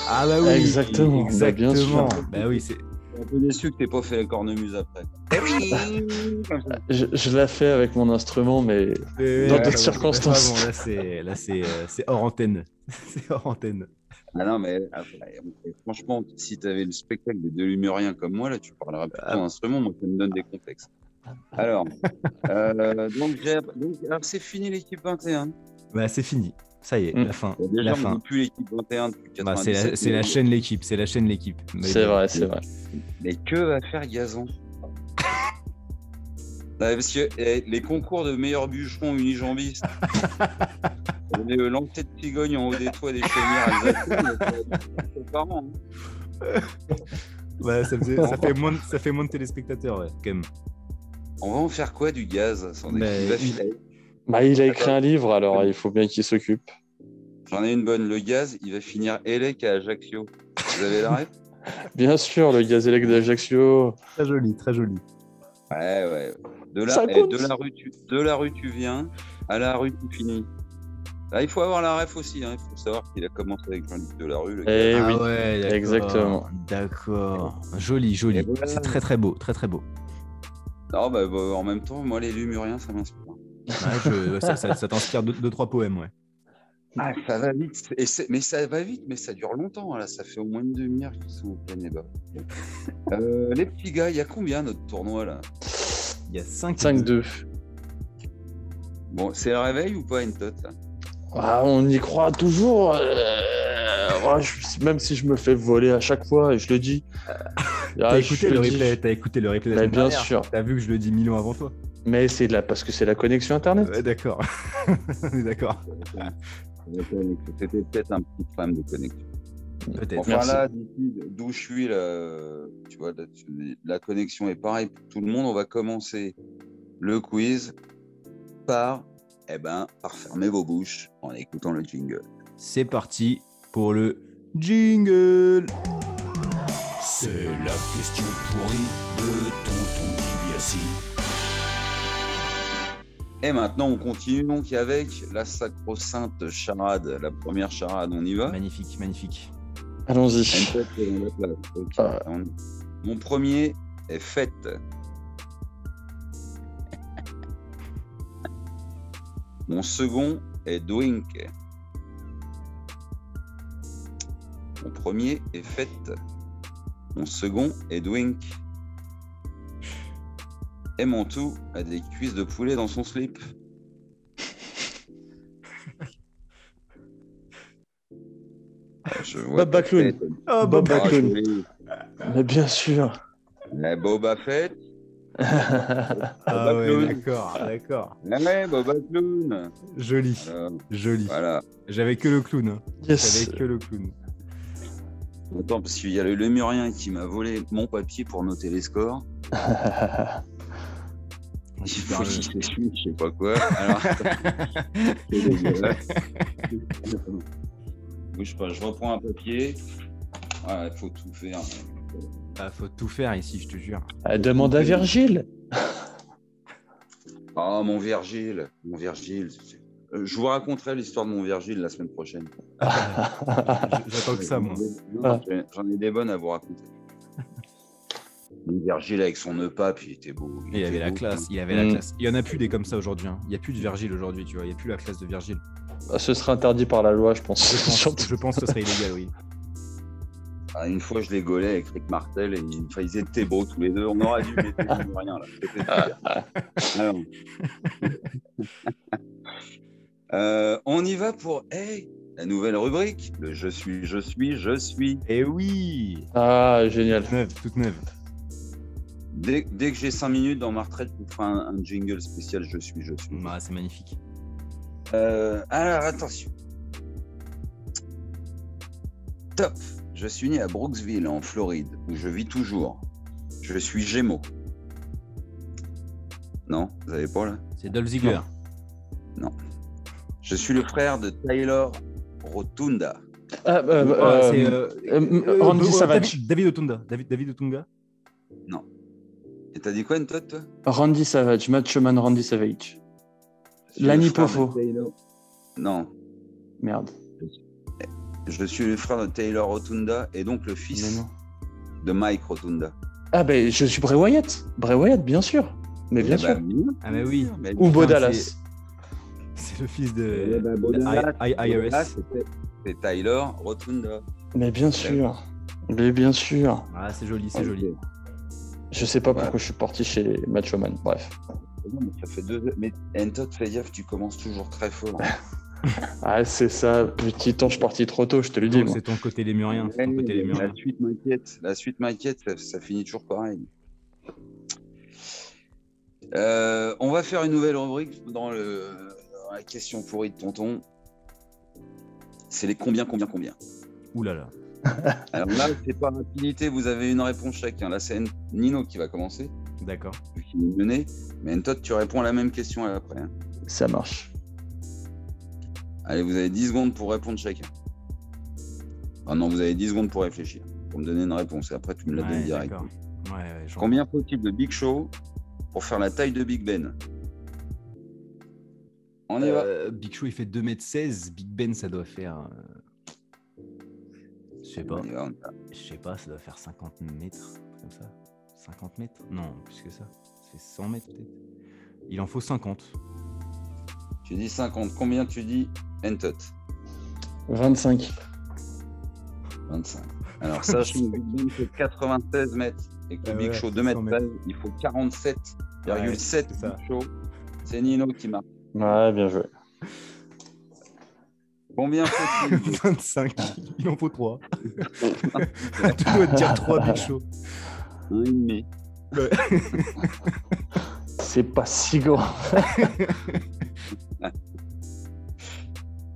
[SPEAKER 1] ah bah oui.
[SPEAKER 2] Exactement, bah bien sûr.
[SPEAKER 1] Exactement. Bah oui, c'est.
[SPEAKER 5] je suis un peu déçu que t'aies pas fait la cornemuse après.
[SPEAKER 2] Je, je la fais avec mon instrument, mais
[SPEAKER 1] Eh,
[SPEAKER 2] Dans
[SPEAKER 1] ouais,
[SPEAKER 2] d'autres
[SPEAKER 1] bah,
[SPEAKER 2] circonstances.
[SPEAKER 1] bah, bon, là, c'est, là, c'est, euh, c'est hors antenne. c'est hors antenne.
[SPEAKER 5] Ah non, mais ah, ouais, franchement, si t'avais le spectacle des deux Lumuriens comme moi, là, tu parlerais
[SPEAKER 1] Ah.
[SPEAKER 5] plutôt d'instruments. Moi, ça me donne des contextes.
[SPEAKER 1] [laughs]
[SPEAKER 5] Alors, euh, donc, j'ai- donc, alors, c'est fini l'équipe 21.
[SPEAKER 1] Bah, c'est fini. Ça y est,
[SPEAKER 2] Mm.
[SPEAKER 1] la fin.
[SPEAKER 5] Bon, déjà,
[SPEAKER 1] la
[SPEAKER 5] on
[SPEAKER 1] fin.
[SPEAKER 5] n'est plus l'équipe 21 depuis
[SPEAKER 1] Bah, c'est, la,
[SPEAKER 5] 97,
[SPEAKER 1] c'est la
[SPEAKER 5] mais-
[SPEAKER 1] chaîne l'équipe. C'est la chaîne l'équipe. Mais
[SPEAKER 2] c'est
[SPEAKER 1] bon.
[SPEAKER 2] vrai, c'est vrai.
[SPEAKER 5] Mais que va
[SPEAKER 1] [laughs]
[SPEAKER 5] faire Gazon Non, mais Parce que eh, les concours de meilleur bûcheron
[SPEAKER 1] [laughs]
[SPEAKER 5] unijambiste, les euh, lancers de cigogne en haut des toits des chaumières, elles atteignent,
[SPEAKER 1] [laughs]
[SPEAKER 5] c'est- c'est par an, hein.
[SPEAKER 1] Ouais, ça, faisait- ça fait moins de, ça fait moins de téléspectateurs, ouais, quand même.
[SPEAKER 5] On va en faire quoi du gaz sans déconner
[SPEAKER 1] Mais
[SPEAKER 5] Il va
[SPEAKER 1] il-
[SPEAKER 5] filer.
[SPEAKER 2] Bah, il a écrit un livre, alors il faut bien qu'il s'occupe.
[SPEAKER 5] J'en ai une bonne. Le gaz, il va finir Elec à Ajaccio. Vous avez la ref
[SPEAKER 2] Bien sûr, le gazélec d'Ajaccio.
[SPEAKER 1] Très joli, très joli.
[SPEAKER 5] [laughs] Ouais, ouais. De la,
[SPEAKER 2] Ça
[SPEAKER 5] eh,
[SPEAKER 2] compte.
[SPEAKER 5] de, la rue, tu, de la rue, tu viens. À la rue, tu finis. Ah, il faut avoir la ref aussi. hein. Il faut savoir qu'il a commencé avec Jean-Luc Delarue. Le gars.
[SPEAKER 2] Eh
[SPEAKER 1] Ah
[SPEAKER 2] oui,
[SPEAKER 1] ouais, d'accord.
[SPEAKER 2] exactement. Eh
[SPEAKER 1] D'accord. Joli, joli.
[SPEAKER 5] Et voilà.
[SPEAKER 1] C'est très très beau, très très beau.
[SPEAKER 5] Non, bah, bah, en même temps, moi, les Lumuriens, ça m'inspire. hein.
[SPEAKER 1] Ouais, je- ça ça- ça t'inspire deux, deux, trois poèmes, ouais.
[SPEAKER 5] Ah, ça va vite. Et c'est- mais ça va vite, mais ça dure longtemps. hein, Là, ça fait au moins une demi-heure qu'ils sont au plein débat. [laughs] Euh, les petits gars, il y a combien notre tournoi là
[SPEAKER 1] Il y a 5
[SPEAKER 2] 5-2.
[SPEAKER 5] Bon, c'est le réveil ou pas, une tote là
[SPEAKER 2] Ah, on y croit toujours. euh, ouais, je- même si je me fais voler à chaque fois, et je le dis.
[SPEAKER 1] Euh, T'as
[SPEAKER 2] Ah, je
[SPEAKER 1] écouté le
[SPEAKER 2] dis.
[SPEAKER 1] replay, t'as écouté le replay. la
[SPEAKER 2] Mais
[SPEAKER 1] semaine
[SPEAKER 2] bien
[SPEAKER 1] dernière.
[SPEAKER 2] sûr.
[SPEAKER 1] T'as vu que je le dis mille ans avant toi.
[SPEAKER 2] Mais c'est de la... parce que c'est la connexion Internet.
[SPEAKER 1] Ouais, d'accord. [laughs] On est d'accord.
[SPEAKER 5] C'était peut-être un petit problème de connexion.
[SPEAKER 1] Peut-être.
[SPEAKER 5] Enfin
[SPEAKER 2] Merci.
[SPEAKER 5] là, d'ici d'où je suis, là, euh, tu vois, là, tu- la connexion est pareille pour tout le monde. On va commencer le quiz par, eh ben, par fermer vos bouches en écoutant le jingle.
[SPEAKER 1] C'est parti pour le jingle.
[SPEAKER 7] C'est la question pourrie de Tonton Dibiassi.
[SPEAKER 5] Et maintenant, on continue donc avec la sacro-sainte charade, la première charade. On y
[SPEAKER 2] Hein
[SPEAKER 5] va
[SPEAKER 1] Magnifique, magnifique.
[SPEAKER 2] Allons-y.
[SPEAKER 5] Une tête, c'est dans la place. Ok,
[SPEAKER 2] Ah.
[SPEAKER 5] on- Mon premier est faite. Mon second est Doink. Mon premier est faite. Mon second est Doink. Et mon tout a des cuisses de poulet dans son slip. Ah, Je vois
[SPEAKER 2] Bob
[SPEAKER 5] ta
[SPEAKER 2] Bacloun.
[SPEAKER 5] tête.
[SPEAKER 1] Oh,
[SPEAKER 4] Ah,
[SPEAKER 2] Bob
[SPEAKER 1] bah,
[SPEAKER 5] Ah, je
[SPEAKER 2] Bacloun.
[SPEAKER 5] l'ai eu.
[SPEAKER 2] Mais bien sûr.
[SPEAKER 1] [laughs]
[SPEAKER 5] La Boba Fett.
[SPEAKER 4] Ah ouais,
[SPEAKER 5] Clown.
[SPEAKER 4] d'accord, d'accord.
[SPEAKER 5] La ouais, Boba Clown.
[SPEAKER 4] Joli,
[SPEAKER 5] Alors,
[SPEAKER 4] joli.
[SPEAKER 5] voilà.
[SPEAKER 4] J'avais que le clown. hein.
[SPEAKER 2] yes.
[SPEAKER 4] J'avais que le clown.
[SPEAKER 5] Attends, parce qu'il y a le Lemurien qui m'a volé mon papier pour noter les scores. Il faut que j'y réfléchisse, je sais pas quoi. [laughs] Alors, c'est dégueulasse. [laughs] Bouge pas, je reprends un papier. Ah, il faut tout faire.
[SPEAKER 1] Ah, faut tout faire ici, je te jure.
[SPEAKER 2] Ah, Demande à Virgile.
[SPEAKER 5] Ah, mon Virgile. Mon Virgile. c'est- Euh, Je vous raconterai l'histoire de mon Virgile la semaine prochaine.
[SPEAKER 4] J'attends que ça, moi.
[SPEAKER 5] Non,
[SPEAKER 2] Ah.
[SPEAKER 5] j'ai- J'en ai des bonnes à vous raconter. Mon Virgile avec son E nœud pape, il était beau.
[SPEAKER 1] Il avait
[SPEAKER 5] était
[SPEAKER 1] la
[SPEAKER 5] beau.
[SPEAKER 1] classe, il avait
[SPEAKER 2] Mm.
[SPEAKER 1] la classe. Il y en a plus des comme ça aujourd'hui. hein. Il y a plus de Virgile aujourd'hui, tu vois. Il y a plus la classe de Virgile.
[SPEAKER 2] Ah, Ce sera interdit par la loi, je pense.
[SPEAKER 1] Je pense,
[SPEAKER 2] Surtout.
[SPEAKER 1] je pense que ce serait illégal, oui.
[SPEAKER 5] Ah, une fois, je les gaulais avec Rick Martel et ils, enfin, ils étaient beaux tous les deux. On aurait dû, mais c'était pour rien là. C'était super. Alors. Euh, on y va pour hey, la nouvelle rubrique. Le je suis, je suis, je suis.
[SPEAKER 4] Et oui
[SPEAKER 2] Ah, génial.
[SPEAKER 4] Neuve, toute neuve.
[SPEAKER 5] Dès, dès que j'ai 5 minutes dans ma retraite, je vous ferai un, un jingle spécial. Je suis, je suis.
[SPEAKER 1] Bah, c'est magnifique.
[SPEAKER 5] Euh, alors attention. Top. Je suis né à Brooksville en Floride où je vis toujours. Je suis Gémeaux. Non, vous avez pas là.
[SPEAKER 1] C'est Dolph Ziggler.
[SPEAKER 5] Je suis le frère de Taylor Rotunda.
[SPEAKER 2] Ah, euh,
[SPEAKER 1] Ah,
[SPEAKER 2] euh,
[SPEAKER 1] c'est, euh,
[SPEAKER 2] euh,
[SPEAKER 1] euh,
[SPEAKER 2] Randy
[SPEAKER 1] euh,
[SPEAKER 2] Savage.
[SPEAKER 1] David, David Otunga. David, David Otunga.
[SPEAKER 5] Et t'as dit quoi, Ntot, toi
[SPEAKER 2] Randy Savage, Machoman Randy Savage. Lani
[SPEAKER 5] Je suis le frère
[SPEAKER 2] Poffo.
[SPEAKER 5] de Taylor- Non,
[SPEAKER 2] Merde.
[SPEAKER 5] je suis le frère de Taylor Rotunda et donc le
[SPEAKER 2] Mais
[SPEAKER 5] fils
[SPEAKER 2] non.
[SPEAKER 5] de Mike Rotunda.
[SPEAKER 2] Ah, ben je suis Bray Wyatt. Bray Wyatt, bien sûr. Mais bien
[SPEAKER 5] Eh
[SPEAKER 2] sûr.
[SPEAKER 5] ben, bien.
[SPEAKER 1] Ah, mais oui.
[SPEAKER 5] Mais-
[SPEAKER 2] Ou Bo
[SPEAKER 1] Putain,
[SPEAKER 2] Dallas.
[SPEAKER 1] c'est- C'est le fils
[SPEAKER 5] Eh
[SPEAKER 1] de,
[SPEAKER 5] ben, Bo
[SPEAKER 1] de
[SPEAKER 5] Dallas,
[SPEAKER 1] I- I- IRS.
[SPEAKER 5] Ah, c'était- C'est Tyler Rotunda.
[SPEAKER 2] Mais bien sûr. Mais bien sûr.
[SPEAKER 1] Ah, c'est joli, c'est joli.
[SPEAKER 2] Je sais pas
[SPEAKER 5] Voilà.
[SPEAKER 2] pourquoi je suis parti chez Machoman. Bref.
[SPEAKER 5] Non, mais Ça fait deux. Mais Ntot, fais gaffe, tu commences toujours très fort.
[SPEAKER 2] Ah, c'est ça. Petit temps, je suis parti trop tôt, je te le dis.
[SPEAKER 1] Donc,
[SPEAKER 2] moi.
[SPEAKER 1] C'est ton côté lémurien. C'est ton côté
[SPEAKER 5] Ouais,
[SPEAKER 1] lémurien.
[SPEAKER 5] La suite m'inquiète. La suite m'inquiète. Ça, ça finit toujours pareil. Euh, on va faire une nouvelle rubrique dans, le, dans la question pourrie de tonton. C'est les combien, combien, combien.
[SPEAKER 1] Ouh là là.
[SPEAKER 5] Alors là, c'est par rapidité, vous avez une réponse chacun. Là, c'est N- Nino qui va commencer,
[SPEAKER 1] D'accord.
[SPEAKER 5] vu qu'il est mené. Mais Ntot, tu réponds à la même question après. hein.
[SPEAKER 2] Ça marche.
[SPEAKER 5] Allez, vous avez 10 secondes pour répondre chacun. Ah non, vous avez 10 secondes pour réfléchir, pour me donner une réponse. Et après, tu me la donnes
[SPEAKER 1] Ouais,
[SPEAKER 5] direct. hein.
[SPEAKER 1] d'accord. Ouais, ouais, je-
[SPEAKER 5] Combien faut-il de Big Show pour faire la taille de Big Ben On y va.
[SPEAKER 1] Euh, Big Show, il fait 2m16. Big Ben, ça doit faire. euh, Je sais pas.
[SPEAKER 5] On y va, on y va.
[SPEAKER 1] Je sais pas, ça doit faire 50 mètres. Comme ça. 50 mètres Non, plus que ça. C'est 100 mètres peut-être. Il en
[SPEAKER 4] [laughs]
[SPEAKER 1] faut 50.
[SPEAKER 5] Tu dis 50. Combien tu dis Entot
[SPEAKER 2] 25.
[SPEAKER 5] 25. Alors, sachant que Big Ben fait 96 mètres et que
[SPEAKER 4] Ah
[SPEAKER 5] Big
[SPEAKER 4] ouais,
[SPEAKER 5] Show 2
[SPEAKER 4] 100
[SPEAKER 5] mètres,
[SPEAKER 4] mètres.
[SPEAKER 5] taille, il faut 47,7
[SPEAKER 4] Ouais, c'est ça.
[SPEAKER 5] Big Show. C'est Nino qui marque.
[SPEAKER 2] Ouais, bien joué.
[SPEAKER 4] [laughs]
[SPEAKER 5] Combien faut-il de-
[SPEAKER 4] 25, il en faut
[SPEAKER 5] [laughs]
[SPEAKER 4] 3. tu dois te dire 3 Big Show.
[SPEAKER 5] Un et demi.
[SPEAKER 2] C'est pas si grand.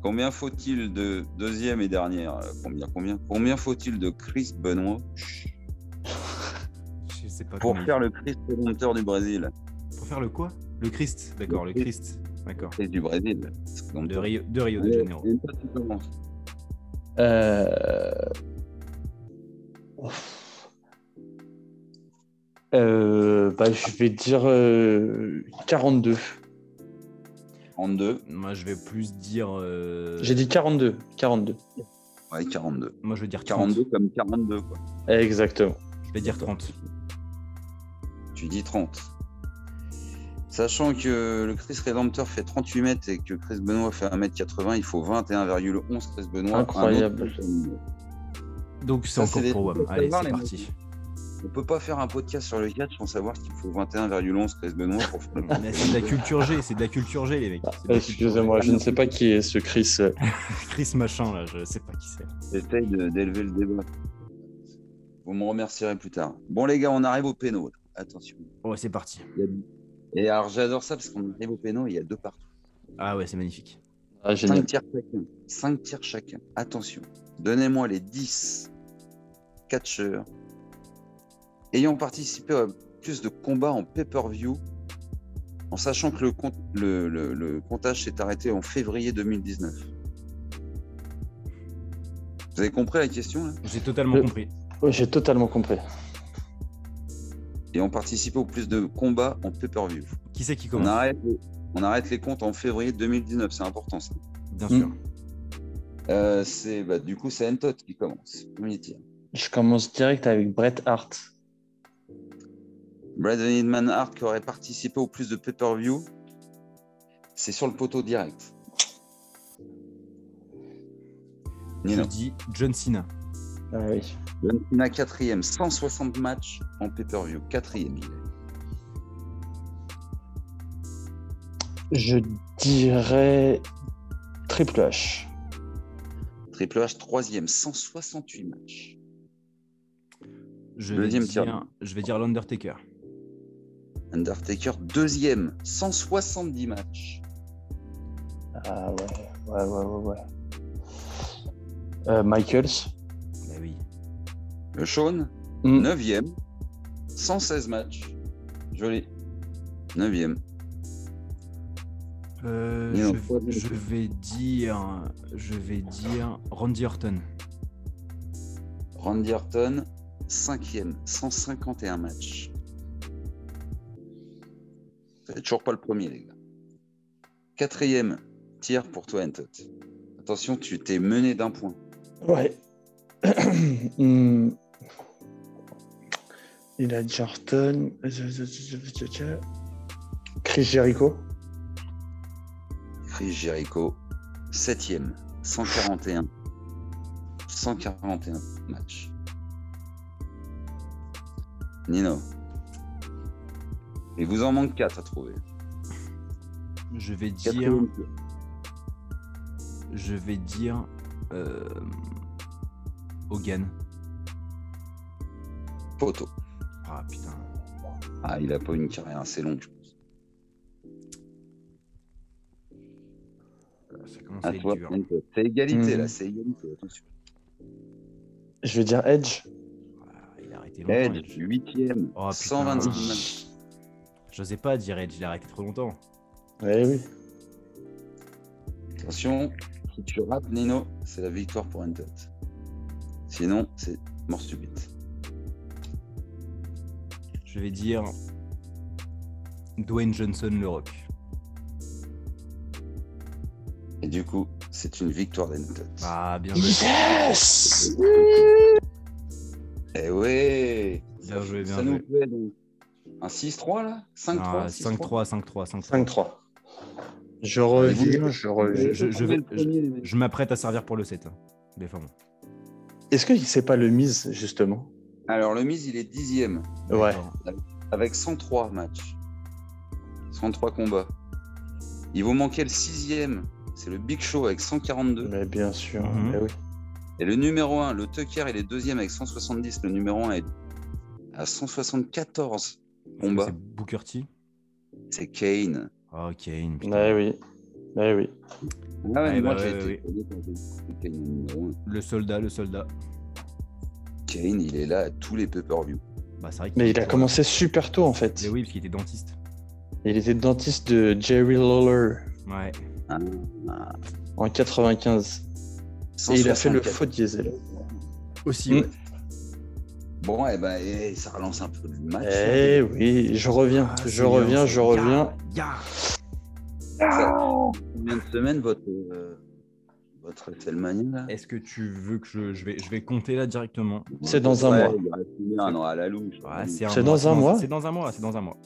[SPEAKER 5] Combien faut-il de deuxième et dernière euh, Combien combien Combien faut-il de Chris Benoit
[SPEAKER 1] Je sais pas
[SPEAKER 5] pour
[SPEAKER 1] combien il
[SPEAKER 5] faire le Christ rédempteur du Brésil
[SPEAKER 1] faut. Pour faire le quoi Le Christ. D'accord, le Christ. D'accord.
[SPEAKER 5] Christ du Brésil. Rédempteur.
[SPEAKER 1] De Rio de, Rio de
[SPEAKER 5] Allez,
[SPEAKER 1] Janeiro.
[SPEAKER 5] et toi, tu commences.
[SPEAKER 2] Euh... ouf. Euh, bah, je vais dire euh, 42.
[SPEAKER 5] 42.
[SPEAKER 1] Moi, je vais plus dire. euh,
[SPEAKER 2] J'ai dit 42. 42.
[SPEAKER 5] Ouais, 42.
[SPEAKER 1] Moi, je vais dire 30.
[SPEAKER 5] 42 comme 42, quoi.
[SPEAKER 2] Exactement.
[SPEAKER 1] Je vais dire 30.
[SPEAKER 5] Tu dis 30. Sachant que le Chris Redemptor fait 38 mètres et que Chris Benoit fait 1m80, il faut 21,11 Chris Benoit. un autre
[SPEAKER 2] Incroyable.
[SPEAKER 5] 21,11.
[SPEAKER 1] Donc c'est
[SPEAKER 5] Ça, c'est
[SPEAKER 1] encore
[SPEAKER 5] des
[SPEAKER 1] pour WAM.
[SPEAKER 5] trucs qu'on
[SPEAKER 1] Allez,
[SPEAKER 5] parle,
[SPEAKER 1] c'est
[SPEAKER 5] les
[SPEAKER 1] parti.
[SPEAKER 5] On peut pas faire un podcast sur le catch sans savoir qu'il faut 21,11 Chris Benoit
[SPEAKER 1] [laughs]
[SPEAKER 5] pour faire le
[SPEAKER 1] Mais c'est de la culture G, c'est de la culture G, les mecs.
[SPEAKER 5] Ah,
[SPEAKER 1] C'est de la culture G.
[SPEAKER 2] Excusez-moi, je ne sais pas qui est ce Chris. euh,
[SPEAKER 1] Chris machin, là, je sais pas qui c'est.
[SPEAKER 5] J'essaye de- d'élever le débat. Vous me remercierez plus tard. Bon, les gars, on arrive au pénal. Attention.
[SPEAKER 1] Ouais, Oh, c'est parti.
[SPEAKER 5] Et alors, j'adore ça parce qu'on arrive au pénal, il y a deux partout.
[SPEAKER 1] Ah ouais, c'est magnifique.
[SPEAKER 2] Ah, génial.
[SPEAKER 5] Cinq tirs chacun. Cinq tirs chacun. Attention. Donnez-moi les 10 catcheurs ayant participé à plus de combats en pay-per-view, en sachant que le, compte- le- le- le comptage s'est arrêté en février 2019. Vous avez compris la question là
[SPEAKER 1] J'ai totalement
[SPEAKER 2] Le-
[SPEAKER 1] compris.
[SPEAKER 2] Oui, J'ai totalement compris.
[SPEAKER 5] Et ont participé au plus de combats en pay-per-view.
[SPEAKER 1] Qui c'est qui
[SPEAKER 5] On
[SPEAKER 1] commence
[SPEAKER 5] arrête, on arrête les comptes en février 2019, c'est important ça.
[SPEAKER 1] Bien sûr.
[SPEAKER 5] Euh, c'est bah, du coup c'est Entot qui commence. Premier tir.
[SPEAKER 2] Je commence direct avec Bret Hart.
[SPEAKER 5] Brad Hitman Hart qui aurait participé au plus de pay-per-view, c'est sur le poteau direct.
[SPEAKER 1] Je
[SPEAKER 5] Nino.
[SPEAKER 1] dis John Cena.
[SPEAKER 2] Ah oui.
[SPEAKER 5] John Cena quatrième, 160 matchs en pay-per-view, quatrième. il est.
[SPEAKER 2] Je dirais Triple H.
[SPEAKER 5] Triple H troisième, 168 matchs.
[SPEAKER 1] Je
[SPEAKER 5] Deuxième
[SPEAKER 1] vais dire,
[SPEAKER 5] tir.
[SPEAKER 1] je vais dire l'Undertaker.
[SPEAKER 5] Undertaker deuxième, 170 matchs.
[SPEAKER 2] Ah ouais, ouais, ouais, ouais. ouais. Euh, Michaels.
[SPEAKER 1] Bah oui.
[SPEAKER 5] Le Shawn,
[SPEAKER 2] Mm.
[SPEAKER 5] 9e, 116 matchs. Joli. 9e.
[SPEAKER 1] Euh,
[SPEAKER 5] Nino.
[SPEAKER 1] je, je vais dire, je vais dire Randy Orton.
[SPEAKER 5] Randy Orton, 5e, 151 matchs. C'est toujours pas le premier, les gars. Quatrième tir pour toi, Entot. Attention, tu t'es mené d'un point.
[SPEAKER 2] Ouais. [clears throat] Hmm. Il a Jarton. Chris Jericho.
[SPEAKER 5] Chris Jericho, 7e, 141. 141 matchs. Nino. Il vous en manque 4 à trouver.
[SPEAKER 1] Je vais
[SPEAKER 5] Quatre
[SPEAKER 1] dire,
[SPEAKER 5] minutes.
[SPEAKER 1] je vais dire euh, Hogan.
[SPEAKER 5] Poteau.
[SPEAKER 1] Ah putain.
[SPEAKER 5] Ah, il a pas une carrière assez longue. je pense.
[SPEAKER 1] Ça commence à,
[SPEAKER 5] À
[SPEAKER 1] être
[SPEAKER 5] Ah, toi.
[SPEAKER 1] dur.
[SPEAKER 5] Entot. C'est égalité
[SPEAKER 2] Mhm.
[SPEAKER 5] là, c'est égalité. Attention.
[SPEAKER 2] Je vais dire Edge.
[SPEAKER 1] Ah, Il a arrêté longtemps.
[SPEAKER 5] Edge,
[SPEAKER 1] Edge.
[SPEAKER 5] 8e,
[SPEAKER 1] Oh, putain.
[SPEAKER 5] 126 matchs.
[SPEAKER 1] J'osais pas dire Edge, il a arrêté trop longtemps.
[SPEAKER 2] Ouais, Eh oui.
[SPEAKER 5] Attention, si tu rates Nino, c'est la victoire pour Entot. Sinon, c'est mort subite.
[SPEAKER 1] Je vais dire Dwayne Johnson le Rock.
[SPEAKER 5] Et du coup, c'est une victoire d'Entot.
[SPEAKER 1] Ah bien joué.
[SPEAKER 2] Yes
[SPEAKER 5] Eh ouais
[SPEAKER 1] Bien joué, bien
[SPEAKER 5] Ça nous
[SPEAKER 1] joué.
[SPEAKER 5] plaît donc. Un 6-3 là 5-3
[SPEAKER 1] Ah,
[SPEAKER 5] 6-3.
[SPEAKER 1] 5-3, 5-3, 5-3.
[SPEAKER 2] 5-3. Je reviens, je
[SPEAKER 1] Je,
[SPEAKER 2] reviens.
[SPEAKER 1] je- je vais-
[SPEAKER 5] Le
[SPEAKER 1] je-
[SPEAKER 5] premier, les mecs.
[SPEAKER 1] je m'apprête à servir pour le 7. hein. Mais enfin bon.
[SPEAKER 2] Est-ce que c'est pas le mise, justement
[SPEAKER 5] Alors le Miz, il est dixième
[SPEAKER 2] Ouais.
[SPEAKER 1] D'accord.
[SPEAKER 5] avec 103 matchs. 103 combats. Il vous manquait le sixième, c'est le Big Show avec 142.
[SPEAKER 2] Mais bien sûr,
[SPEAKER 1] Mhm.
[SPEAKER 2] mais oui.
[SPEAKER 5] Et le numéro 1, le Tucker, il est deuxième avec 170. Le numéro 1 est à 174
[SPEAKER 2] Bah.
[SPEAKER 5] combats.
[SPEAKER 1] C'est Booker T.
[SPEAKER 5] C'est Kane.
[SPEAKER 1] Ah, Kane. putain.
[SPEAKER 2] Ouais, oui. Ouais, oui.
[SPEAKER 5] Ah ouais,
[SPEAKER 1] Eh
[SPEAKER 5] moi
[SPEAKER 1] bah
[SPEAKER 5] j'ai
[SPEAKER 1] ouais,
[SPEAKER 5] été
[SPEAKER 1] ouais.
[SPEAKER 5] étonné quand j'ai vu Kane en numéro un.
[SPEAKER 1] Le soldat, le soldat.
[SPEAKER 5] Kane, il est là à tous les pay-per-view.
[SPEAKER 1] Bah, c'est vrai qu'il-
[SPEAKER 2] Mais il a commencé super tôt, en fait.
[SPEAKER 1] Mais oui, parce qu'il était dentiste.
[SPEAKER 2] Il était dentiste de Jerry Lawler
[SPEAKER 1] Ouais.
[SPEAKER 5] Hein?
[SPEAKER 2] en 95. Et il a fait le faux diesel.
[SPEAKER 1] Aussi,
[SPEAKER 2] Mm.
[SPEAKER 1] ouais.
[SPEAKER 5] Bon, eh ben, eh, ça relance un peu le match.
[SPEAKER 2] Eh oui, je reviens,
[SPEAKER 1] Ah, c'est
[SPEAKER 2] je
[SPEAKER 1] bien,
[SPEAKER 2] reviens,
[SPEAKER 1] ça.
[SPEAKER 2] je
[SPEAKER 1] Ya,
[SPEAKER 2] reviens.
[SPEAKER 1] ya.
[SPEAKER 5] Ça- Combien de semaines votre, euh, Votre Telmania, là
[SPEAKER 1] Est-ce que tu veux que je, je vais, je vais compter là directement
[SPEAKER 2] C'est dans un
[SPEAKER 5] Ouais,
[SPEAKER 2] mois.
[SPEAKER 5] Il reste une- un an à la louche.
[SPEAKER 1] Ouais, un
[SPEAKER 2] C'est dans un mois
[SPEAKER 1] C'est dans un mois, c'est dans un mois.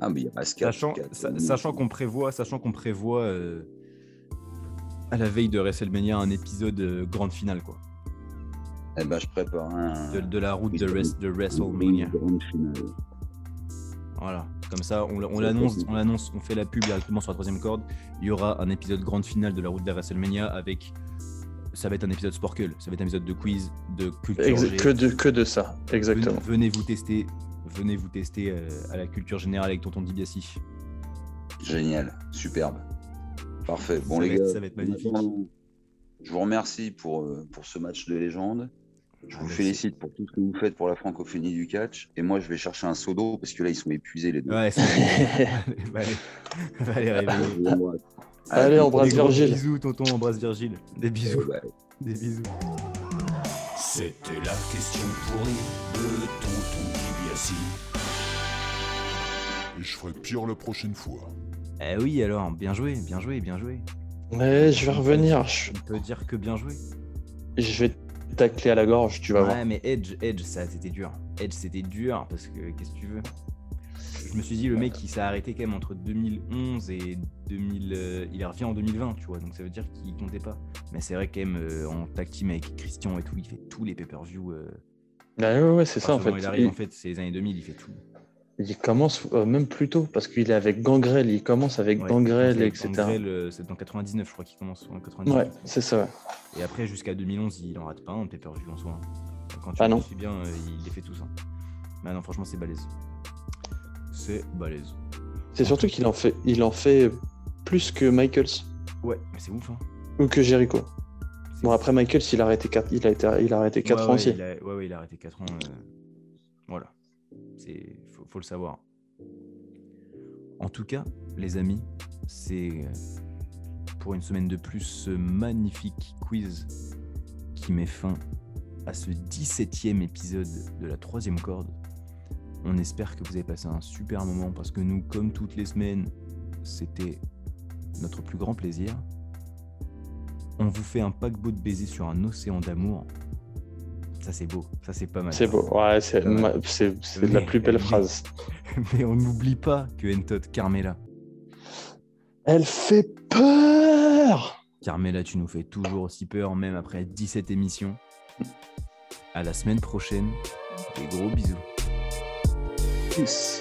[SPEAKER 5] Ah, mais il reste quatre,
[SPEAKER 1] Sachant,
[SPEAKER 5] quatre,
[SPEAKER 1] sa-
[SPEAKER 5] euh,
[SPEAKER 1] sachant qu'on prévoit, sachant qu'on prévoit euh, à la veille de WrestleMania un épisode euh, grande finale quoi,
[SPEAKER 5] Eh ben, je prépare un.
[SPEAKER 1] de, de la route de, Wres- de WrestleMania.
[SPEAKER 5] une grande finale.
[SPEAKER 1] Voilà, comme ça on, l- on l'annonce, on l'annonce, on fait la pub directement sur la troisième corde. Il y aura un épisode grande finale de la route de WrestleMania avec, ça va être un épisode Sporkle, ça va être un épisode de quiz, de culture.
[SPEAKER 2] Ex-
[SPEAKER 1] G.
[SPEAKER 2] que, de, que de ça, exactement.
[SPEAKER 1] Venez, venez vous tester, venez vous tester euh, à la culture générale avec Tonton Dibiassi.
[SPEAKER 5] Génial, superbe. Parfait. Bon,
[SPEAKER 1] Ça
[SPEAKER 5] les
[SPEAKER 1] va être-
[SPEAKER 5] gars,
[SPEAKER 1] ça va être magnifique.
[SPEAKER 5] Je vous remercie pour, euh, pour ce match de légende. Je
[SPEAKER 1] Ah,
[SPEAKER 5] vous
[SPEAKER 1] merci.
[SPEAKER 5] félicite pour tout ce que vous faites pour la francophonie du catch. Et moi, je vais chercher un seau d'eau parce que là, ils sont épuisés, les deux.
[SPEAKER 1] Ouais, c'est Allez, [laughs] bah, allez. Bah, allez, réveillez-vous.
[SPEAKER 5] Je vous embrasse.
[SPEAKER 2] Allez,
[SPEAKER 5] Allez,
[SPEAKER 2] embrasse
[SPEAKER 1] Des gros
[SPEAKER 2] Virgile.
[SPEAKER 1] Bisous, tonton, embrasse Virgile. Des bisous,
[SPEAKER 5] ouais.
[SPEAKER 1] des bisous.
[SPEAKER 7] C'était la question pourrie de Tonton Dibiassi.
[SPEAKER 8] Et je ferai pire la prochaine fois.
[SPEAKER 1] Eh oui, alors, bien joué, bien joué, bien joué.
[SPEAKER 2] Mais je vais revenir, je,
[SPEAKER 1] On peut dire que bien joué.
[SPEAKER 2] je vais te tacler à la gorge, tu vas voir.
[SPEAKER 1] Ouais, mais Edge, Edge, ça, c'était dur. Edge, c'était dur, parce que, qu'est-ce que tu veux Je me suis dit, le mec, il s'est arrêté quand même entre 2011 et 2000... euh, il revient en 2020, tu vois, donc ça veut dire qu'il comptait pas. Mais c'est vrai, quand même, euh, en tag team avec Christian et tout, il fait tous les pay-per-view. euh,
[SPEAKER 2] Bah ouais, ouais, c'est
[SPEAKER 1] à
[SPEAKER 2] ça en
[SPEAKER 1] partir du moment
[SPEAKER 2] fait.
[SPEAKER 1] où Il arrive,
[SPEAKER 2] Il,
[SPEAKER 1] en fait, c'est les années 2000, il fait tout.
[SPEAKER 2] il commence euh, même plus tôt parce qu'il est avec Gangrel, il commence avec
[SPEAKER 1] Ouais,
[SPEAKER 2] Gangrel,
[SPEAKER 1] avec
[SPEAKER 2] etc.
[SPEAKER 1] Gangrel, euh, c'est dans 99, je crois qu'il commence, en 99.
[SPEAKER 2] Ouais, c'est ça.
[SPEAKER 1] Et après, jusqu'à 2011, il en rate pas un pay-per-view en soi. hein. Quand tu
[SPEAKER 2] Ah
[SPEAKER 1] le
[SPEAKER 2] non.
[SPEAKER 1] suis bien, euh, il les fait tous. hein. Mais non, franchement, c'est balèze. C'est balèze.
[SPEAKER 2] C'est surtout qu'il en fait, il en fait plus que Michaels
[SPEAKER 1] Ouais, mais c'est ouf. Hein.
[SPEAKER 2] ou que Jericho.
[SPEAKER 1] C'est
[SPEAKER 2] Bon
[SPEAKER 1] ouf.
[SPEAKER 2] après Michaels, il a arrêté 4 il a été, il a arrêté
[SPEAKER 1] Ouais,
[SPEAKER 2] quatre
[SPEAKER 1] ouais,
[SPEAKER 2] ans aussi.
[SPEAKER 1] il a- ouais, ouais, il a arrêté 4 ans. euh, Voilà. C'est... Faut, faut le savoir. En tout cas, les amis, c'est euh, pour une semaine de plus ce magnifique quiz qui met fin à ce 17e épisode de la troisième corde. On espère que vous avez passé un super moment parce que nous, comme toutes les semaines, c'était notre plus grand plaisir. On vous fait un paquebot de baisers sur un océan d'amour. Ça, c'est beau. Ça, c'est pas mal.
[SPEAKER 2] C'est beau. Ouais, c'est
[SPEAKER 1] Ouais.
[SPEAKER 2] ma- c'est- c'est la
[SPEAKER 1] Mais-
[SPEAKER 2] plus belle
[SPEAKER 1] mais-
[SPEAKER 2] phrase.
[SPEAKER 1] [laughs] Mais on n'oublie pas que Entot Carmela.
[SPEAKER 2] Elle fait peur.
[SPEAKER 1] Carmela, tu nous fais toujours aussi peur, même après 17 émissions. À la semaine prochaine. Des gros bisous.
[SPEAKER 5] Peace.